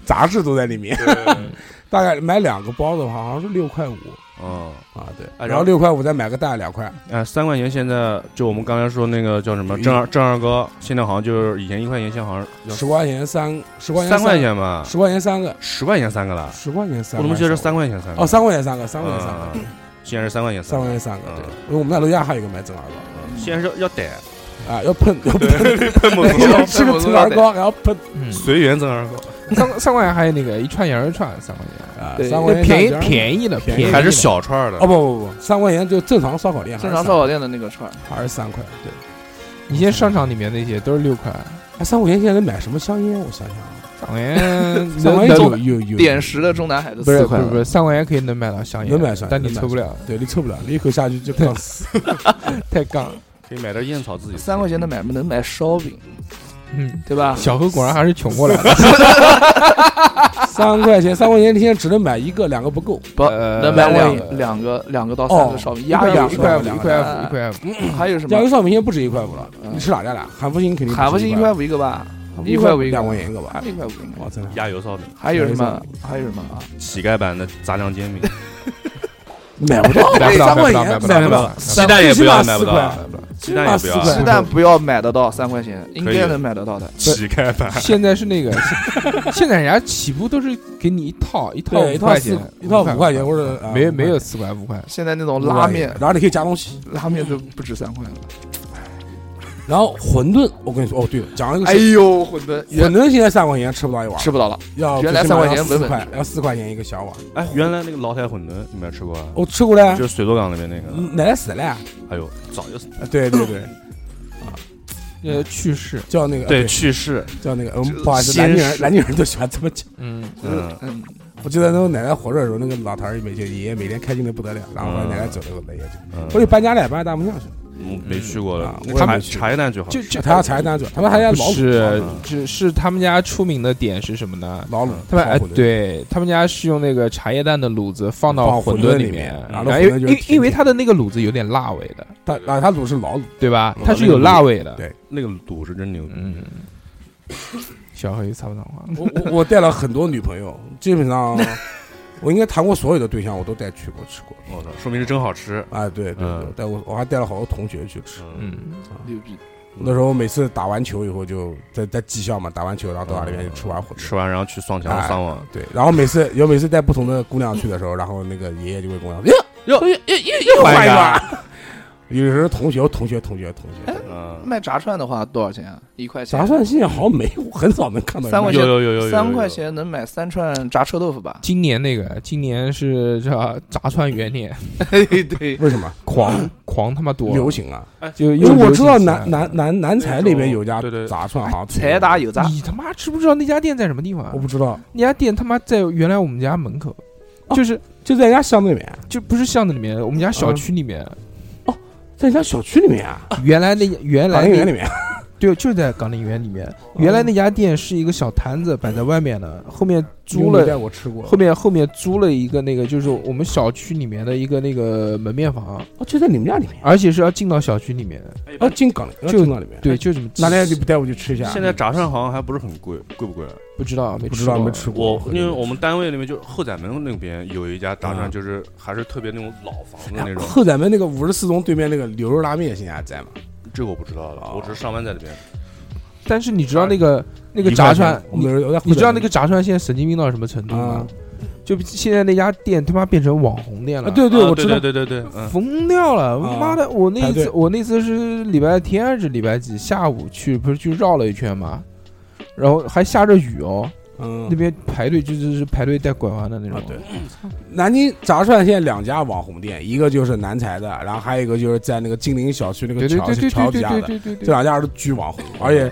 E: 杂质都在里面， 大概买两个包子的话好像是六块五。
D: 嗯，
E: 啊，对，
D: 啊
E: 然后六块五再买个蛋两块，
D: 哎，三块钱现在就我们刚才说那个叫什么正二正二高，现在好像就是以前一块钱，现在好像要
E: 十块钱三，十块钱
D: 三块，钱吧，
E: 十块钱三个，
D: 十块钱三个了，
E: 十块钱三
D: 我怎
E: 个，
D: 么记得是三块钱三个？
E: 哦，三块钱三个，三块钱三个，
D: 嗯，现在是三块钱
E: 三
D: 个
E: 块，钱三个，
D: 嗯
E: 对，因为我们家楼下还有一个卖蒸耳糕
D: 现在是要逮，
E: 的啊，要 碰要碰，
D: 喷猛
C: 要
E: 要
C: 碰
E: 吃个蒸耳糕，然后碰
A: 嗯，
D: 随缘正二高，
A: 三三块钱还有那个一串羊肉串，三块钱，
E: 啊，
C: 对
E: 三块
A: 那
E: 钱
A: 便宜
E: 蛋卷
A: 便宜的，
E: 便宜
A: 宜的
D: 还是小串儿的
E: 哦不，不不不，三块钱就正常烧烤店，
C: 正常烧烤店的那个串儿，
E: 还是三块，对，
A: 你现在商场里面那些都是六块，
E: 哎，三五年前能买什么香烟？我想想啊，
A: 三块 钱
E: 三块
A: 能
E: 钱
A: 能
E: 有有有
C: 点十的中南海的
A: 不是
C: 四
A: 不
C: 块
A: 是
C: 了，
A: 不是三块钱可以能买到香烟，
E: 能买上
A: 但你
E: 能买
A: 抽不了，
E: 对你抽不了，你一口下去就烫死。
A: 太杠了。
D: 可以买点烟草自己
C: 三块钱能买能买烧饼，
A: 嗯，
C: 对吧？
A: 小何果然还是穷过来 的，
E: 三块钱，三块钱一天只能买一个，两个不够。
C: 不
A: 呃
C: 能买
E: 两
C: 两两个两个到三个
E: 哦
C: 烧饼，
A: 一
C: 鸭
A: 块
C: 有
A: 五一
C: 烧
A: 块五
C: 饼
A: 一块五一块五，
C: 啊还有什
E: 两
C: 么？
E: 个烧饼现在不止一块五了，
C: 嗯
E: 你吃哪家的？韩福星肯定
C: 海
E: 不
C: 不
E: 止
C: 星一块
E: 块，
C: 五一个吧，
E: 韩福
C: 一块五一个
E: 两块钱一个吧。
C: 还是一块五一
E: 哇，
C: 个。
E: 真的，
D: 鸭油烧饼，
C: 还有什
E: 两
C: 么
E: 个？
C: 还有什么啊？
D: 乞丐版的杂粮煎 饼，
E: 买不 到，
A: 买不到
E: 三块
A: 买
E: 钱
A: 不到买不到买不到买不到
D: 鸡蛋也不要买不
E: 最起码
D: 到
A: 买不到
E: 四，
D: 鸡蛋也不
E: 啊最起码四
D: 要
E: 块，
C: 鸡蛋不要买得到三块钱，应
D: 可以
C: 该能买得到的。
D: 乞丐版
A: 现在是那个，现在人家起步都是给你一套一套
E: 对
A: 五
E: 一套
A: 块
E: 四
A: 钱，
E: 一套五
A: 五
E: 块钱或者啊
A: 没有
E: 五块
A: 没有四块五块，
C: 现在那种拉面，
E: 然后你可以加东西，
C: 拉面都不止三块了。
E: 然后馄饨，我跟你说，哦对了，讲一个
C: 哎
E: 事，
C: 呦，馄饨
E: 馄饨现在三块钱吃不到一碗，
C: 吃不到了，
E: 要
C: 原来
E: 最起码
C: 三块
E: 要
C: 钱
E: 四
C: 稳
E: 块
C: 稳，
E: 要四块钱一个小碗，
D: 哎，原来那个老太馄饨你们吃过啊？
E: 我吃过了
D: 就，是水族港那边那个，
E: 嗯奶奶死了呀，
D: 哎呦，早就死
E: 啊对对对，嗯
A: 呃，去世，
E: 叫那个啊
D: 对去世，
E: 叫那个，
C: 就
E: 嗯，不好意思，
D: 先
E: 南京人
D: 是
E: 南京人都喜欢这么讲。
A: 嗯，
D: 嗯，
C: 嗯，
E: 我记得那时候奶奶活着的时候，那个老头儿每天爷爷每天开心的不得了，然后后来奶奶走了以后，那爷就
D: 嗯
E: 后来搬家了，搬到大木匠去了，
D: 我没去过了
E: 啊我，也
D: 茶
E: 没去过
D: 茶叶蛋最好，
A: 就就
E: 他要柴单去，他们还要
A: 不
E: 老虎
A: 是
D: 嗯，
A: 只是他们家出名的点是什么呢？
E: 老卤，
A: 他们哎
E: 老虎，的，
A: 对他们家是用那个茶叶蛋的卤子放到
E: 放馄饨
A: 饨
E: 里
A: 面嗯
E: 面，然
A: 然后
E: 后那
A: 因
E: 馄
A: 为
E: 饨
A: 因
E: 就是
A: 为因为
E: 甜
A: 它的那个卤子有点辣味的，
E: 他啊他卤是老卤，
A: 对吧？
D: 嗯
A: 它是
D: 那个
A: 有
D: 卤
A: 辣味的。
E: 对
D: 那个卤是真牛逼，
A: 嗯，小黑插不上话。
E: 我我我带了很多女朋友，基本 上我应该谈过所有的对象，我都带去过吃过。
D: 我操，说明是真好吃，
E: 啊，对对对
D: 嗯，
E: 带我我还带了好多同学去吃。
D: 嗯，
A: 嗯，？
C: 牛逼！
E: 那时候每次打完球以后，就在在技校嘛，打完球然后到那边就吃完火
D: 吃
E: 车。
D: 完然后去双
E: 哎
D: 桥上网，
E: 对，然后每次有每次带不同的姑娘去的时候，然后那个爷爷就会跟我讲：“哟
D: 哟
E: 又又又又
D: 换一
E: 换一
D: 个
E: 个。”有时候同学同学同学同学，
D: 嗯，
C: 卖炸串的话多少钱啊？一块钱。
E: 炸串现在好像没，我很少能看到有
C: 三块
E: 卖
C: 钱
D: 有有有有有
C: 三块，钱能买三串炸臭豆腐吧
A: 今年那个今年是叫炸串元 年，
C: 对对，
E: 为什么
A: 狂狂他妈多，
E: 流行啊？
A: 就
E: 因为我知道
A: 男男。
E: 南南南南财那边有家
D: 对对对
E: 炸串行，
C: 财大有炸，
A: 你他妈知不知道那家店在什么地方啊
E: 我？不知道，
A: 那家店他妈在原来我们家门口，
E: 哦
A: 就是
E: 就在人家巷子里面，
A: 就不是巷子里面，我们家
E: 嗯
A: 小区里面。
E: 在人家小区里面啊，
A: 原来那原
E: 大
A: 来
E: 陵园里
A: 那
E: 面。
A: 对，就在港鼎园里面。原
E: 哦
A: 来那家店是一个小摊子摆在外面的，后面租了
E: 带我吃过，
A: 后面后面租了一个那个，就是我们小区里面的一个那个门面房，
E: 哦，就在你们家里面，
A: 而且是要进到小区里面的。
E: 哦，进港要
A: 就
E: 进到里面。，
A: 对，就这么
E: 哪天你不带我去吃一下？
D: 现在炸串好像还不是很贵，贵不贵？啊
A: 不知道，没
E: 不知道
A: 过
E: 没吃过
D: 我，因为我们单位那边就是后宰门那边有一家炸
E: 嗯
D: 串，就是还是特别那种老房子那种，
E: 后宰哎门那个五十四中对面那个牛肉拉面现在还在吗？
D: 这个我不知道了，我只是上班在那边。
A: 但是你知道那
E: 啊
A: 个那个
D: 一
A: 炸
D: 块钱
A: 串，
E: 我
A: 你
E: 们有在后宰门
A: 你知道那个炸串现在神经病到什么程度吗
E: 啊？
A: 就现在那家店他妈变成网红店
E: 啊？
A: 了，
E: 对对，
D: 啊
E: 我知道。
D: 对对对对，嗯，
A: 疯掉了！
E: 啊
A: 妈的，我那
E: 排
A: 一
E: 队
A: 次我那次是礼拜天还是礼拜几下午去，不是去绕了一圈嘛，然后还下着雨哦，
E: 嗯
A: 那，边排队就是是排队带拐弯的那种
E: 啊，对，南京炸串现在两家网红店，一个就是南财的，然后还有一个就是在那个金陵小区那
A: 对
E: 个
A: 对
E: 桥
A: 对对
E: 桥
A: 对
E: 底
A: 对
E: 下
A: 对
E: 的，
A: 对对
E: 这两家都巨网红，而且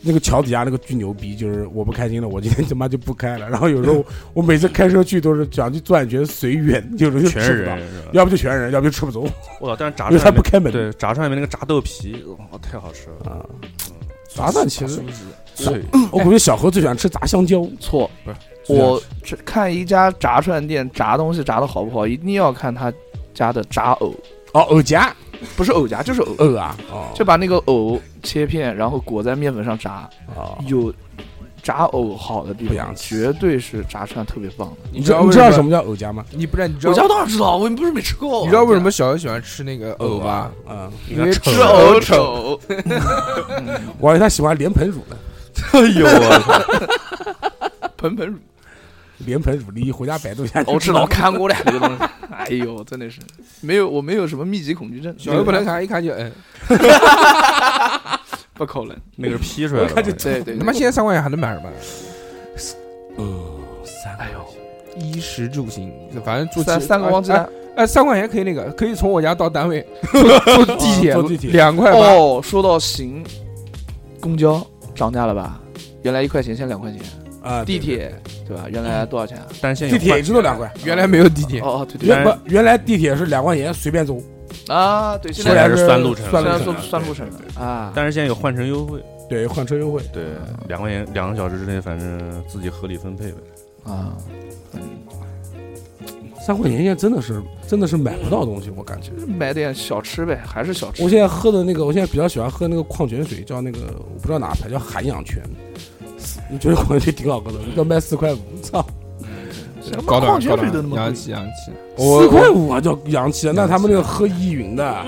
E: 那个桥底下那个巨牛逼，就是我不开心了，我今天他妈就不开了。然后有时候我每次开车去都是想去转一圈随缘，有时候就
D: 全
E: 吃
D: 是
E: 不到
D: 人，
A: 啊
D: 是吧
E: 要不就全人，要不就吃不走，
D: 我操！但是炸
E: 因为他
D: 串
E: 不开门。
D: 对炸串里面那个炸豆皮，哇，太好吃了，
E: 啊，炸串其实，
D: 脆。
E: 哦我估计小何最喜欢吃炸香蕉。
C: 错，
D: 不是
C: 我这看一家炸串店炸东西炸的好不好，一定要看他家的炸藕，
E: 哦，藕夹，
C: 不是藕夹就是藕，
E: 藕啊，哦，
C: 就把那个藕切片，然后裹在面粉上炸。
E: 哦
C: 有炸藕好的地
E: 不想
C: 方，
E: 吃
C: 绝对是炸串特别棒的。
A: 你
E: 你
A: 知
E: 知
A: 道
E: 道
A: 为
E: 你知道
A: 什
E: 什
A: 么？
E: 么叫藕夹吗？
A: 你不然你知道
C: 我家当然知道，我不是没吃过。啊
A: 你知道为什么小何喜欢吃那个藕吧？
E: 啊，
A: 因为
C: 吃藕丑？
E: 我以为他喜欢莲蓬乳呢，
D: 哎呦，我操
C: 盆盆乳，
E: 莲蓬乳，你回家百度一下就。
C: 我哦知 道看过了这个东西。哎呦，真的是没有，我没有什么密集恐惧症，
A: 小何不能看，一看就嗯，
C: 不可能。
D: 那个是劈出来的吧，
C: 对对，
A: 他妈现在三块钱还能买什么？
E: 嗯，三
C: 哎呦，
A: 衣食住行，反正住
C: 三
A: 七
C: 三个
A: 哎
C: 汪鸡蛋。
A: 哎，三块钱可以那个，可以从我家到单位坐坐地铁，
E: 坐地铁
A: 两块八。
C: 哦，说到行，公交，涨价了吧？原来一块钱，现在两块钱。
E: 啊，
C: 地
E: 对
C: 铁对吧？原来多少钱啊？
D: 但是现在
E: 地
D: 有
E: 铁
D: 换
E: 一直都两块，
A: 原来没有地铁，
C: 哦哦，对对
D: 原
E: 原不原来地铁是两块钱随便走，
C: 对啊，对，现
D: 现
C: 在
D: 在
E: 是
D: 是算路程，
C: 虽
E: 算
C: 然
E: 路
C: 说
E: 程
C: 算路程了啊，
D: 但是现在有换乘优惠，
E: 对，换车优惠。
D: 对，两块钱两个小时之内，反正自己合理分配呗。
C: 啊，
E: 三块钱现在真的是真的是买不到东西，我感觉。
C: 买点小吃呗，还是小吃
E: 我。现在喝的那个，我现在比较喜欢喝那个矿泉水，叫那个我不知道哪牌，叫涵养泉。四我觉得矿泉水挺好喝的，要卖四块五，操，
C: 什么
A: 高
C: 矿
A: 端
C: 泉
A: 高
C: 水都那
A: 端，
C: 么
A: 洋
C: 贵，
A: 气洋气。
E: 四块
A: 我
E: 五啊，叫洋气啊！那他们那个喝依云的，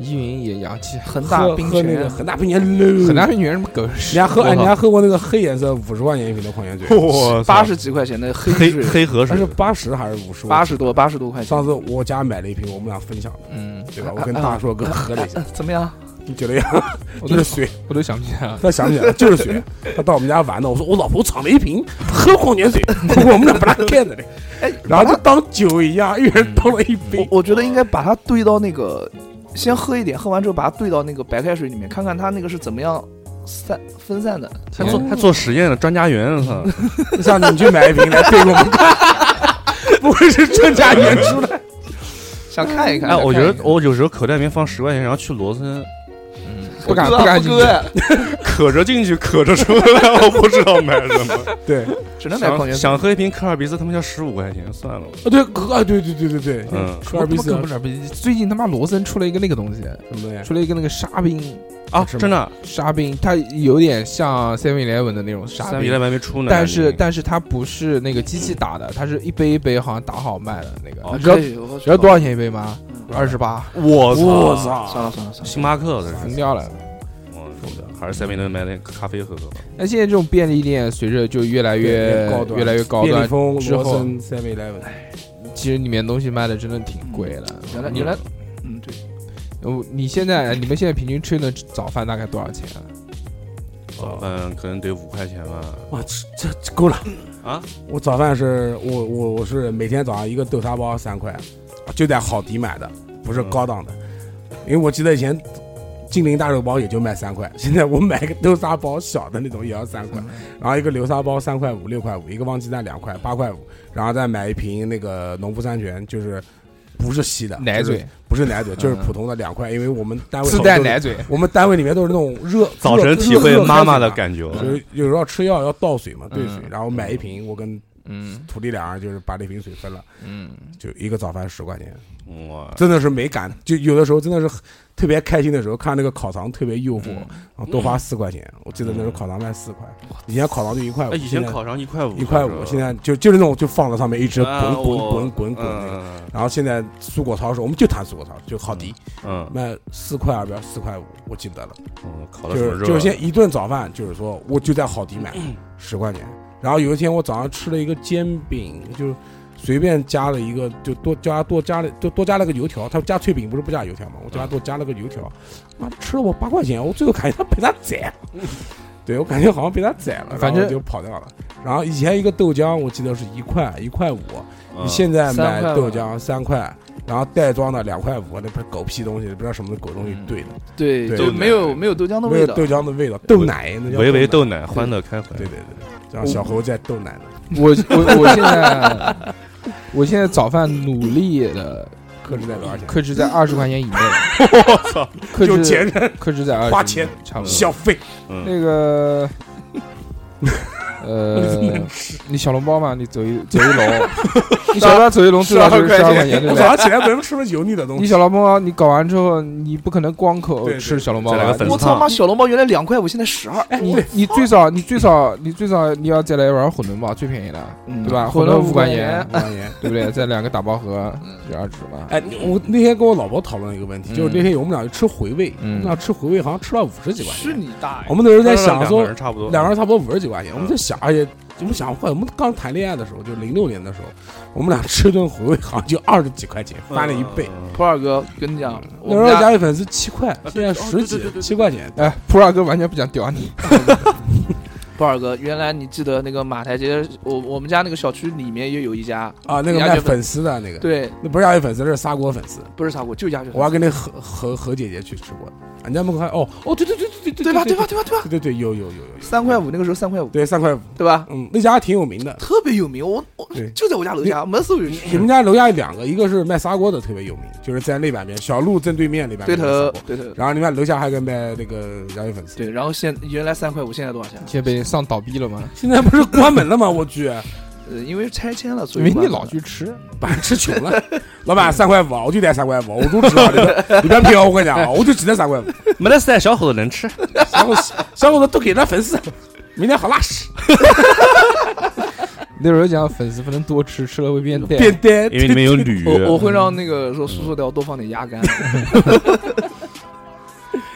A: 依云也洋气，
C: 恒大
E: 喝
C: 冰
E: 喝那个
C: 泉，
E: 恒大冰泉 low，
A: 很大是女人什么狗
E: 人
A: 屎。
E: 家喝，哎
A: 我
E: 人
A: 靠
E: 家喝过那个黑颜色五十块钱一瓶的矿 泉水，
D: 哇
C: 八十几块钱的黑
D: 黑
C: 水，
D: 黑河
E: 它
D: 水
E: 是，八十还是五十？
C: 八。十多八十多块钱。
E: 上次我家买了一瓶，我们俩分享的，
A: 嗯，
E: 对吧？我跟大硕哥喝了 一下，
C: 呃怎么样？
E: 你觉得呀？
A: 我
E: 就
A: 都
E: 是水，
A: 我都想不起来了。
E: 他想起来了，就是水。他到我们家玩呢，我说我老婆藏了一瓶喝矿泉水，我们俩 把它盖着嘞，
A: 哎
E: 然后就当酒一样，一
A: 嗯
E: 人倒了一杯
C: 我。我觉得应该把它兑到那个，先喝一点，喝完之后把它兑到那个白开水里面，看看它那个是怎么样散分散的。
D: 还做还做实验的专家员， 我操！
E: 下次你去买一瓶来对我们 看，不会是专家研出的？
C: 想看一看。
D: 哎，我觉
A: 看一
D: 得
A: 看
D: 我有时候口袋里面放十块钱，然后去罗森
A: 嗯，
C: 我
A: 不敢
C: 知道不
A: 敢进去。
C: 割
D: 可着进去，可着出来， 我不知道买什 么。
E: 对，
C: 只能买矿
D: 想
C: 泉水。
D: 想喝一瓶科尔必斯，他们要十五块钱，算了吧。
E: 啊对，啊对对对对对，
D: 嗯
E: 科尔必斯啊
A: 我他妈更不是不是最近他妈罗森出了一个那个东西，
E: 什么呀？
A: 出了一个那个沙冰，
D: 啊，
E: 是吗
D: 真的，
A: 沙冰它有点像 Seven Eleven 的那种沙
D: 三比
A: 冰
D: 来，还没出呢。
A: 但是
D: 感觉
A: 但是它不是那个机器打的，它是一杯一杯好像打好卖的那个。
D: 哦
A: 你知道你
C: 以，我
A: 知道多少钱一杯吗？
C: 嗯
A: 二十八，
D: 我
E: 我
D: 操，
C: 算了
E: 操！
C: 算了算了，
D: 星巴克的
A: 疯
D: 是，
A: 掉了。
D: 我操，还是三明顿买点咖啡喝喝吧。
A: 那现在这种便利店随着就越来
E: 对
A: 越
E: 高端
A: 越来越高
E: 便
A: 端，
E: 利蜂、
A: 之后
E: 罗森、Seven Eleven，
A: 其实里面东西卖的真的挺贵的。
C: 原来
A: 你
C: 原来，嗯对，
A: 哦，你现在你们现在平均吃一顿早饭大概多少钱啊？
D: 早饭嗯可能得五块钱吧。
E: 哇，这这这够了！
D: 啊，
E: 我早饭是我我我是每天早上一个豆沙包三块，就在好迪买的，不
D: 嗯
E: 是高档的，因为我记得以前金陵大肉包也就卖三块，现在我买个豆沙包小的那种也要三
D: 嗯
E: 块，然后一个流沙包三块五六块五，一个旺鸡蛋两块八块五，然后再买一瓶那个农夫山泉，就是不是稀的
A: 奶，
E: 就是
A: 嘴，
E: 不是奶嘴，就是
A: 嗯
E: 普通的两块，因为我们单位
A: 自带奶嘴。
E: 我们单位里面都是那种热，
D: 早晨体会妈妈的
E: 觉。
D: 感觉了。
E: 就是有时候要吃药要倒水嘛，兑水
A: 嗯，
E: 然后买一瓶，我跟
A: 嗯
E: 徒弟俩人就是把那瓶水分了，
A: 嗯，
E: 就一个早饭十块钱，
D: 哇，
E: 真的是没敢，就有的时候真的是特别开心的时候，看那个烤肠特别诱惑，
A: 嗯
E: 然后多花四块钱，我记得那时候烤肠卖四块，以前烤肠就一块五，
D: 哎，以前
E: 现在
D: 烤肠一块五，啊
E: 一块五，现在就就是那种就放在上面一直滚滚滚滚滚那个。
D: 哦嗯
E: 然后现在蔬果超市，我们就谈蔬果超市，就好迪
D: 嗯，
E: 卖四块二，不要四块五，我记得了。
D: 嗯烤
E: 就
D: 的什么
E: 是
D: 肉？
E: 就是现在一顿早饭，就是说我就在好迪买十块钱，然后有一天我早上吃了一个煎饼，就是随便加了一个，就多加多加了就多加了个油条，他加脆饼不是不加油条吗？我加多加了个油条，妈吃了我八块钱，我最后感觉他被他宰了， 对我感觉好像被他宰了，
A: 反正
E: 然后就跑掉了。然后以前一个豆浆我记得是一块一块五，
D: 嗯
E: 你现在买
C: 三块
E: 豆
C: 五
E: 浆三块，然后袋装的两块五，那不是狗屁东西，不知道什么狗东西兑的。
C: 对
E: 对
C: 就
D: 对
C: 没有没有豆浆的
E: 没
C: 味
E: 有
C: 道
E: 豆。浆的味道，豆奶，那叫
D: 维维
E: 豆
D: 嗯豆奶，欢乐开怀
E: 奶，。对对对，像小猴在豆奶呢。
A: 我我我现在 我现在早饭努力的
E: 克制在多少钱？
A: 克制在二十块钱以内。我操，克
E: 有钱
A: 制
E: 人
A: 克制在二
E: 花钱
A: 差不多。
E: 消费，
D: 嗯，
A: 那个。呃，你小笼包嘛，你走一走一笼，你小笼包走一笼最少就是十二块钱，对
E: 我
A: 不
E: 早
A: 对？
E: 上起来为什么吃了油腻的东
A: 你
E: 西？
A: 小笼包你搞完之后，你不可能光口
E: 对对
A: 吃小笼包
D: 再来
A: 吧
D: 个？粉
C: 我
D: 丝
C: 操
D: 汤
C: 妈，小笼包原来两块五，现在十二，
A: 你你最少你最少你最少你要再来一碗混沌吧，最便宜的，
C: 对
A: 对吧？
C: 混
A: 混
C: 了
A: 沌
C: 五
A: 五块
C: 钱
A: 钱，
E: 五，块钱。
A: 对不对？再两个打包盒就二十嘛。
E: 哎，我那天跟我老婆讨论一个问题，
A: 嗯
E: 就是那天我们俩去吃回味，我
A: 嗯
E: 们俩吃回味好像吃到五十几块
C: 去
E: 钱。
C: 你大
E: 我
C: 爷！
E: 们那时候在
D: 那
E: 想
D: 两个
E: 说，
D: 人差不多，
E: 两个人差不多五十几块钱，
D: 嗯
E: 我们在想，而且我们想，我们刚谈恋爱的时候，就零六年的时候，我们俩吃顿回味好像就二十几块钱，翻了一倍。
D: 嗯
C: 普洱哥，跟你讲，
E: 那
C: 我们
E: 时候
C: 家
E: 加一粉丝七块，现在十
D: 啊对对对对
E: 几
D: 对
E: 七块钱，
A: 哎，普洱哥完全不想屌你，
C: 普洱哥，原来你记得那个马台街，我我们家那个小区里面也有一家，
E: 啊，那个
C: 鸭
E: 卖
C: 血粉
E: 粉丝的那个，
C: 对，
E: 那不是鸭血粉丝，这是砂锅粉丝。
C: 不是砂锅，就鸭血粉丝。
E: 我还跟那何何何姐姐去吃过，人家门口还哦哦，对对对对
C: 对对吧？对吧？对吧？对吧？
E: 对对对，有有有有有，
C: 三块五那个时候三块五，
E: 对三块五，
C: 对吧？
E: 嗯，那家还挺有名的，
C: 特别有名，我我
E: 对
C: 就在我家楼下，门死我就
E: 你
C: 去。
E: 们家楼下有两个，一个是卖砂锅的特别有名，就是在那板边小路正对面那板
C: 对
E: 边卖砂
C: 头
E: 锅，，
C: 对头，
E: 然后你看楼下还有个卖那个洋芋粉丝，
C: 对。然后现原来三块五，现在多少钱？
A: 现在被上倒闭了吗？
E: 现在不是关门了吗？我去，
C: 呃，因为拆迁了，所以
A: 因为你
C: 关门
A: 老
C: 了
A: 去吃，
E: 把人吃穷了。老板三块五，啊我就得三块五，我都知道，你别你别骗我，我跟你讲啊，我就只能三 块五，
D: 嗯没得塞，小伙子能 吃。
E: 小伙子小伙子都给他粉丝，明天好拉屎，
A: 那时候讲粉丝不能多吃，吃了会变呆。
E: 变呆，
D: 因为里面有铝，
C: 我我会让那个说叔叔带我多放点鸭肝，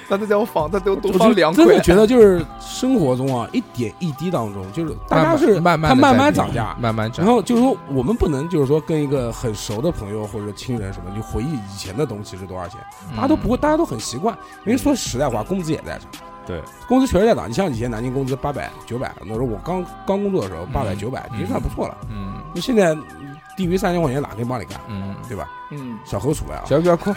C: 他都叫我放，他都多
E: 我
C: 放
E: 就
C: 两块
E: 真。的觉得就是生活中啊，一点一滴当中，就是大家是
A: 慢慢
E: 它
A: 地
E: 慢
A: 在变
E: 慢涨价
A: 慢慢
E: 然
A: 涨。
E: 后就是说，我们不能就是说跟一个很熟的朋友或者亲人什么，就回忆以前的东西是多少钱，
A: 嗯
E: 大家都不会，大家都很习惯。因为说实在话，工资也在涨，
D: 对，
E: 工资确实在涨。你像以前南京工资八百、九百，那时候我刚刚工作的时候八百、
A: 嗯
E: 九百，已
A: 嗯
E: 经算不错了。
A: 嗯
E: 那现在低于三千块钱哪可以帮你干，
A: 嗯，
E: 对吧？
C: 嗯，
E: 小何除外啊，
A: 小不要 哭，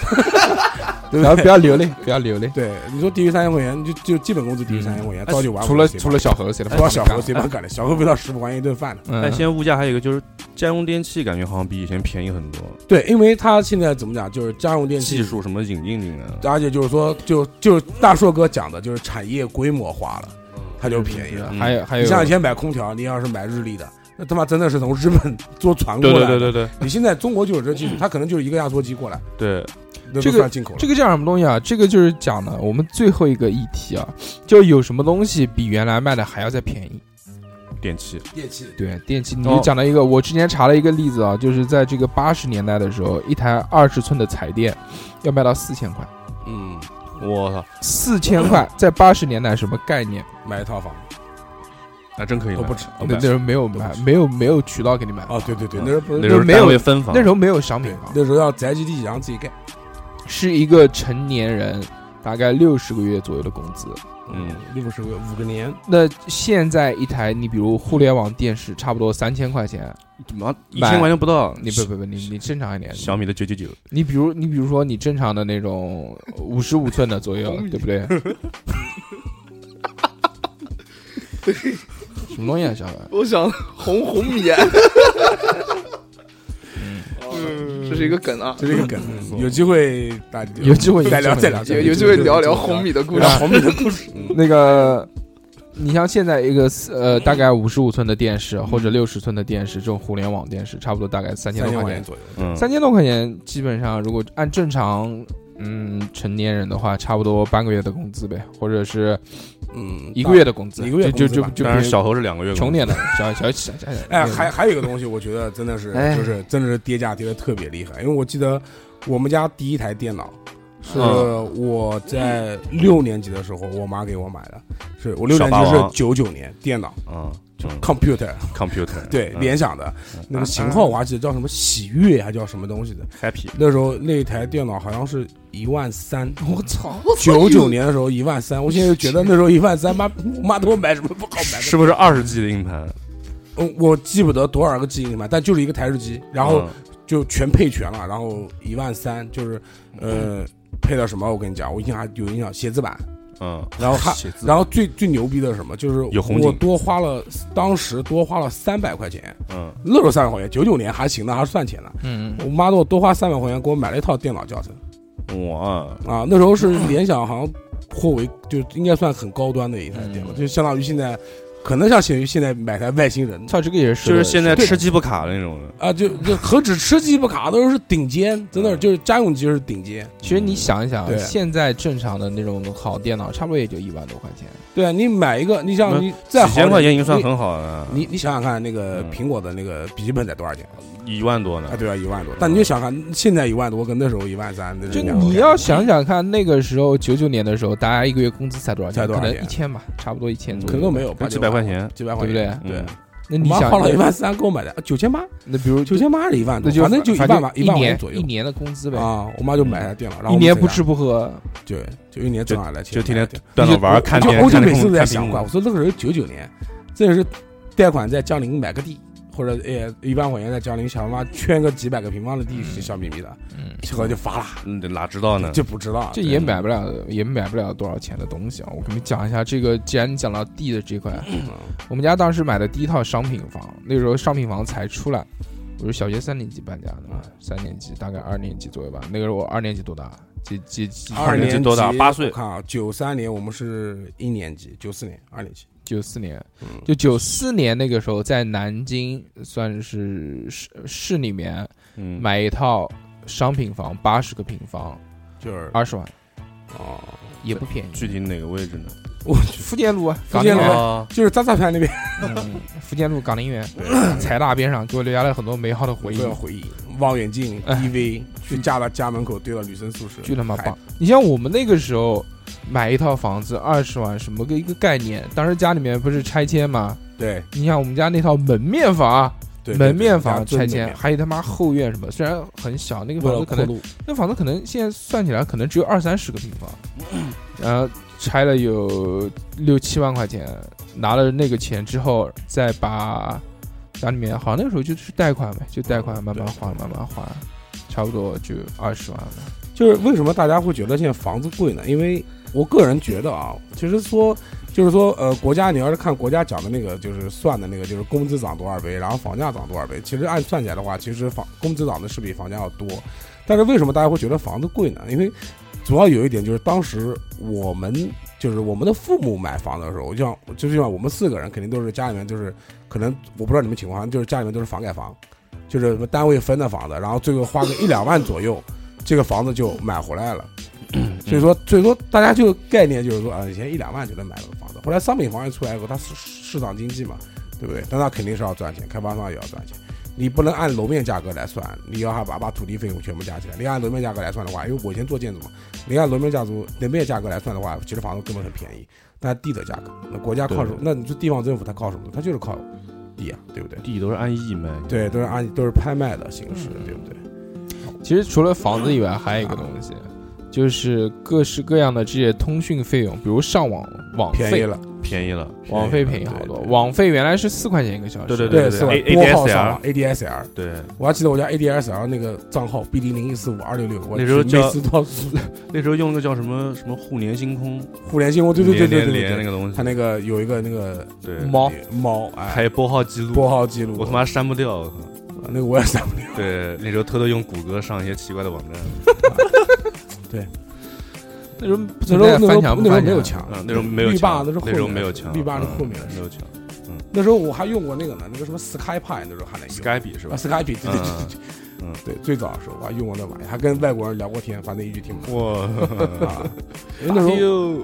E: 对
A: 小
E: 不
A: 不
E: 对？
A: 要流泪，不要流泪。
E: 对，你说低于三千块钱，就就基本工资低于
A: 嗯
E: 三千块钱，朝九晚五。
A: 除了
E: 谁
A: 除了小何，谁来
E: 帮除了
A: 帮
E: 哎小
A: 干
E: 何谁帮干的？小何不到十五块钱一顿饭呢。
D: 但
A: 嗯，
D: 现在物价还有一个就是家用电器，感觉好像比以前便宜很多，
E: 对，因为他现在怎么讲，就是家用电器
D: 技术什么引进进来了。
E: 而且就是说，就就是大硕哥讲的，就是产业规模化了，它就便宜了。
D: 嗯
A: 还有还有，
E: 你像以前买空调，你要是买日立的，那他妈真的是从日本坐船过
D: 对
E: 来
D: 对
E: 的。
D: 对对对
E: 你现在中国就有这技术，它可能就是一个压缩机过来，
D: 对，
E: 那
A: 这
E: 就
A: 个
E: 算进口了。
A: 这个叫什么东西啊？这个就是讲的我们最后一个议题啊，就有什么东西比原来卖的还要再便宜？
D: 电器
E: 电器
A: 对，电器，你
D: 哦
A: 就讲了一个，我之前查了一个例子啊，就是在这个八十年代的时候，一台二十寸的彩电要卖到四千块，
E: 嗯，
D: 我操，
A: 四千块
E: 哦
A: 在八十年代什么概念？
E: 买一套房
D: 那真可以
E: 都
D: 买。
E: 不止。哦
A: 那
E: 不
A: 那
E: 止
A: 时候没有买，没有没有渠道给你买，
E: 哦，对对对，那时候不
D: 那
E: 是
D: 时候
A: 没有
D: 单位分房，
A: 那时候没有商
E: 对
A: 品房，
E: 那时候要宅基地，然后自己盖。
A: 是一个成年人大概六十个月左右的工资。
D: 嗯，
E: 六十个五个年，
A: 那现在一台你比如互联网电视，差不多三千块钱，
D: 怎么一千块钱不到？
A: 你不不不，你你正常一点，
D: 小米的九九九，
A: 你比如你比如说你正常的那种五十五寸的左右，对不 对？什么东西啊，小白？
C: 我想红红米，这是一个梗啊，
E: 这是一个梗。嗯有机会大家
A: 有机会
E: 再聊
A: 有机
E: 再
A: 会
E: 聊，再
C: 有
E: 聊
C: 有机会聊聊红米的故事
E: 聊。红米的故事。嗯
A: 那个，你像现在一个四呃大概五十五寸的电视或者六十寸的电视，这种互联网电视，差不多大概三千多
E: 三千块
A: 块钱。
E: 钱左右。
D: 嗯，
A: 三千多块钱，基本上如果按正常。嗯，成年人的话，差不多半个月的工资呗，或者是
E: 嗯，
A: 一个月的工资，
E: 一个月
A: 就
E: 工资
A: 就
E: 吧
A: 就就
D: 当然
A: 比
D: 小猴是两个月
A: 穷
D: 工资，
A: 点的，小小小小，小
E: 哎，还 还有一个东西，我觉得真的是，
C: 哎
E: 就是真的是跌价跌的特别厉害。因为我记得我们家第一台电脑是
D: 嗯
E: 我在六年级的时候，我妈给我买的，是我六
D: 小
E: 年
D: 霸
E: 级是
D: 王
E: 九九年电脑
D: 嗯，就
E: computer，
D: computer 嗯
E: 对，联想的那个型号我还记得叫什么喜悦，啊还叫什么东西的。
D: happy，
E: 那时候那台电脑好像是一万三，
A: 我操！
E: 九九年的时候一万三，我现在就觉得那 时候一万三，妈我妈给我买什么不好买的
D: 是不是二十 G 的硬盘？
E: 嗯，我记不得多少个记忆嘛，但就是一个台式机，然后
D: 嗯
E: 就全配全了，然后一万三，就是呃，配了什么？我跟你讲，我印象还有印象，写字板，
D: 嗯，
E: 然后还
D: 写字
E: 然后最最牛逼的是什么？就是
D: 有红警
E: 我多花了，当时多花了三百块钱，
D: 嗯，
E: 那时候三百块钱，九九年还行的，还算钱的。
A: 嗯，
E: 我妈给我多花三百块钱，给我买了一套电脑教程
D: 嗯我
E: 啊，那时候是联想好像颇为就应该算很高端的一台电脑，
A: 嗯
E: 就相当于现在，可能像显于现在买台外星人。
A: 操，这个也是，
D: 就是现在
A: 对
D: 吃鸡不卡的那种的，
E: 啊，就就何止吃鸡不卡，都是顶尖，真的就是家用机是顶尖。
A: 其实你想一想啊
E: 对，
A: 现在正常的那种好电脑，差不多也就一万多块钱。
E: 对啊，你买一个，你像
D: 那
E: 你再好
D: 几
E: 点
D: 千块钱已经算很好啊了，
E: 你你你想想看，那个
D: 嗯
E: 苹果的那个笔记本得多少钱
D: 一万多
E: 啊？
D: 呢，
E: 对吧，一万多。但你就想看现在一万多，跟那时候一万三，那
A: 就
E: 时候
A: 你要想想看，那个时候九九年的时候，大家一个月工资才多少钱？
E: 才多少
A: 可
E: 钱嗯
A: 能一千吧，差不多一千左
E: 可能
A: 右。
E: 都没有，八
D: 几百块，钱，
E: 几百
A: 对
E: 块
A: 不
E: 钱，
A: 对？
E: 对
D: 嗯，
A: 那
E: 我
A: 你
E: 妈
A: 想，
E: 花了一万三给我买的，啊九千八，
A: 那比如
E: 九千八是一万多
A: 那，就
E: 反正就一
A: 反
E: 万吧，
A: 一
E: 万块
A: 年
E: 钱左右
A: 一。年的工资呗，
E: 啊，我妈就买台电脑，然后
A: 一
E: 我们
A: 年
E: 在
A: 不
E: 家
A: 吃，不喝，
E: 对，就一年挣下来钱，
D: 就天天
E: 买
D: 断
E: 台电脑
D: 了玩儿看
E: 就
D: 电
E: 我就
D: 看
E: 每次都
D: 看
E: 在
D: 屏
E: 想，
D: 幕
E: 过，我说那个时候九九年，这是贷款在江宁买个地，或者呃一万块钱在江陵想办法圈个几百个平方的地是笑眯眯的，
A: 嗯，
E: 结果就发了，
D: 嗯哪知道呢？
E: 就不知道
A: 这也买不了，也买不了多少钱的东西啊！我给你们讲一下这个，既然你讲到地的这 块，啊我们家当时买的第一套商品房，那时候商品房才出来，我是小学三年级搬家的嘛，
E: 嗯
A: 三年级大概二年级左右吧。那个时候我二年级多大？几几几？
D: 二年级多大八岁
E: 看啊九三年我们是一年级，九四年二年级，
A: 九四年，
E: 嗯
A: 就九四年那个时候，在南京算是市市里面
D: 嗯，
A: 买一套商品房，八十个平方，
E: 就是
A: 二十万，
E: 哦，
A: 也不便宜。
D: 具体哪个位置呢？
E: 我去
A: 福建路啊，
E: 福建路
A: 港
D: 啊，
E: 就是渣渣盘那边，
A: 宁园，嗯福建路港宁园， 财大边上，给我留下了很多美好的回忆
E: 不。要回忆，望远镜、
A: 哎
E: DV 去家了家门口对到女生宿舍，
A: 巨他妈棒！你像我们那个时候买一套房子二十万，什么个一个概念？当时家里面不是拆迁嘛？
E: 对，
A: 你像我们家那套门面房，啊
E: 对对
A: 门面
E: 对
A: 房
E: 对
A: 拆
E: 对
A: 迁，还有他妈后院什么，虽然很小，那个
E: 为
A: 房
E: 了
A: 子可
E: 扩
A: 能
E: 路，
A: 那房子可能现在算起来可能只有二三十个平方，然后拆了有六七万块钱，拿了那个钱之后，再把家里面好像那个时候就是贷款呗，就贷款慢慢还，慢慢还，差不多就二十万了。
E: 就是为什么大家会觉得现在房子贵呢？因为我个人觉得啊，其实说就是说呃，国家你要是看国家讲的那个就是算的那个，就是工资涨多少倍，然后房价涨多少倍，其实按算起来的话，其实房工资涨的是比房价要多。但是为什么大家会觉得房子贵呢？因为主要有一点就是当时我们就是我们的父母买房的时候，就像就是像我们四个人肯定都是家里面就是可能我不知道你们情况，就是家里面都是房改房，就是什么单位分的房子，然后最后花个一两万左右，这个房子就买回来了。所以说，所以说大家就概念就是说啊，以前一两万就能买到个房子，后来商品房一出来以后，它市市场经济嘛，对不对？但它肯定是要赚钱，开发商也要赚钱。你不能按楼面价格来算，你要还把把土地费用全部加起来。你按楼面价格来算的话，因为我以前做建筑嘛，你按楼面价格楼面价格来算的话，其实房子根本很便宜。但地的价格，那国家靠什么？那你说地方政府它靠什么？它就是靠地呀、对不对？
D: 地都是按亿卖，
E: 对，都是按都是拍卖的形式，
D: 嗯
E: 对不对？
A: 其实除了房子以外，还有一个东西，就是各式各样的这些通讯费用，比如上网网
E: 便宜
A: 费，
E: 了，
D: 便宜了，
A: 网费便宜
E: 了
A: 好
E: 对
A: 多。
E: 对
A: 网费原来是四块钱一个小时，
D: 对对
E: 对，是吧？拨号上网 ADSL，
D: 对，
E: 我还记得我家 ADSL 那个账号 B 零零一四五二六六，我
D: 那时候
E: 去每
D: 叫
E: 次都要输
D: 那时候用那个叫什么什么互联星空，
E: 互联信，我对对对对
D: 连
E: 对
D: 连连那
E: 对，
D: 个东
E: 他
D: 西，
E: 那个有一个那个
D: 对，
A: 猫
E: 猫哎
D: 还，有拨号记录，
E: 拨号记录，
D: 我他妈删不掉，我靠
E: 那个我也删不了。
D: 对，那时候偷偷用谷歌上一些奇怪的网站，
A: 那时候不
E: 那时
A: 存
E: 候
A: 在
E: 那时
A: 翻
E: 候
A: 墙不
E: 那时候
A: 翻
E: 没有
A: 墙，
E: 墙
D: 嗯，，那时候没有
E: 绿霸
D: 墙，
E: 那是后
D: 那时候
E: 面
D: 没有
E: 的
D: 墙，
E: 绿霸是
D: 嗯
E: 后面的
D: 没
E: 事。
D: 有墙
E: 那时候我还用过那个呢，那个什么 Skype 那时候还能用。
D: ，Skype 是吧
E: 啊？，Skype，对对
D: 嗯
E: 对对
D: 嗯
E: 对，对，最早的时候我还用过那玩意儿，还跟外国人聊过天，反正一句听不懂
D: 哇，哎
E: 啊。因 为那时候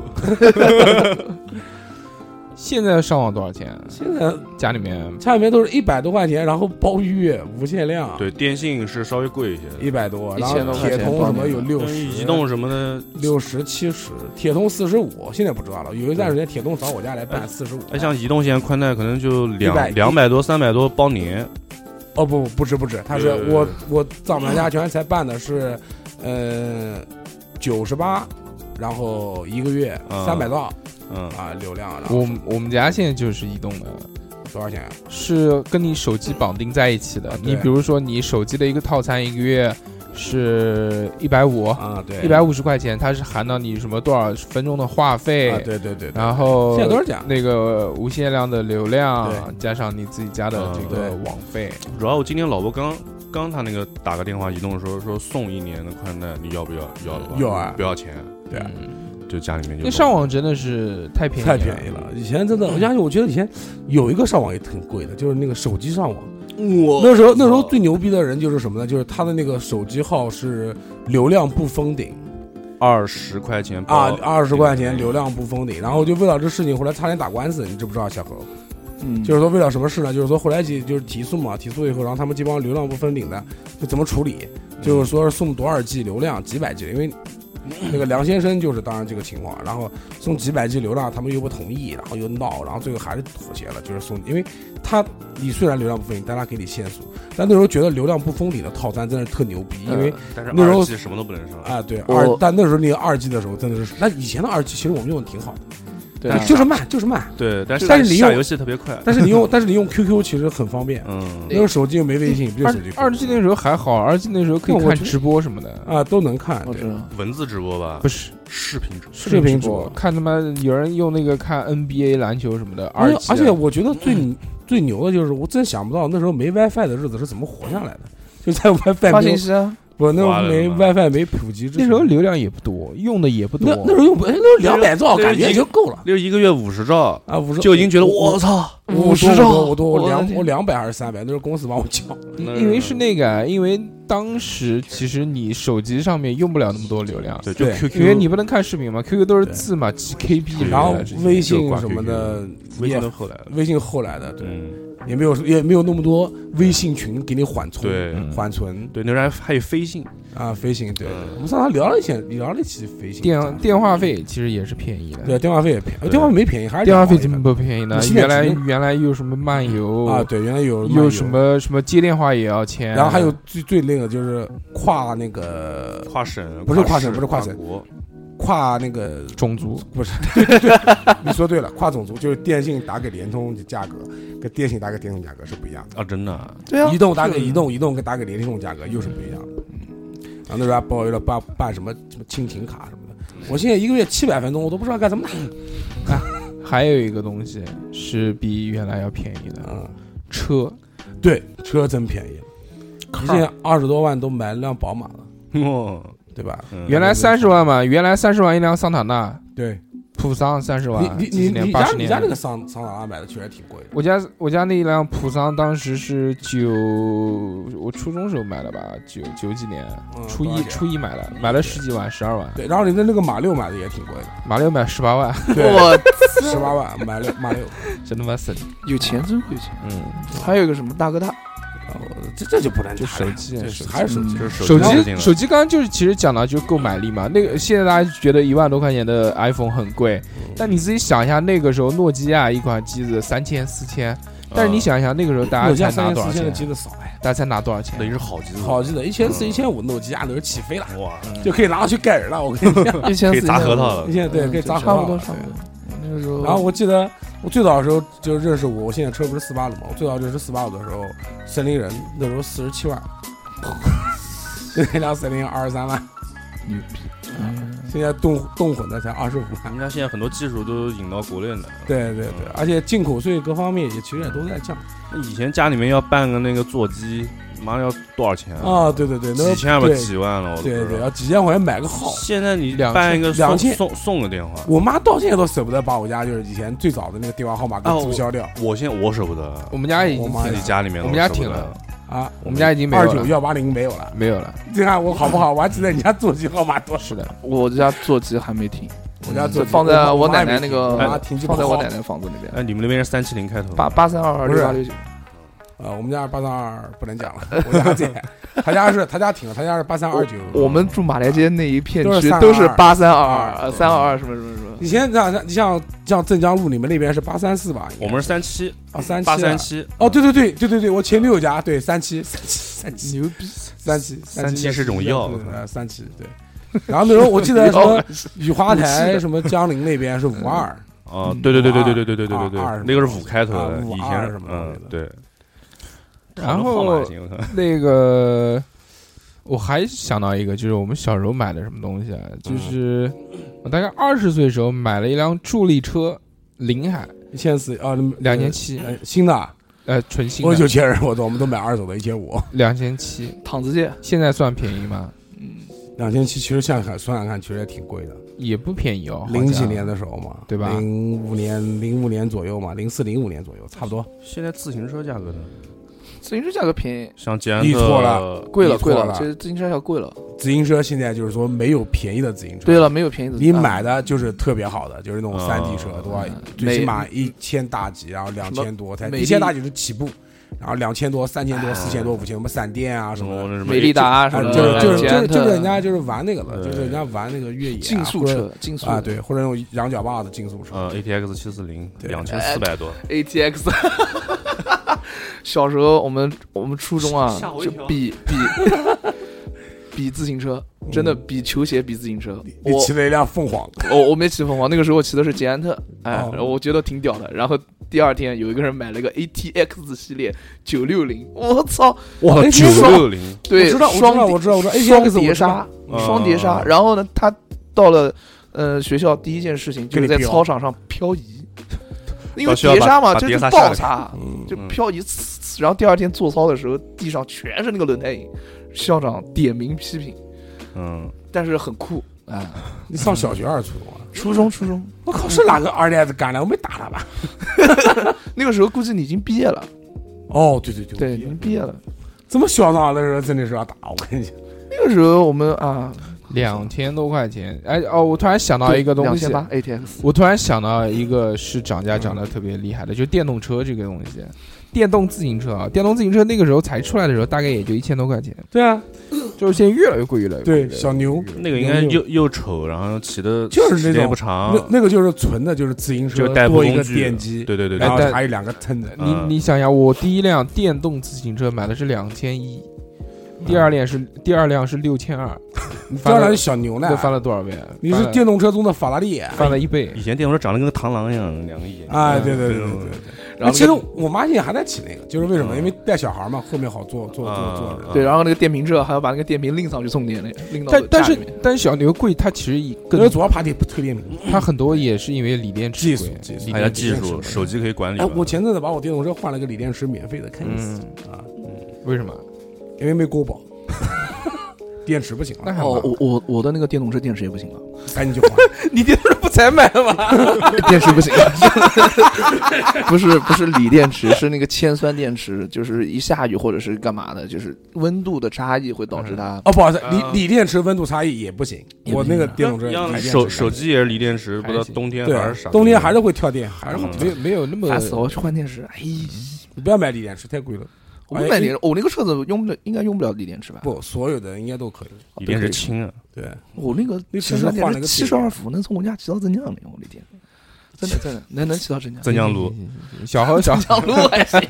A: 现在上网多少钱？
E: 现在
A: 家里面
E: 家里面都是一百多块钱，然后包月无限量，，
D: 对，电信是稍微贵一些的，
E: 一百多，
C: 一
E: 然
C: 千
E: 后
C: 多块
E: 铁
C: 钱
E: 通什么有六
D: 但是
E: 哎十，
D: 移动什么的，
E: 六十七十，铁通四十五，现在不知道了。有一段时间铁通找我家来办四十五，
D: 哎，像移动现在宽带可能就
E: 100
D: 两两百多、三百多包年，
E: 哦不不不止不止，他是
D: 对对对
E: 我我丈母娘家全才办的是，呃九十八，然后一个月
D: 嗯
E: 三百兆
D: 嗯，
E: 啊流量，然后
A: 我我们家现在就是移动的，
E: 多少钱啊？
A: 是跟你手机绑定在一起的
E: 啊。对
A: 你比如说你手机的一个套餐一个月是一百五，
E: 啊对，
A: 一百五十块钱，它是含到你什么多少分钟的话费，
E: 啊对对对，对
A: 然后
E: 现在多少钱啊？
A: 那个无限量的流量，加上你自己家的
D: 嗯
A: 这
E: 对
A: 个网费，
D: 主要我今天老婆刚刚她那个打个电话，移动说说送一年的宽带，你要不要？要的话，
E: 要啊
D: 不要钱，
E: 对啊
A: 嗯
D: 就家里面就
A: 那上网真的是太便宜，嗯
E: 太便宜了，。以前真的，而且我觉得以前有一个上网也挺贵的，就是那个手机上网。
D: 我
E: 那时候那时候最牛逼的人就是什么呢？就是他的那个手机号是流量不封顶
D: 二十块钱
E: 啊
A: 哦
D: 包，
E: 二十块钱流量不封顶，然后就为了这事情后来差点打官司，你知不知道小何？
C: 嗯，
E: 就是说为了什么事呢？就是说后来起就是提诉嘛，提诉以后，然后他们这帮流量不封顶的就怎么处理？
C: 嗯
E: 就是说送多少 G 流量，几百 G，因为。那个梁先生就是当然这个情况，然后送几百 G 流量，他们又不同意，然后又闹，然后最后还是妥协了，就是送，因为他你虽然流量不封顶，但他给你限速，但那时候觉得流量不封顶的套餐真的特牛逼，因为
D: 但是
E: 那时
D: 二
E: 候
D: G 什么都不能上，
E: 啊，对
C: 嗯我
E: 二，但那时候那个二 G 的时候真的是，那以前的二 G 其实我们用的挺好的，
C: 对
D: 但
C: 啊
D: 是
E: 就是慢，就是慢。
D: 对，但是
E: 但是你
D: 下
E: 用
D: 游戏特别快，
E: 但是你用，但是你用 QQ 其实很方便，
D: 嗯
E: 那个手机又没微信，不就
A: 二
E: 手机 QQ
A: 二 G 那时候还好，二 G 那时候可以
E: 那我
A: 看
E: 觉得
A: 直播什么的
E: 啊都能看，
C: 我
E: 对
C: 知道，
D: 文字直播吧
A: 不，是
D: 视频直播
E: 视频直播
A: 播，看他妈有人用那个看 NBA 篮球什么的，啊
E: 而
A: 而
E: 且而且我觉得最最牛的就是，我真想不到那时候没 WiFi 的日子是怎么活下来的， 就在 WiFi
C: 发
E: 没
C: 信
E: 有
C: 息啊，
E: 不那时候没
D: 花了
E: WiFi 没普及之
A: 那
E: 前，
A: 时候流量也不多，用的也不多
E: 那，那时候用不哎那时候两百兆
D: 那时候
E: 感觉
D: 一
E: 就够了
D: 六一个月五十兆，
E: 啊，五十
D: 就已经觉得
E: 我
D: 我操，
E: 我
C: 50
E: 多
C: 兆
E: 我多我多
C: 我的
E: 两
C: 天
E: 我两百还是三百，那时候公司帮我交，
D: 那
A: 因为是那个，啊因为当时其实你手机上面用不了那么多流量，
D: 对，就
E: 对
D: QQ，
A: 因为你不能看视频嘛，QQ 都是
E: 对
A: 字嘛，几 KB
D: 对
E: 然
A: 嘛
E: 后
A: 来着
E: 微
D: 就
E: 信
D: 挂
E: 什么
D: QQ
E: 的
D: 微信
E: 也
D: 都后来了，
E: 微信后来的对，
D: 嗯，
E: 也没有也没有那么多微信群给你缓存
D: 对嗯
E: 缓存
D: 对，那时候还还有飞信，
E: 啊飞信对，对
D: 嗯
E: 我们上次聊了一些聊了一期飞信
A: 电电话费其实也是便宜
E: 对
A: 的，
E: 电话费也便宜，
D: 对
E: 电话费没便宜还是
A: 电话
E: 两毛
A: 费
E: 一
A: 怎么
E: 份
A: 不便宜呢
E: 你？现在
A: 原来
E: 只能
A: 原来又什么漫游
E: 啊，对，原来有
A: 又什，么什么接电话也要钱，
E: 然后还有最最那个就是跨那个
D: 呃跨省，
E: 不是跨
D: 跨
E: 省
D: 市
E: 不是跨省
D: 国，
E: 跨那个
A: 种族，
E: 不是， 你说对了，跨种族就是电信打给联通的价格跟电信打给电信价格是不一样的，
D: 啊，真的啊，
C: 对啊
E: 移，动打给移动，移动跟打给联通价格又是不一样的。
D: 嗯
E: 然后那时候还包邮了办办什么什么亲情卡什么的，我现在一个月七百分钟，我都不知道该怎么打。
A: 还有一个东西是比原来要便宜的，
E: 嗯，
A: 车。
E: 对，车真便宜，你现在二十多万都买了辆宝马了，
D: 哦，
E: 对吧？
D: 嗯
A: 原来三十万嘛，原来三十万一辆桑塔纳，
E: 对
A: 普桑三十万
E: 你，你
A: 几
E: 你
A: 几年
E: 你
A: 八
E: 家
A: 十
E: 你
A: 年
E: 家。那个桑桑塔纳买的确实挺贵的。
A: 我家我家那一辆普桑当时是九，我初中时候买的吧，九九几年，
E: 嗯
A: 初
E: 多少
A: 一
E: 钱
A: 初一买的，买了十几万，十二万，
E: 对，然后你的那个马六买的也挺贵 的，
A: 马六买十八万，
C: 我
E: 十八万买了马六，
A: 真他妈省。
C: 有钱真有钱。
A: 嗯，
C: 还有一个什么大哥大，
E: 然后这这就不能
A: 就
E: 谈
A: 手
E: 了
A: 机
E: 这
A: 手机
E: 还是手机
C: 嗯
D: 就是
A: 手
D: 机
A: 机手
D: 手
A: 机刚刚就是其实讲到就是购买力嘛，那个现在大家觉得一万多块钱的 iPhone 很贵，
E: 嗯
A: 但你自己想一下，那个时候诺基亚一款机子三千四千，但是
D: 啊
A: 你想一下那个时候大
E: 嗯诺基
A: 家
E: 亚
A: 才拿
E: 三
A: 多
E: 千
A: 少
E: 四千的
A: 钱？
E: 机子少哎，
A: 大家才拿多少钱？
D: 等于是好机子，
E: 好记得一千四、一千五，诺基亚都是起飞了，
D: 哇，
E: 就可以拿去盖人了。我
A: 嗯
E: 跟
C: 一
E: 你讲，
C: 千
D: 可
C: 四
D: 以砸核桃了
E: 一，千对可以砸
C: 差不多
E: 核
C: 差
E: 桃了
C: 不多。那个时候，
E: 然后我记得我最早的时候就认识我，我现在车不是四八五嘛，我最早认识四八五的时候，森林人那时候四十七万，那辆森林人二十三万，
C: 牛逼，
E: 现在动动混的才二十五万。
D: 人家现在很多技术都引到国内来了。
E: 对对对，而且进口税各方面也其实也都在降
D: 那以前家里面要办个那个座机，妈要多少钱？
E: 啊，对对对，那时候
D: 几千要不
E: 对
D: 几万了，我都不
E: 对对，
D: 知道。
E: 要几千块钱买个好。
D: 现在你
A: 两千
D: 办一个送
E: 两千
D: 送送个电话，
E: 我妈到现在都舍不得把我家就是以前最早的那个电话号码给
D: 啊我
E: 注销掉
D: 我现在我舍不得
A: 我，们家已
E: 我
A: 经
E: 妈
D: 自己家里面
A: 我们家
D: 都舍不
A: 停
D: 得
A: 了，
E: 啊。
A: 我们家已经没有
E: 二九
A: 了，
E: 幺八零没有了，
A: 没有了。
E: 你看我好不好？我还记得你家座机号码多少，
A: 是的，
C: 我家座机还没停，
E: 我家座
C: 就
E: 机
C: 放在
E: 我
C: 我
E: 妈
C: 奶
E: 也没
C: 奶那个
E: 停我妈停机不
C: 放在我
E: 好
C: 奶奶房子那边，
D: 哎，你们那边是三七零开头，
C: 八八三二二
E: 不是
C: 六八六九，
E: 呃，我们家八三二不能讲了，我家在，他家是他家停了，他家是八三二九。
C: 我们住马来街那一片
E: 都是
C: 区
E: 322
C: 都是八三二嗯二三二二什么什么什么，
E: 你现在像你像像镇江路，你们那边是八三四吧？应该
D: 我们是三七
E: 哦三七
D: 八三
E: 了
D: 七，
E: 哦，对对对对对对，我前女友家对三七三七三七
C: 牛逼，
E: 三七
D: 三七是种药
E: 对对对呃三七对。然后那时候我记得什么雨花台什么江陵那边是五二，
D: 啊，对对对对对对对对对对对
E: 嗯二二什么
D: 那个是五开头
E: 啊
D: 的，
E: 五
D: 以
E: 二
D: 前
E: 什么
D: 嗯
E: 的
D: 对，
A: 然
D: 好多号
A: 后
D: 码已经我靠
A: 那个我还想到一个，就是我们小时候买的什么东西啊？就是我大概二十岁的时候买了一辆助力车，林海
E: 一千四啊
A: 两千七，
E: 呃新的啊，
A: 呃，纯新
E: 我有
A: 的
E: 钱人，我操，我们都买二手的，一千五，
A: 两千七，
C: 躺子界，
A: 现在算便宜吗？
E: 两千七，其实现在看算算看，其实也挺贵的。
A: 也不便宜哦，
E: 零
A: 好
E: 几
A: 像
E: 年的时候嘛，
A: 对吧
E: 零五年，零五年左右嘛，零四零五年左右，差不多。
D: 现在自行车价格呢？
C: 自行车价格便宜，
D: 像捷安
E: 你
D: 特
E: 错了，
C: 贵了
E: 你错
C: 贵
E: 了
C: 了，其实自行车要贵了。
E: 自行车现在就是说没有便宜的自行车，
C: 对了，没有便宜的，
E: 你买的就是特别好的，就是那种
C: 哦
D: 啊
E: 三 D 车，对吧？最
C: 每
E: 起码一千大几，然后两千多，才
C: 美
E: 一
C: 丽
E: 千大几是起步，然后两千多、三千多、四千多、五千，什么闪电啊
D: 什
E: 什
D: 么
E: 么
D: 那
E: 的。
D: 什么
C: 美利达啊什哎
E: 啊
C: 么，
E: 就是
C: 的，
E: 就是
C: 捷
E: 就
C: 安
E: 是
C: 特
E: 就是人家就是玩那个了，
D: 对
E: 就是人家玩那个越野啊
C: 竞速
E: 或者
C: 车，啊竞速
E: 啊，对，或者那种羊角把子竞速车，
D: 呃 ATX 七四零
E: 嗯对呃
D: 两千四百多，
C: ATX。小时候我们我们初中啊，就比比比自行车，真的比球鞋比自行车。
E: 嗯你
C: 我
E: 骑了一辆凤凰，
C: 我我没骑凤凰，那个时候我骑的是捷安特，哎，
E: 哦
C: 我觉得挺屌的。然后第二天有一个人买了个 ATX 系列九六零，我操，
D: 哇
C: 哎
D: 九六零，
C: 对，
E: 我知道我知道
C: 双碟
E: 我知道我知道 ATX
C: 双
E: 我
C: 碟
E: 知
C: 刹
E: 道，
D: 嗯
C: 双碟刹。然后呢，他到了呃学校第一件事情就是
E: 跟你
C: 在
E: 飙
C: 操场上漂移，因为
D: 到学校
C: 碟刹嘛，
D: 把把
C: 就是
D: 碟刹
C: 倒
D: 下
C: 刹，
E: 嗯，
C: 就
D: 嗯
C: 漂移。呲呲然后第二天做操的时候，地上全是那个轮胎印，校长点名批评，
D: 嗯，
C: 但是很酷啊。
E: 你上小学还是初中啊？
C: 初中，初中
E: 我靠，是哪个二呆子干的？我没打他吧？
C: 那个时候估计你已经毕业了，
E: 哦，对对对
C: 对，已经毕业了。
E: 这么嚣张的啊时候真的是要打我跟你讲，
C: 那个时候我们啊，
A: 两千多块钱。哎哦，我突然想到一个东
C: 两
A: 西
C: 千，八 ATX，
A: 我突然想到一个是涨价涨得特别厉害的，就是电动车这个东西。电动自行车啊，电动自行车那个时候才出来的时候，大概也就一千多块钱，
E: 对 啊，
A: 就是现在越来越贵，越来越贵。
E: 对小牛
D: 那个应该又又丑，然后骑的
E: 就是那
D: 时间
E: 种
D: 不长
E: 那，那个就是纯的，就是自行车
D: 就代步
E: 多一
D: 工
E: 个
D: 具，
E: 电机，
D: 对对对
E: 然后
D: 对，
A: 哎但
E: 还有两个撑子，
A: 你
D: 嗯
A: 你想想，我第一辆电动自行车买的是两千一，第二辆是第二辆是六千二，
E: 你
A: 翻
E: 当
A: 了
E: 然是小牛呢
A: 那，翻了多少倍啊？
E: 你
A: 翻
E: 是
A: 了
E: 电动车中的法拉利。
A: 翻了一倍。
D: 以前电动车长得跟个螳螂一样，两个眼睛
E: 啊，对对对对对。哎
C: 然后那个
E: 其实我妈现在还在骑那个，就是为什
D: 嗯
E: 么？因为带小孩嘛，后面好坐坐坐
D: 啊
E: 坐着。
C: 对，然后那个电瓶车还要把那个电瓶拎上去送电，那拎到
A: 但但
C: 家
A: 是
C: 里面
A: 但是小牛贵，它其实也
E: 因为
A: 更
E: 主要爬铁推电瓶。
A: 它很多也是因为锂电池
E: 技术
A: 贵
E: 技术
A: 锂
D: 还有
A: 电
D: 技
A: 池
D: 术，手机可以管理
E: 哎
D: 嘛。，
E: 我前阵子把我电动车换了个锂电池，免费的，看意思
A: 嗯，
E: 啊，
A: 为什么？
E: 因为没国宝，电池不行
A: 那
E: 了，
A: 还
C: 哦
A: 好，
C: 我我我的那个电动车电池也不行了，
E: 赶紧就换。
A: 你电动车不才买了吗？
C: 电池不行， 不是不是锂电池，是那个铅酸电池，就是一下雨或者是干嘛的，就是温度的差异会导致它。
E: 哦，不好意思，
D: 呃
A: 啊
E: 锂锂电池温度差异也不行，
C: 也
D: 啊
C: 不
E: 我那个电动车
D: 一样的
E: 锂电池
D: 手手机也是锂电池，不知道
A: 还行
D: 冬天还
E: 对啊
D: 是啥，，
E: 冬天还是会跳电，还是好
D: 嗯。
A: 没有没有那么
C: 烦死了！我去换电池。哎，
E: 你不要买锂电池，太贵了。哎
C: 我不买锂，我那个车子用不了，应该用不了锂电池吧？
E: 不，所有的应该都可以。
D: 锂电池轻啊，
E: 对，
C: 我那个
E: 你
C: 其
E: 只
C: 实
E: 是
C: 电
E: 换
C: 池
E: 了个
C: 七十二伏，能从我家骑到镇江的，我的天！真的真的能能骑到镇江。
D: 镇江路。
A: 小何小
F: 哦
C: 江路还行。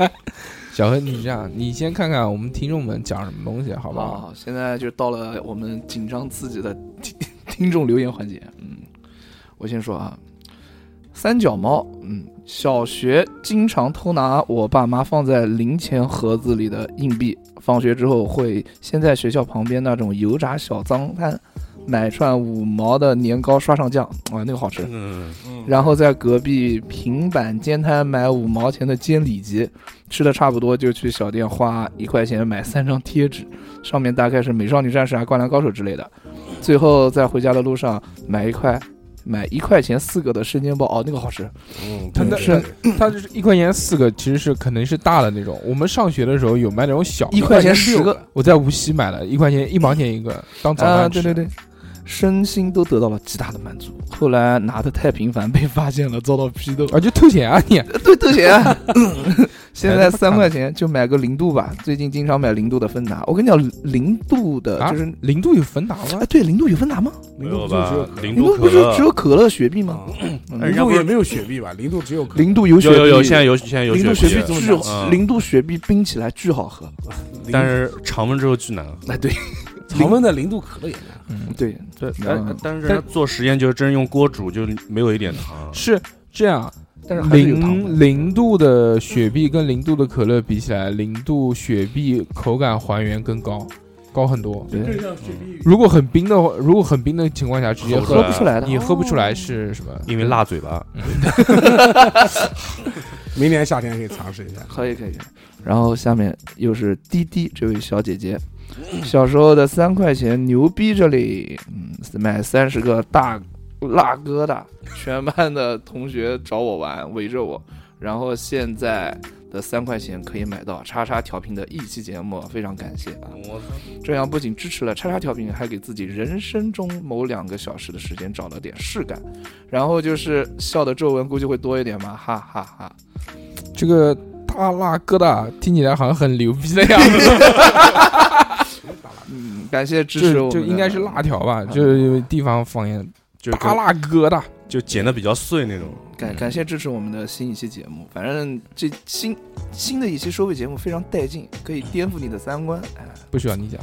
A: 小何，你这样，你先看看我们听众们讲什么东西，好不好？
C: 好，现在就到了我们紧张刺激的 听听众留言环节。嗯，我先说啊，三脚猫，嗯，小学经常偷拿我爸妈放在零钱盒子里的硬币，放学之后会先在学校旁边那种油炸小脏摊买串五毛的年糕，刷上酱，哇，那个好吃。
D: 嗯，
C: 然后在隔壁平板煎摊买五毛钱的煎里脊，吃的差不多就去小店花一块钱买三张贴纸，上面大概是美少女战士啊、灌篮高手之类的。最后在回家的路上买一块，买一块钱四个的生煎包，哦，那个好吃。
E: 嗯，
A: 它那
E: 对对对
A: 它就是一块钱四个，其实是可能是大的那种。我们上学的时候有卖那种小的，
C: 一块钱十个，
A: 我在无锡买了一块钱一毛钱一个当早
C: 啊，
A: 餐
C: 对
A: 吃。
C: 对对，身心都得到了极大的满足。后来拿的太频繁被发现了，遭到批斗。
A: 啊，就偷钱啊你！
C: 对对姐，
A: 啊 嗯哎
C: 现在三块钱就买个零度吧。最近经常买零度的芬达，我跟你讲，零度的
A: 啊
C: 就是，
A: 零度有啊芬达吗
C: 哎，？对，零度有芬达吗？
D: 没
E: 零
D: 有
E: 度就
D: 吧
E: 只有可乐？
D: 零
C: 零
D: 度
C: 度
D: 可
C: 不是只
D: 乐，
C: 有可乐、雪碧吗？
E: 嗯
C: 嗯
E: 零
D: 要
E: 度
D: 不
E: 也没有雪碧吧？零度只有可乐
C: 零度有雪
D: 有
C: 碧，
D: 有有，现在有现在有
C: 零度
D: 雪
C: 雪碧
D: 碧，
C: 巨
D: 嗯
C: 零度雪碧冰起来巨好喝。
D: 但是常温之后巨难喝。
C: 哎，对
E: 常温的零度可乐也难。
A: 嗯，
C: 对，
D: 对
C: 嗯
D: 但但是
A: 但
D: 它做实验就是真用锅煮，就没有一点糖。
A: 是这样，
C: 但是还是有糖的
A: 零零度的雪碧跟零度的可乐比起来，零度雪碧口感还原更高，高很多。
C: 对，
E: 像
D: 雪
E: 碧
A: 如果很冰的话，如果很冰的情况下直接
D: 喝
A: 喝，
C: 喝不出来的。
A: 你喝不出来是什么？
D: 因为辣嘴巴，
E: 明年夏天可以尝试一下。
C: 可以可以。然后下面又是滴滴这位小姐姐，小时候的三块钱牛逼这里，嗯，买三十个大辣疙瘩，全班的同学找我玩，围着我。然后现在的三块钱可以买到叉叉调频的一期节目，非常感谢啊！这样不仅支持了叉叉调频，还给自己人生中某两个小时的时间找了点事干。然后就是笑的皱纹估计会多一点嘛，哈哈哈
A: 这个大辣疙瘩听起来好像很牛逼的样 子，
C: 嗯，感谢支持我
A: 就
C: 们
A: 就
C: 的，
A: 应该是辣条
E: 啊
A: 吧，就是地方方言
D: 就
A: 大辣疙瘩。
D: 就剪的比较碎那种。
C: 感
A: 嗯
C: 感谢支持我们的新一期节目。反正这新新的一期收费节目非常带劲，可以颠覆你的三观。哎
A: 不需要你讲，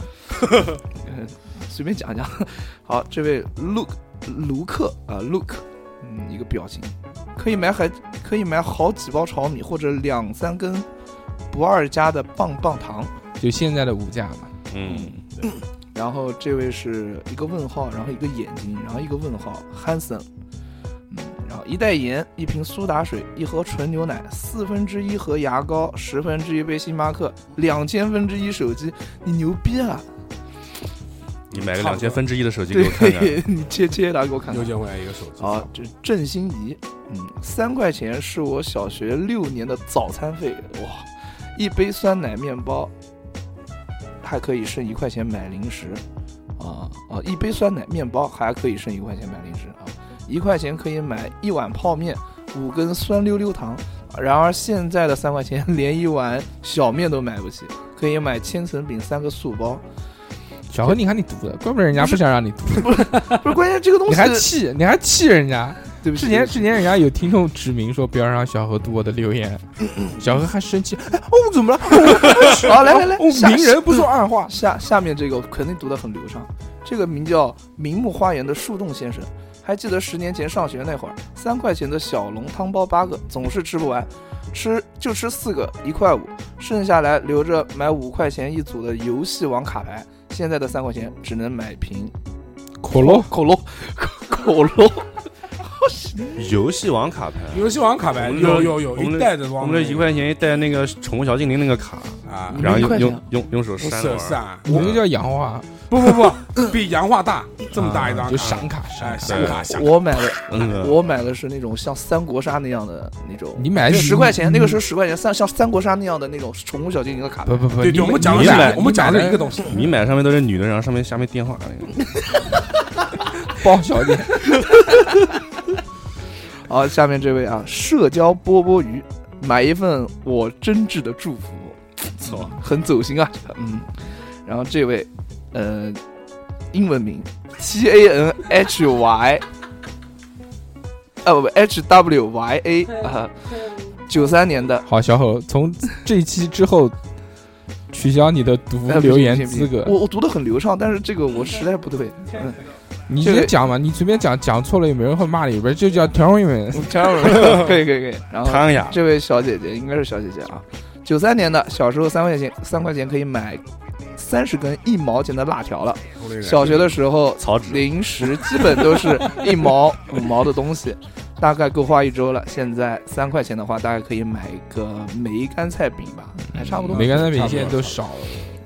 C: 呃随便讲讲。 好，这位 Look 卢克啊、l o o k 嗯，一个表情，可以买还可以买好几包炒米或者两三根不二家的棒棒糖。
A: 就现在的物价嘛，
D: 嗯，
C: 然后这位是一个问号，然后一个眼睛，然后一个问号，Hanson，嗯，然后一袋盐，一瓶苏打水，一盒纯牛奶，四分之一盒牙膏，十分之一杯星巴克，两千分之一手机，你牛逼啊！
D: 你买个
E: 差
D: 两
E: 不多
D: 千分之一的手机给
C: 对
D: 我看看，
C: 你切切拿给我
D: 啊
C: 看
E: 六
C: 看。
E: 千块钱一个手
A: 啊
E: 机，
C: 好，这是啊郑欣宜，嗯，三块钱是我小学六年的早餐费，哇，一杯酸奶面包还可以剩一块钱买零食，啊啊，一杯酸奶面包还可以剩一块钱买零食啊，一块钱可以买一碗泡面，五根酸溜溜糖。然而现在的三块钱 连一碗小面都买不起，可以买千层饼三个素包。
A: 小何，你看你读的，怪不得人家不想让你读，
C: 不是，关键这个东
A: 你
C: 西，
A: 还气，你还气人家。
C: 对不起，
A: 之前
C: 对不起
A: 之前人家有听众指明说不要让小何读我的留 言，小何还生气，哎，哦，怎么了？
C: 好，啊来来来，
A: 哦，
C: 下
A: 明人不说暗话。
C: 下下面这个我肯定读得很流畅，这个名叫明目花园的树洞先生，还记得十年前上学那会儿，三块钱的小笼汤包八个，总是吃不完，吃就吃四个，一块五，剩下来留着买五块钱一组的游戏王卡牌。现在的三块钱只能买瓶
A: 可乐，
C: 可 乐，可乐。
D: 游戏王卡牌，
E: 游戏王卡牌
D: 我们
E: 有
D: 这
E: 有有
D: 我们
E: 一
D: 这
E: 袋子
D: 我
E: 装
D: 们
E: 的
D: 这
E: 那个，
D: 一块钱一带那个宠物小精灵那个卡，
E: 啊
C: 你，们
D: 然后
C: 一块
D: 用
C: 钱
D: 用用用手
E: 我
D: 扇
E: 手
D: 玩，
E: 扇，
A: 你那个叫洋话，
E: 啊不不 不，比洋画大，这么大一
A: 啊
E: 张卡，
A: 就闪卡闪
E: 哎，
A: 卡。
E: 闪卡闪卡，
C: 我买的，
D: 那个
C: 我买的是那种像三国杀那样的那种，
A: 你买
C: 就
A: 的嗯
C: 十块钱，那个时候十块钱，像像三国杀那样的那种宠物小精灵的卡牌
A: 不。不不，
E: 对
A: 你
E: 对，我们讲
A: 你
D: 买
E: 的是
A: 买
E: 我们讲
A: 你
E: 的是
A: 买
E: 一个东西，
D: 你买上面都是女的，然后上面下面电话那个，
A: 包小姐，
C: 好，下面这位啊，社交波波鱼，买一份我真挚的 祝福，
D: 操，
C: 很走心啊，这个嗯。然后这位，呃，英文名 T A N H Y，啊不不 H W Y A 啊，九三年的，
A: 好小侯，从这一期之后取消你的读
C: 哎
E: 呃
C: 不行
A: 嗯留言
C: 不行
A: 资
C: 不行
A: 格，
C: 我我读的很流畅，但是这个我实在不 对，嗯，
A: 你
C: 这个
A: 先讲嘛，你随便讲，讲错了也没人会骂你，不是就叫 t e r r i
C: 我承认 可以可以可以。然后
D: 汤呀，
C: 这位小姐姐应该是小姐姐啊，九三年的，小时候三块钱三块钱可以买三十根一毛钱的辣条了。小学的时候，
D: 草纸，
C: 零食基本都是一毛五毛的东西，大概够花一周了。现在三块钱的话，大概可以买一个梅干菜饼吧，还差不多。
A: 梅干菜饼
E: 哎差不多
A: 现在都少了，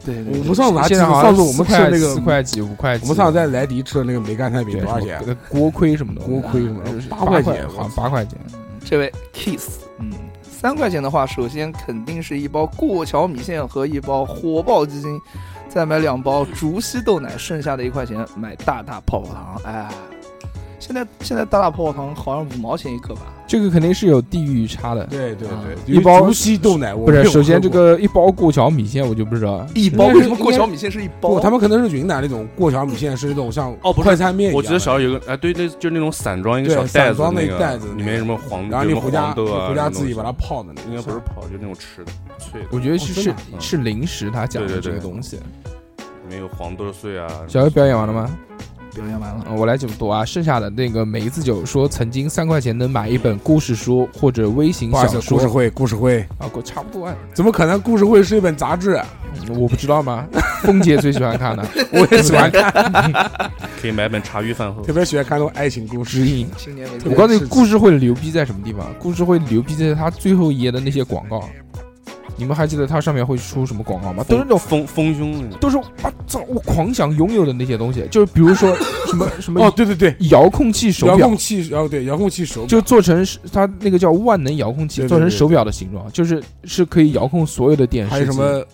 C: 对对
E: 我
C: 对
E: 们上次还记
A: 现
E: 得
A: 在好像
E: 上次我们
A: 四
E: 吃
A: 块
E: 的那个
A: 四块几五块几，
E: 我们上次在莱迪吃的那个梅干菜饼
A: 对
E: 多少钱？？啊
A: 锅盔什么的，
E: 锅盔什么的
A: 就是
E: 八
A: 块
E: 块钱
A: 好像八块钱。
C: 这位 Kiss，嗯，三块钱的话，首先肯定是一包过桥米线和一包火爆鸡精，再买两包竹溪豆奶，剩下的一块钱买大大泡泡糖。哎，现在现在大大泡泡糖好像五毛钱一个吧？
A: 这个肯定是有地域差的，
E: 对对
C: 啊
E: 对，
A: 一包
E: 竹溪豆奶，我
A: 不
E: 没
A: 是？
E: 有
A: 首先这
E: 喝过，
A: 个一包过桥米线我就不知道，
C: 一
E: 包
C: 包？为什么过
E: 应该
C: 桥米线是一包？
E: 不，他们可能是云南那种过桥米线，是那种像
D: 哦不是
E: 快餐面一样的。
D: 我记得小时候有个，哎，对，那就是那种散装一个
E: 对
D: 小袋
E: 散
D: 子
E: 装，那
D: 个
E: 袋子
D: 里面什么黄，
E: 然
D: 有
E: 后你
D: 什么
E: 回家
D: 黄豆啊，
E: 你回家
D: 什么东
E: 自己
D: 西
E: 把它泡的那个，
D: 应该不是泡，就那种吃的脆的，
A: 我觉得
E: 哦
A: 是
E: 真
A: 是
E: 的
D: 嗯
A: 是零食，他讲的
D: 对对
A: 这个
D: 对
A: 东西。
D: 里面有黄豆碎啊。
A: 小何表演完了吗？
C: 表演完了，
A: 嗯我来解读啊，剩下的那个梅子酒说，曾经三块钱能买一本故事书或者微型
E: 不好意思
A: 小，
E: 故事
A: 说
E: 会，故事会，
A: 啊，我差不多啊，
E: 怎么可能？故事会是一本杂志，啊
A: 嗯我不知道吗？凤姐最喜欢看的，
E: 我也喜欢看，
D: 可以买本茶余饭后
E: 特。别喜欢看那种爱情故事
A: 指。引。
C: 青年没
A: 我
C: 见
A: 告诉你，故事会牛逼在什么地方？故事会牛逼在它最后一页的那些广告，你们还记得它上面会出什么广告吗？都是那种。
D: 丰丰胸的，
A: 都是我操！我狂想拥有的那些东西，就是比如说什么什
E: 哦，
A: 么
E: 对对对，
A: 遥控器手
E: 遥
A: 表，
E: 控器，哦对，遥控器手
A: 就
E: 表，
A: 做成是它那个叫万能遥控器，
E: 对对
A: 做成
E: 对
A: 手表的形状，就是是可以遥控所有的电视机，
E: 还有什么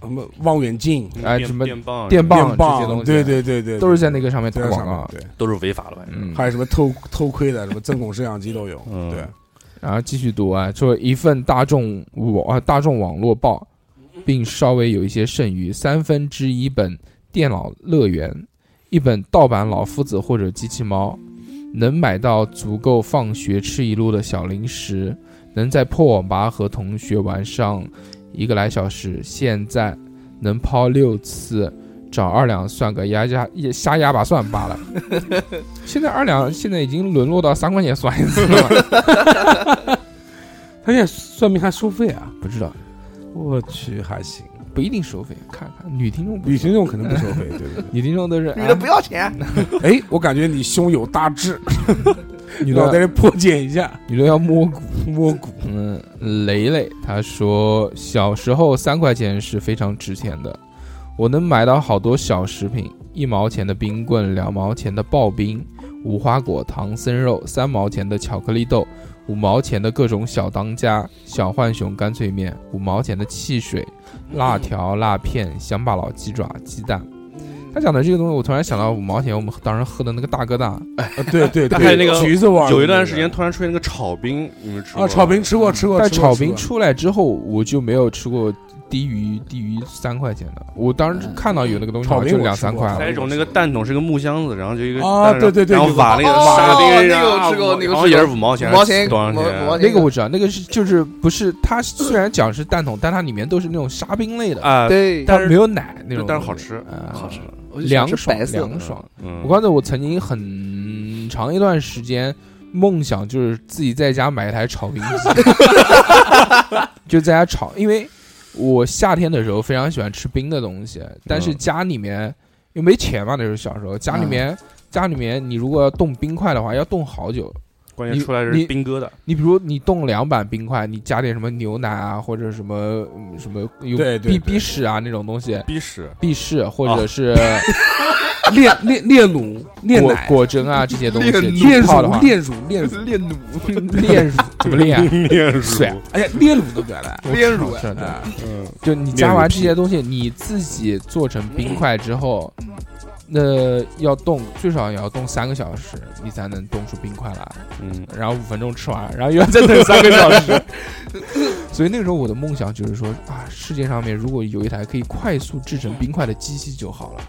E: 什么望远镜、
A: 哎
D: 电
A: 什么
D: 电棒，啊
A: 电棒啊
E: 电
A: 这些东
E: 棒，
A: 西，
E: 对对对对，
A: 都是在那个上面打
E: 对在
A: 广
E: 上
A: 告啊
E: 面。对，
D: 都是违法的，反正。
A: 嗯，
E: 还有什么偷偷窥的，什么针孔摄像机都有。
D: 嗯
E: 对，
A: 然后继续读啊，说一份大众网啊大众网络报，并稍微有一些剩余，三分之一本《电脑乐园》，一本盗版《老夫子》或者《机器猫》，能买到足够放学吃一路的小零食，能在破网吧和同学玩上一个来小时，现在能抛六次，找二两算个压压也瞎压把算罢了。现在二两现在已经沦落到三块钱算一次了嘛，
E: 他现在算命还收费啊？
A: 不知道
E: 我去，还行，
A: 不一定收费，看看女听众不
E: 旅行这种可能不收费，对不
A: 女听众都是
C: 女的
A: 哎
C: 不要钱，
E: 对？哎，我感觉你胸有大 志，
A: 女
E: 脑袋
A: 的
E: 里破茧一下，
A: 啊女的要摸骨。
E: 摸骨。
A: 嗯，雷雷他说，小时候三块钱是非常值钱的，我能买到好多小食品，一毛钱的冰棍，两毛钱的刨冰，无花果、唐僧肉，三毛钱的巧克力豆，五毛钱的各种小当家、小浣熊干脆面，五毛钱的汽水、辣条、辣片、乡巴佬鸡爪、鸡蛋。他讲的这个东西，我突然想到五毛钱我们当时喝的那个大哥大，
E: 啊对对对，
D: 还有那个
E: 橘子味儿的
D: 有一段时
E: 那
D: 间
E: 个
D: 突然出现那个炒冰，你们吃过
E: 啊，
D: 吗
E: 炒饼吃过吃过，
A: 但
E: 吃过
A: 炒饼
E: 吃
A: 出来之后，我就没有吃过低于低于三块钱的。我当时看到有那个东西，
E: 炒
A: 好像就
E: 饼我
A: 两
E: 吃
A: 三
E: 过
A: 块
D: 还有
A: 了
D: 一。种那个蛋筒是个木箱子，然后就一个
E: 啊
D: 蛋
E: 对对对
D: 然后
E: 有
D: 瓦那个
C: 哦
D: 沙冰，
C: 那个我吃过
D: 啊
C: 那个
D: 然
C: 我
D: 后
C: 吃
D: 也
C: 过
D: 是五毛
C: 五
D: 钱，
C: 毛钱，
D: 多少
C: 五毛五毛
D: 钱？
C: 钱
A: 那个我知道，那个是就是不是它虽然讲是蛋筒，但它里面都是那种沙冰类的，
D: 啊，
C: 对，
A: 它
D: 但是
A: 没有奶那种东西，
D: 但是好吃
A: 啊
C: 好吃，我就喜欢
A: 凉
C: 吃
A: 爽
C: 白色的
A: 凉爽。
D: 嗯，
A: 我告诉你，我曾经很长一段时间梦想就是自己在家买一台炒冰机，就在家炒，因为我夏天的时候非常喜欢吃冰的东西，但是
D: 嗯
A: 家里面又没钱嘛，那时候小时候
E: 嗯
A: 家里面。家里面，你如果要冻冰块的话，要冻好久。
D: 关键
A: 你
D: 出来
A: 你
D: 是冰疙瘩，
A: 你比如你冻两板冰块，你加点什么牛奶啊，或者什么嗯什么有
E: 对对
A: 必
E: 对
A: 必士啊那种东西，
D: 逼屎。
A: 必士或者
D: 啊
A: 是
E: 过炼炼炼乳、 炼
A: 果
E: 奶、
A: 果珍啊这些东西，
E: 炼
A: 浸泡的
E: 乳、
A: 话，
E: 炼乳、炼乳。
C: 炼乳，
A: 炼乳怎么炼 啊？
D: 面乳
A: 水
E: 哎呀，炼乳都改了。
C: 炼乳啊，
A: 是的，
E: 啊，
D: 嗯
A: 就你加完这些东西，你自己做成冰块之后，那要冻最少也要冻三个小时，你才能冻出冰块来。
D: 嗯，
A: 然后五分钟吃完，然后又要再等三个小时。 所以那个时候我的梦想就是说啊，世界上面如果有一台可以快速制成冰块的机器就好了。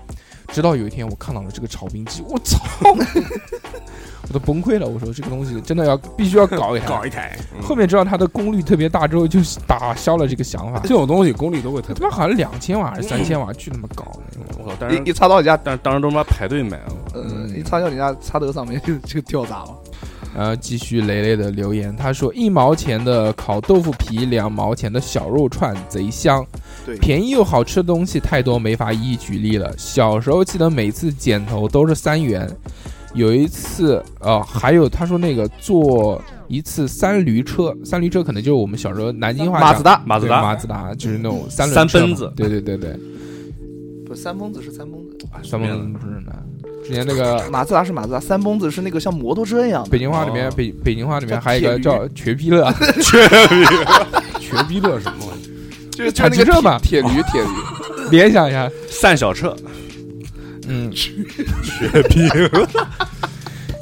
A: 直到有一天我看到了这个炒冰机，我操， 我都崩溃了。我说这个东西真的要必须要搞一台，
E: 搞一台
A: 后面知道它的功率特别大之后，就打消了这个想法
E: 这。种东西功率都会
A: 他
E: 特别
A: 妈好像两千瓦还是三千瓦，巨他妈高那种。
D: 我靠！但
C: 一一
D: 是
C: 插到你家，
D: 但当时都他妈排队买，啊
C: 呃，一插到你家插头上面就就掉闸了。
A: 然后呃继续雷雷的留言，他说一毛钱的烤豆腐皮，两毛钱的小肉串贼香，
C: 对
A: 便宜又好吃的东西太多，没法一一举例了。小时候记得每次剪头都是三元，有一次呃，还有他说那个坐一次三驴车，三驴车可能就是我们小时候南京话
C: 马自
A: 达，
C: 达
D: 马自
A: 对
D: 达
A: 马自达就是那种三轮车嘛
D: 三蹦子
A: 对对对对，
C: 不，三蹦子是三蹦子，
D: 哎
A: 三蹦子不是呢，之前那个
C: 马自达是马自达，三蹦子是那个像摩托车一样的。
A: 北京话里面
D: 哦
A: 北北京话里面
C: 叫
A: 还有
C: 铁
A: 一个
C: 驴
A: 叫瘸皮乐。
E: 瘸逼乐什么东西？
C: 就是
A: 铲
C: 就是
A: 子
C: 那个
A: 车嘛
C: 铁铁 驴，铁驴，
A: 联想一下，
D: 散小车，
A: 嗯，雪碧。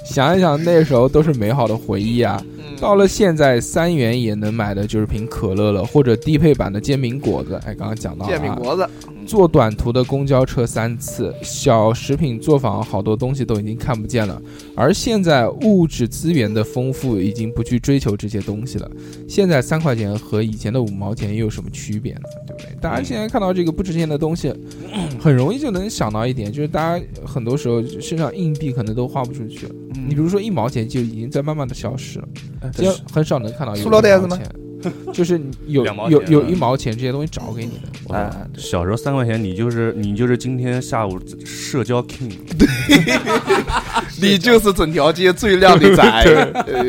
A: 想一想，那时候都是美好的回忆啊！
C: 嗯
A: 到了现在，三元也能买的就是瓶可乐了，或者低配版的煎饼果子。哎，刚刚讲到了、啊、
C: 煎饼果子，
A: 坐短途的公交车三次，小食品作坊好多东西都已经看不见了。而现在物质资源的丰富，已经不去追求这些东西了。现在三块钱和以前的五毛钱又有什么区别呢？对不对？大家现在看到这个不值钱的东西， 很容易就能想到一点，就是大家很多时候身上硬币可能都花不出去了。嗯你比如说一毛钱就已经在慢慢的消失了，
D: 哎
A: 就很少能看到有
C: 哎塑料袋
A: 一毛
C: 子吗
A: 钱？就是有
D: 两毛
A: 有
D: 钱
A: 有
D: 嗯
A: 一毛钱这些东西找给你的。
C: 哎，对
D: 小时候三块钱，你就是你就是今天下午社交 king，
C: 你就是整条街最靓的仔。 哎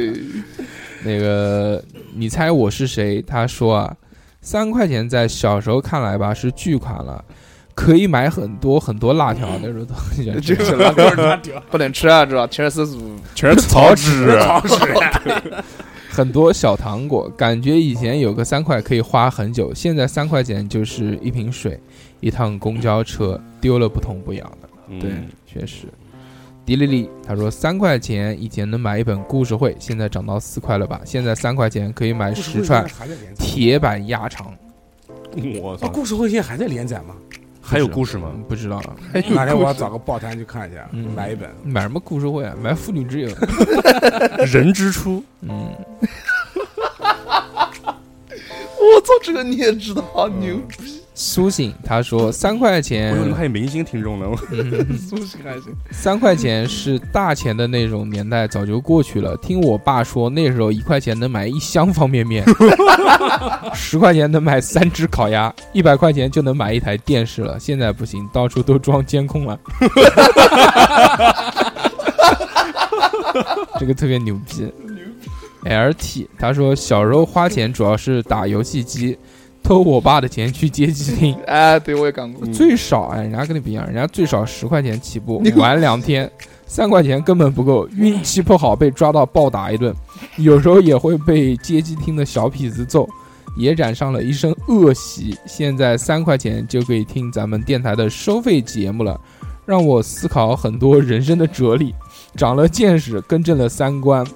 A: 那个，你猜我是谁？他说啊，三块钱在小时候看来吧是巨款了，可以买很多很多辣条。那时候都很喜欢
C: 就
A: 吃
C: 是那个不能吃啊，知道？全是猪。
D: 全是草纸，
E: 超市
A: 很多小糖果，感觉以前有个三块可以花很久，现在三块钱就是一瓶水，一趟公交车，丢了不痛不痒的。
D: 嗯
A: 对，确实。迪丽丽她说三块钱以前能买一本故事会，现在涨到四块了吧？现在三块钱可以买十串
E: 还在连载。
A: 铁板鸭肠。
D: 嗯，我
E: 啊，
D: 操，
E: 故事会现在还在连载吗？
D: 还有故事吗？
A: 嗯不知道。
C: 哎
E: 哪天我要找个报摊去看一下，
A: 嗯
E: 买一本。
A: 买什么故事会啊？买妇女之友。
D: 人之 初，
A: 嗯，
C: 啊
A: 嗯
C: 我操，这个你也知道，牛逼！
A: 苏醒他说三块
D: 我
A: 钱
D: 以为，你们还有明星听众呢，
A: 嗯
C: 苏醒还行，
A: 三块钱是大钱的那种年代，早就过去了。听我爸说，那时候一块钱能买一箱方便面，十块钱能买三只烤鸭，一百块钱就能买一台电视了。现在不行，到处都装监控了。这个特别牛逼。L T 他说，小时候花钱主要是打游戏机，偷我爸的钱去街机厅。
C: 哎，对我也干
D: 嗯
C: 过，
A: 最少哎，人家跟你不一样，人家最少十块钱起步，玩两天，三块钱根本不够，运气不好被抓到暴打一顿，有时候也会被街机厅的小痞子揍，也染上了一身恶习。现在三块钱就可以听咱们电台的收费节目了，让我思考很多人生的哲理，长了见识，更正了三观。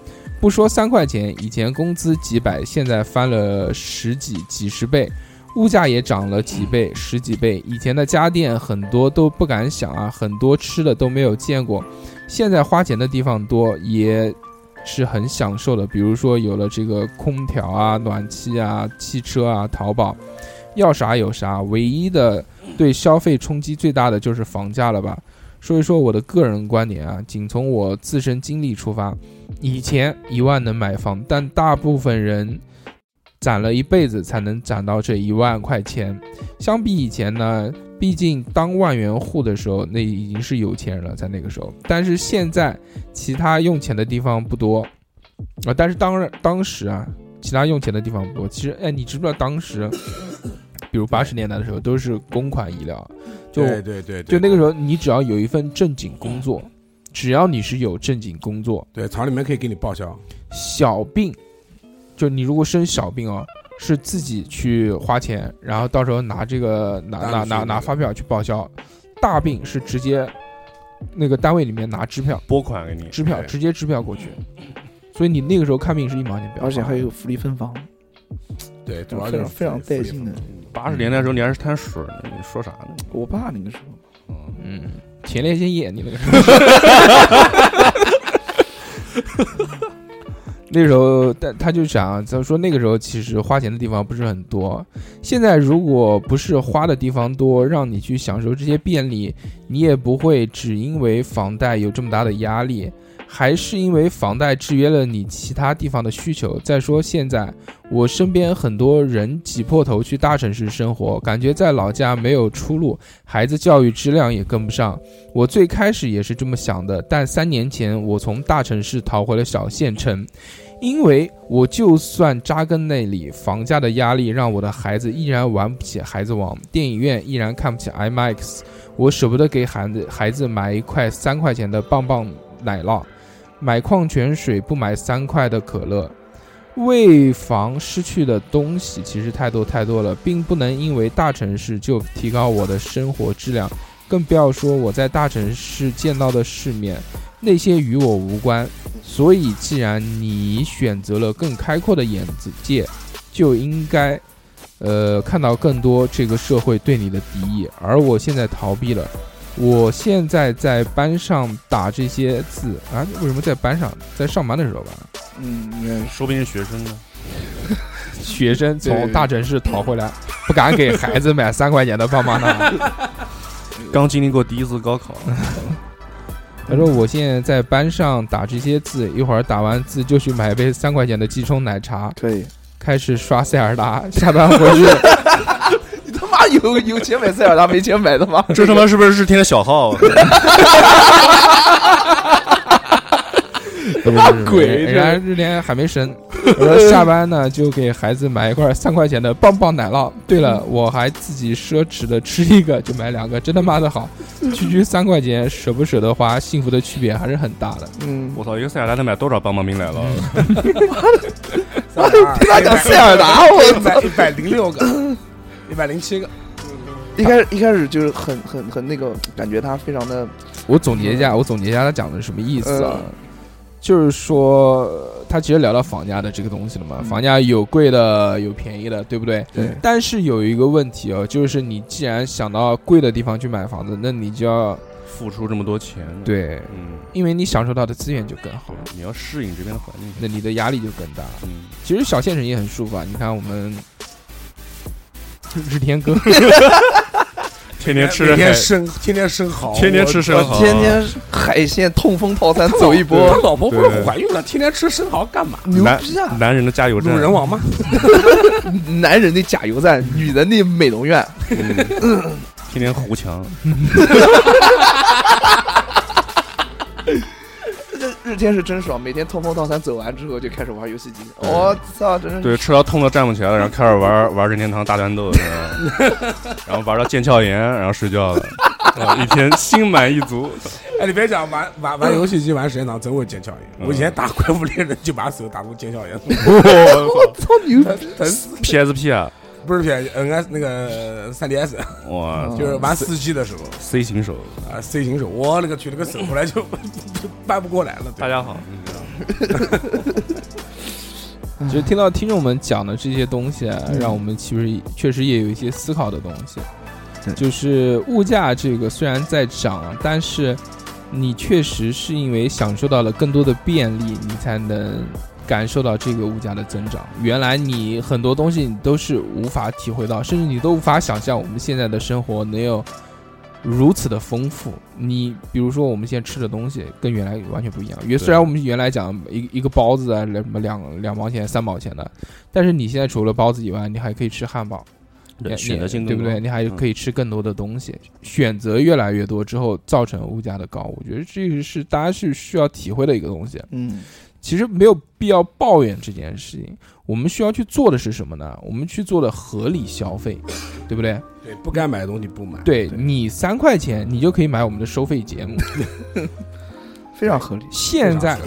A: 不说三块钱，以前工资几百，现在翻了十几几十倍。物价也涨了几倍、十几倍。以前的家电很多都不敢想啊，很多吃的都没有见过。现在花钱的地方多，也是很享受的。比如说有了这个空调啊、暖气啊、汽车啊、淘宝，要啥有啥。唯一的对消费冲击最大的就是房价了吧？说一说我的个人观点啊，仅从我自身经历出发，以前一万能买房，但大部分人攒了一辈子才能攒到这一万块钱。相比以前呢，毕竟当万元户的时候，那已经是有钱人了，在那个时候。但是现在，其他用钱的地方不多啊。但是当然，当时啊，其他用钱的地方不多。其实，哎，你知不知道当时，比如八十年代的时候，都是公款医疗，就
E: 对对对，
A: 就
E: 对
A: 那个时候，你只要有一份正经工作，只要你是有正经工作，
E: 对厂里面可以给你报销，
A: 小病，就你如果生小病哦，是自己去花钱，然后到时候拿这个拿
E: 单
A: 拿
E: 子去
A: 拿
E: 那
A: 拿
E: 个
A: 发票去报销。大病是直接那个单位里面拿支票，
D: 拨款给你哎
A: 支票
D: 对
A: 直接支票过去。所以你那个时候看病是一毛钱不要花，
C: 而且还有福利分房，
E: 对，主要
C: 非
E: 就是
C: 常非常
E: 福利
C: 带劲的。
D: 八
A: 嗯
D: 十年代的时候你还是摊水呢，你说啥呢？
C: 我爸那个时候，
D: 嗯，
A: 嗯，前列腺液，你那个时候。那时候，但他就想，他说那个时候其实花钱的地方不是很多。现在如果不是花的地方多，让你去享受这些便利，你也不会只因为房贷有这么大的压力，还是因为房贷制约了你其他地方的需求。再说现在，我身边很多人挤破头去大城市生活，感觉在老家没有出路，孩子教育质量也跟不上。我最开始也是这么想的，但三年前我从大城市逃回了小县城，因为我就算扎根那里，房价的压力让我的孩子依然玩不起孩子王，电影院依然看不起 IMAX，我舍不得给孩子孩子买一块三块钱的棒棒奶酪，买矿泉水不买三块的可乐。为房失去的东西其实太多太多了，并不能因为大城市就提高我的生活质量，更不要说我在大城市见到的世面，那些与我无关。所以，既然你选择了更开阔的眼界，就应该，呃，看到更多这个社会对你的敌意。而我现在逃避了，我现在在班上打这些字啊，为什么在班上？在上班的时候吧。
C: 嗯，应该是
D: 说不定是学生呢。
A: 学生从
C: 对
A: 大城市逃回来，不敢给孩子买三块钱的棒棒糖。
D: 刚经历过第一次高考，
A: 他说：“我现在在班上打这些字，一会儿打完字就去买杯三块钱的鸡冲奶茶，
C: 可以。
A: 开始刷塞尔达。下班回去，
C: 你他妈有有钱买塞尔达，没钱买的吗？
D: 这他妈是不是是天的小号？ 啊
A: 不是不是
C: 鬼
A: 人家日天还没生。我说下班呢，就给孩子买一块三块钱的棒棒奶酪。对了，我还自己奢侈的吃一个，就买两个，真他妈的好！区区三块钱，舍不舍得花，幸福的区别还是很大的。
C: 嗯，
D: 我操，一个塞尔达能买多少棒棒冰奶酪？
C: 听他讲塞尔达，我
E: 一百一百零六个，一百零七个，
C: 一开始一开始就是很很很那个，感觉他非常的
A: 我总结一下，我总结一下他讲的是什么意思啊？
C: 嗯
A: 嗯就是说，呃他其实聊到房价的这个东西了嘛，
C: 嗯
A: 房价有贵的，有便宜的，对不对？
C: 对
A: 但是有一个问题哦，就是你既然想到贵的地方去买房子，那你就要
D: 付出这么多钱，，
A: 对，
D: 嗯，
A: 因为你享受到的资源就更好
D: 对，，你要适应这边的环境。
A: 那你的压力就更大。
D: 嗯，
A: 其实小县城也很舒服啊，你看我们日天哥，
D: 天天吃
E: 每
D: 着海
E: 天，生，天天生蚝，
D: 天天吃生蚝，
C: 天天海鲜痛风套餐
E: 我
C: 走一波
E: 他，老婆不
D: 对
E: 是怀孕了，天天吃生蚝干嘛？
C: 牛
D: 男
C: 逼啊！
D: 男人的加油
E: 路
D: 站，
E: 人王吗？
C: 男人的加油站，女人的美容院，
D: 嗯天天胡强，
C: 日天是真爽，每天痛风套餐走完之后就开始玩游戏机，我操，真是
D: 对，吃到痛的站不起来了，然后开始玩玩任天堂大乱斗，是吧 然后玩到腱鞘炎，然后睡觉了，啊一天心满意足。
E: 哎，你别讲，玩玩玩游戏机玩时间长，真会腱鞘炎。
D: 嗯
E: 我以前打怪物猎人就把手打成腱鞘炎，
C: 我操牛逼！
E: 疼死。
D: PSP 啊，
E: 不是 P N S 那个三 D S，
D: 哇
C: 嗯
E: 就是玩四 G 的时候
D: C 型手，
E: 啊，C 型手，我勒个去，那个手后来就 就搬不过来了。对
D: 大家好，
A: 嗯其实听到听众们讲的这些东西啊，让我们其实确实也有一些思考的东西。就是物价这个虽然在涨啊，但是你确实是因为享受到了更多的便利，你才能感受到这个物价的增长。原来你很多东西你都是无法体会到，甚至你都无法想象我们现在的生活能有如此的丰富。你比如说我们现在吃的东西跟原来完全不一样。原虽然我们原来讲一一个包子啊，两两两毛钱、三毛钱的，但是你现在除了包子以外，你还可以吃汉堡。你
D: 选择性
A: 对
D: 更
A: 不对？你还可
D: 以，
A: 以吃更多的东西，选择越来越多之后，造成物价的高，我觉得这个是大家是需要体会的一个东西。
C: 嗯，
A: 其实没有必要抱怨这件事情，我们需要去做的是什么呢？我们去做的合理消费，对不对？
E: 对，不该买的东西不买。
A: 对你三块钱，你就可以买我们的收费节目。
C: 非常合理。
A: 现在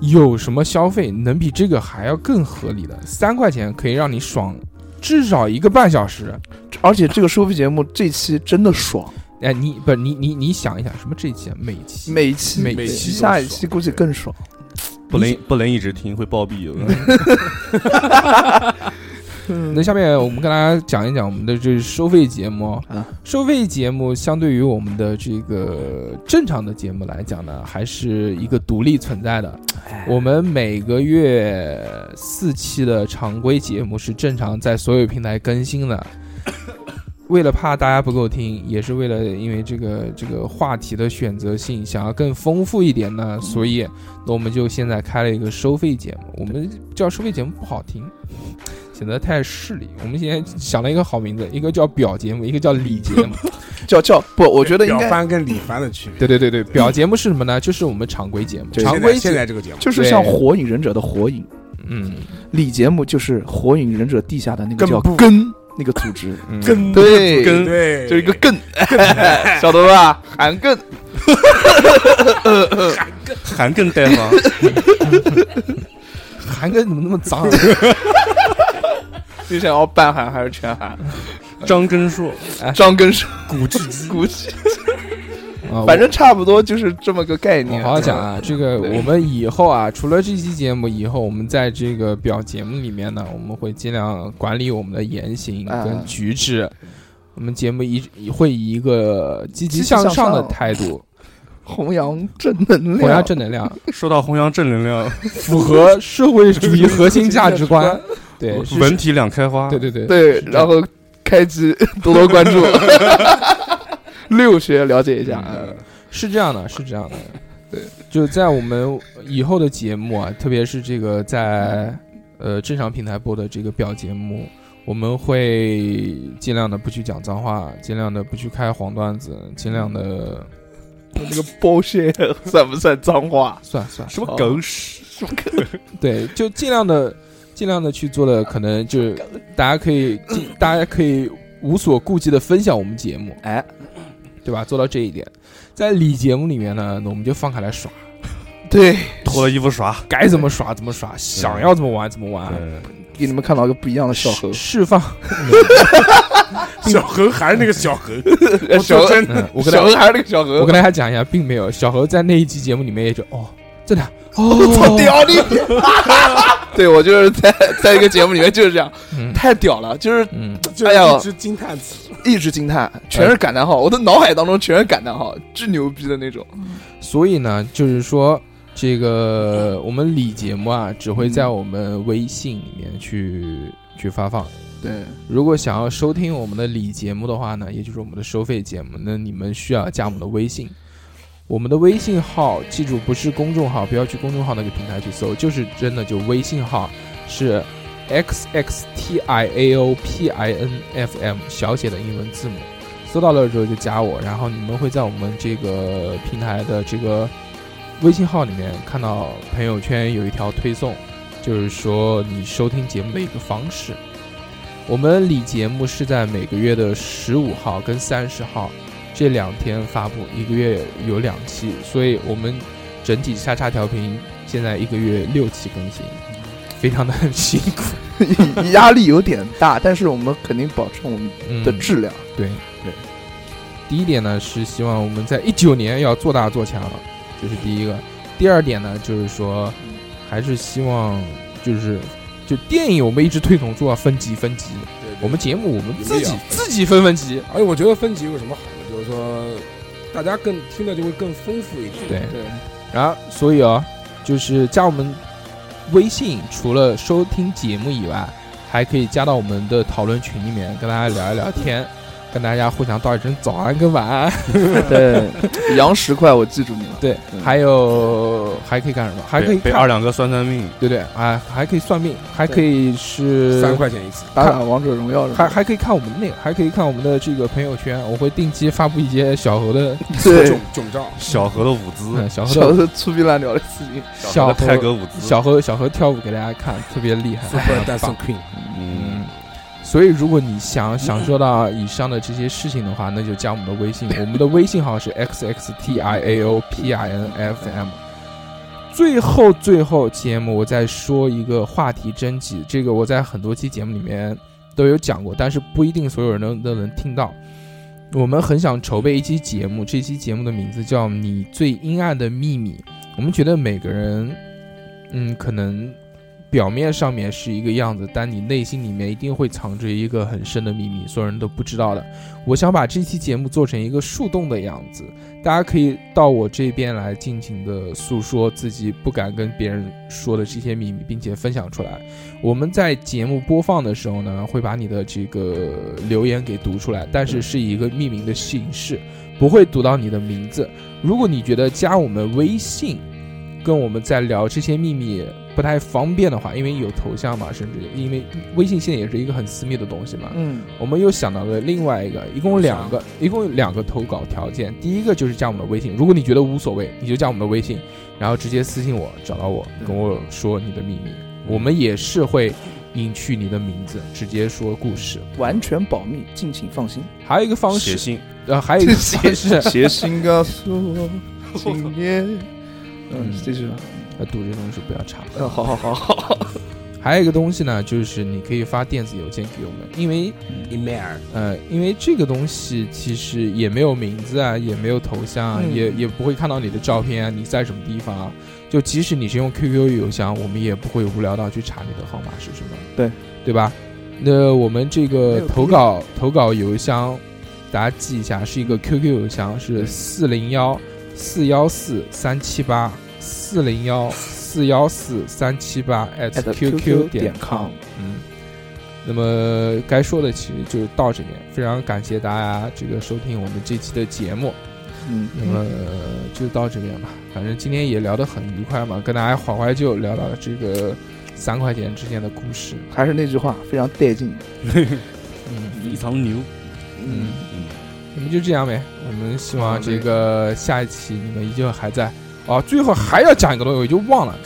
A: 有什么消费能比这个还要更合理的？三块钱可以让你爽至少一个半小时。
C: 而且这个收费节目这期真的爽，
A: 哎，你不是你你你想一想，什么这期啊？每期
C: 每期
A: 每
E: 期都
C: 下一
E: 爽
C: 期估计更爽。
D: 不能不能一直听会暴毙。
C: 嗯
A: 那下面我们跟大家讲一讲我们的这收费节目哦
C: 啊
A: 收费节目相对于我们的这个正常的节目来讲呢，还是一个独立存在的。我们每个月四期的常规节目是正常在所有平台更新的。为了怕大家不够听，也是为了因为这个这个话题的选择性，想要更丰富一点呢，所以那我们就现在开了一个收费节目。我们叫收费节目不好听，显得太势利。我们现在想了一个好名字，一个叫表节目，一个叫里节目。
C: 叫叫不，我觉得应
E: 表
C: 该
E: 翻跟里翻的区别。
A: 对对对对，表节目是什么呢？就是我们常规节目，
C: 对
A: 常
E: 现在
A: 规
E: 现
A: 节
E: 在这个节目，
C: 就是
A: 对
C: 像《火影忍者》的火影，
A: 嗯
C: 李节目就是《火影忍者》地下的那个
E: 根
C: 叫
E: 部
C: 根那个组织，
A: 嗯
E: 跟
C: 对
D: 根
E: 对，
C: 就是一个艮， 晓得吧？韩艮，
D: 韩更呆吗？
A: 韩哥怎么那么脏啊？
C: 你想要半韩还是全 韩？
D: 张根硕，
C: 张根 硕，
E: 古巨基，
C: 估计
A: 啊
C: 反正差不多就是这么个概
A: 我
C: 念。
A: 好好讲啊，这个
C: 对
A: 我们以后啊，除了这期节目以后，我们在这个表节目里面呢，我们会尽量管理我们的言行
C: 啊
A: 跟举止。我们节目一会以一个积极向
C: 积极向
A: 上的
C: 上
A: 态度，
C: 弘扬正能量，
A: 弘扬正能量，
D: 说到弘扬正能量，
A: 符合社会主义核心价值
E: 价
A: 观
E: 值。
A: 对， 是
D: 文体两开花。
A: 对对对
C: 对，
A: 这样
C: 然后开机多多关注， 六学了解一下。
A: 嗯是这样的，是这样的。对，就在我们以后的节目啊，特别是这个在呃正常平台播的这个表节目，我们会尽量的不去讲脏话，尽量的不去开黄段子，尽量的
C: 这个 bullshit 算不算脏话？
A: 算算
D: 什么狗屎？
C: 什么梗？
A: 对，就尽量的尽量的去做的，可能就是大家可以尽大家可以无所顾忌的分享我们节目，
C: 哎，
A: 对吧？做到这一点，在里节目里面呢，我们就放开来耍，
C: 对，
D: 脱了衣服耍。
A: 该怎么耍怎么耍，想要怎么玩怎么玩。
C: 给你们看到一个不一样的小猴
A: 释，释放。
E: 小猴还是那个小猴，
C: 哎小猴，
E: 真
A: 嗯，我跟
C: 小
A: 大
C: 猴还是那个小猴
A: 我跟，大家讲一下，并没有小何在那一期节目里面也就哦，真的哦，
C: 我屌你！对我就是在在一个节目里面就是这样，
A: 嗯
C: 太屌了，就是
A: 嗯，
E: 就
C: 哎呀
E: 一只惊叹词，
C: 一直惊叹，全是感叹号，我的脑海当中全是感叹号，巨牛逼的那种。
A: 所以呢，就是说这个我们礼节目啊，只会在我们微信里面去去发放，
C: 对，
A: 如果想要收听我们的礼节目的话呢，也就是我们的收费节目，那你们需要加我们的微信。我们的微信号，记住不是公众号，不要去公众号那个平台去搜，就是真的就微信号是 x x t i a o p i n f m 小写的英文字母，搜到了之后就加我，然后你们会在我们这个平台的这个微信号里面看到朋友圈有一条推送，就是说你收听节目的一个方式。我们理节目是在每个月的十五号跟三十号这两天发布，一个月有两期，所以我们整体叉叉调频现在一个月六期更新，非常的辛苦。
C: 压力有点大，但是我们肯定保证我们
A: 嗯
C: 的质量。
A: 对对。第一点呢是希望我们在一九年要做大做强了，这是第一个。第二点呢就是说，还是希望就是就电影我们一直推崇做到分级分级，
E: 对
A: 我们节目我们
E: 有
A: 自
E: 必
A: 己
E: 要
A: 自己分分级。
E: 而且我觉得分级有什么好呢？就是说，大家更听的就会更丰富一点。
A: 对，
C: 对，
A: 然后所以啊，就是加我们微信，除了收听节目以外，还可以加到我们的讨论群里面，跟大家聊一聊天，跟大家互相道一声早安跟晚安。
C: 对，杨十块，我记住你了。
A: 对，
C: 嗯
A: 还有还可以干什么？还可以
D: 被被
A: 看
D: 二两哥算算命，
A: 对对啊，还可以算命，还可以是
C: 呃
E: 三块钱一次，
C: 打打王者荣耀什么的
A: 还还可以看我们的那个，还可以看我们的这个朋友圈，我会定期发布一些小何的，
C: 对
E: 囧，囧照，
D: 小何的舞姿
A: 嗯，小何
C: 小
A: 的
C: 的粗逼烂屌的事情。
D: 小
A: 小
D: 何的泰
A: 何
D: 戈舞姿，
A: 小何小何跳舞给大家看，特别厉害，
C: 哎
E: Super Dancing Queen。
D: 嗯，
A: 嗯，所以如果你想享受到以上的这些事情的话，那就加我们的微信， 我们的微信号是 x x t i a o p i n f m。最后，最后节目我再说一个话题征集，这个我在很多期节目里面都有讲过，但是不一定所有人都都能听到。我们很想筹备一期节目，这期节目的名字叫《你最阴暗的秘密》。我们觉得每个人，嗯，可能表面上面是一个样子，但你内心里面一定会藏着一个很深的秘密，所有人都不知道的。我想把这期节目做成一个树洞的样子，大家可以到我这边来尽情的诉说自己不敢跟别人说的这些秘密，并且分享出来。我们在节目播放的时候呢，会把你的这个留言给读出来，但是是以一个匿名的形式，不会读到你的名字。如果你觉得加我们微信，跟我们在聊这些秘密不太方便的话，因为有头像嘛，甚至因为微信现在也是一个很私密的东西嘛，
C: 嗯，
A: 我们又想到了另外一个，一共两个，一共有两个投稿条件。第一个就是加我们的微信，如果你觉得无所谓，你就加我们的微信，然后直接私信我，找到我，跟我说你的秘密，我们也是会隐去你的名字，直接说故事。
C: 完全保密，敬请放 心。
A: 还有一个方
D: 写
A: 式，
D: 信，
A: 呃，还有一个方式，
C: 写信告诉我，今夜。嗯，继续吧。
A: 呃，读这东西不要查。
C: 嗯，好好好好。
A: 还有一个东西呢，就是你可以发电子邮件给我们，因为
E: Email，
A: 呃，因为这个东西其实也没有名字啊，也没有头像啊，
C: 嗯
A: 也也不会看到你的照片啊，你在什么地方啊？就即使你是用 QQ 邮箱，我们也不会无聊到去查你的号码是什么，
C: 对
A: 对吧？那我们这个投稿投稿邮箱，大家记一下，是一个 QQ 邮箱，是四零幺四幺四三七八四零幺四幺四三七八 at
C: at
A: qq
C: QQ
A: 点
C: 点
A: com
C: com。
A: 嗯，那么该说的其实就到这边，非常感谢大家这个收听我们这期的节目。
C: 嗯，
A: 那么就到这边吧，反正今天也聊得很愉快嘛，跟大家怀怀旧，聊到了这个三块钱之间的故事。
C: 还是那句话，非常带劲。
A: 嗯
D: 非常牛，
A: 嗯，
D: 嗯，
A: 那么就这样呗。我们希望这个下一期你们依旧还在。哦，最后还要讲一个东西，我就忘了。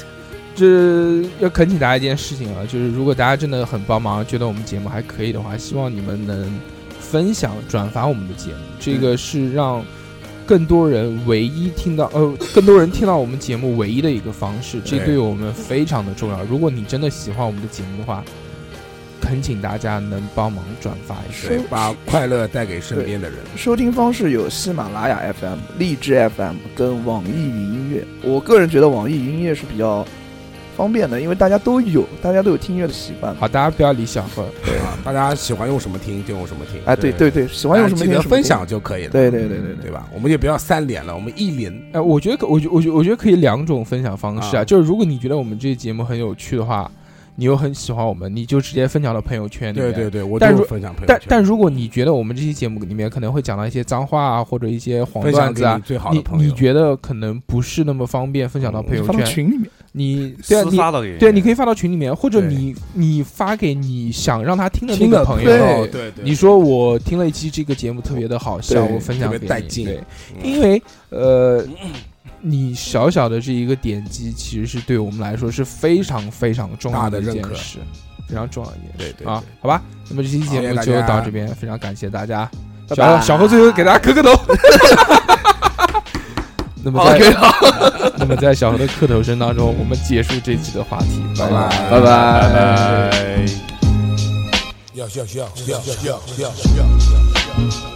A: 这要恳请大家一件事情啊，就是如果大家真的很帮忙，觉得我们节目还可以的话，希望你们能分享、转发我们的节目，这个是让更多人唯一听到，呃，更多人听到我们节目唯一的一个方式，这
E: 对
A: 对我们非常的重要。如果你真的喜欢我们的节目的话，恳请大家能帮忙转发一下。
E: 对，把快乐带给身边的人。
C: 收听方式有喜马拉雅 FM、荔枝 FM 跟网易云音乐。我个人觉得网易云音乐是比较方便的，因为大家都有，大家都有听音乐的习惯。
A: 好，大家不要理小何。
E: 啊，大家喜欢用什么听就用什么听，
C: 哎，对对对，喜欢
E: 大
C: 用什
E: 家
C: 么
E: 啊记
C: 听
E: 得
C: 什么
E: 分
C: 听。
E: 享就可以了。
C: 对对对对对
E: 对吧？我们也不要三连了，我们一连。
A: 哎，我觉得可，我觉我觉我觉得可以两种分享方式啊，
E: 啊
A: 就是如果你觉得我们这期节目很有趣的话，你又很喜欢我们，你就直接分享到朋友圈里面。
E: 对对对，我
A: 但
E: 就
A: 如
E: 分享朋友圈，
A: 但但如果你觉得我们这期节目里面可能会讲到一些脏话啊，或者一些黄
E: 分
A: 段
E: 享给
A: 子啊
E: 你，最好的
A: 你
E: 朋友，嗯
A: 你觉得可能不是那么方便分享到朋友
C: 放到
A: 圈，
C: 群里面，
A: 你对啊
D: 私
A: 你
D: 发到给人
A: 对啊
D: 家
A: 你可以发到群里面，或者
E: 对
A: 你你发给你想让他听的那
E: 听
A: 个
E: 的
A: 朋
C: 友
E: 对
C: 对
E: 对对，
A: 你说我听了一期这个节目特别的好笑，我分享给
E: 特
A: 你，
E: 别带劲
A: 对，
E: 嗯
A: 因为呃，你小小的这一个点击，其实是对我们来说是非常非常重要
E: 大的
A: 一
E: 认
A: 件
E: 可
A: 事，非常重要的一件事
E: 对对
A: 啊
E: 对，
A: 好吧，那么这期节
E: 谢谢
A: 目
E: 大
A: 就
E: 家
A: 到这边，非常感谢大家，
C: 拜
A: 小
C: 拜
A: 小何最后给大家磕个头。 那么在那么在小何的磕头声当中，我们结束这期的话题，拜拜。
C: 拜
E: 拜
C: 拜。
D: 拜。
E: 要要要要要要要。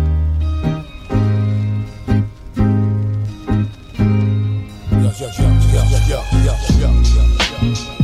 E: 要要要要要要要要要。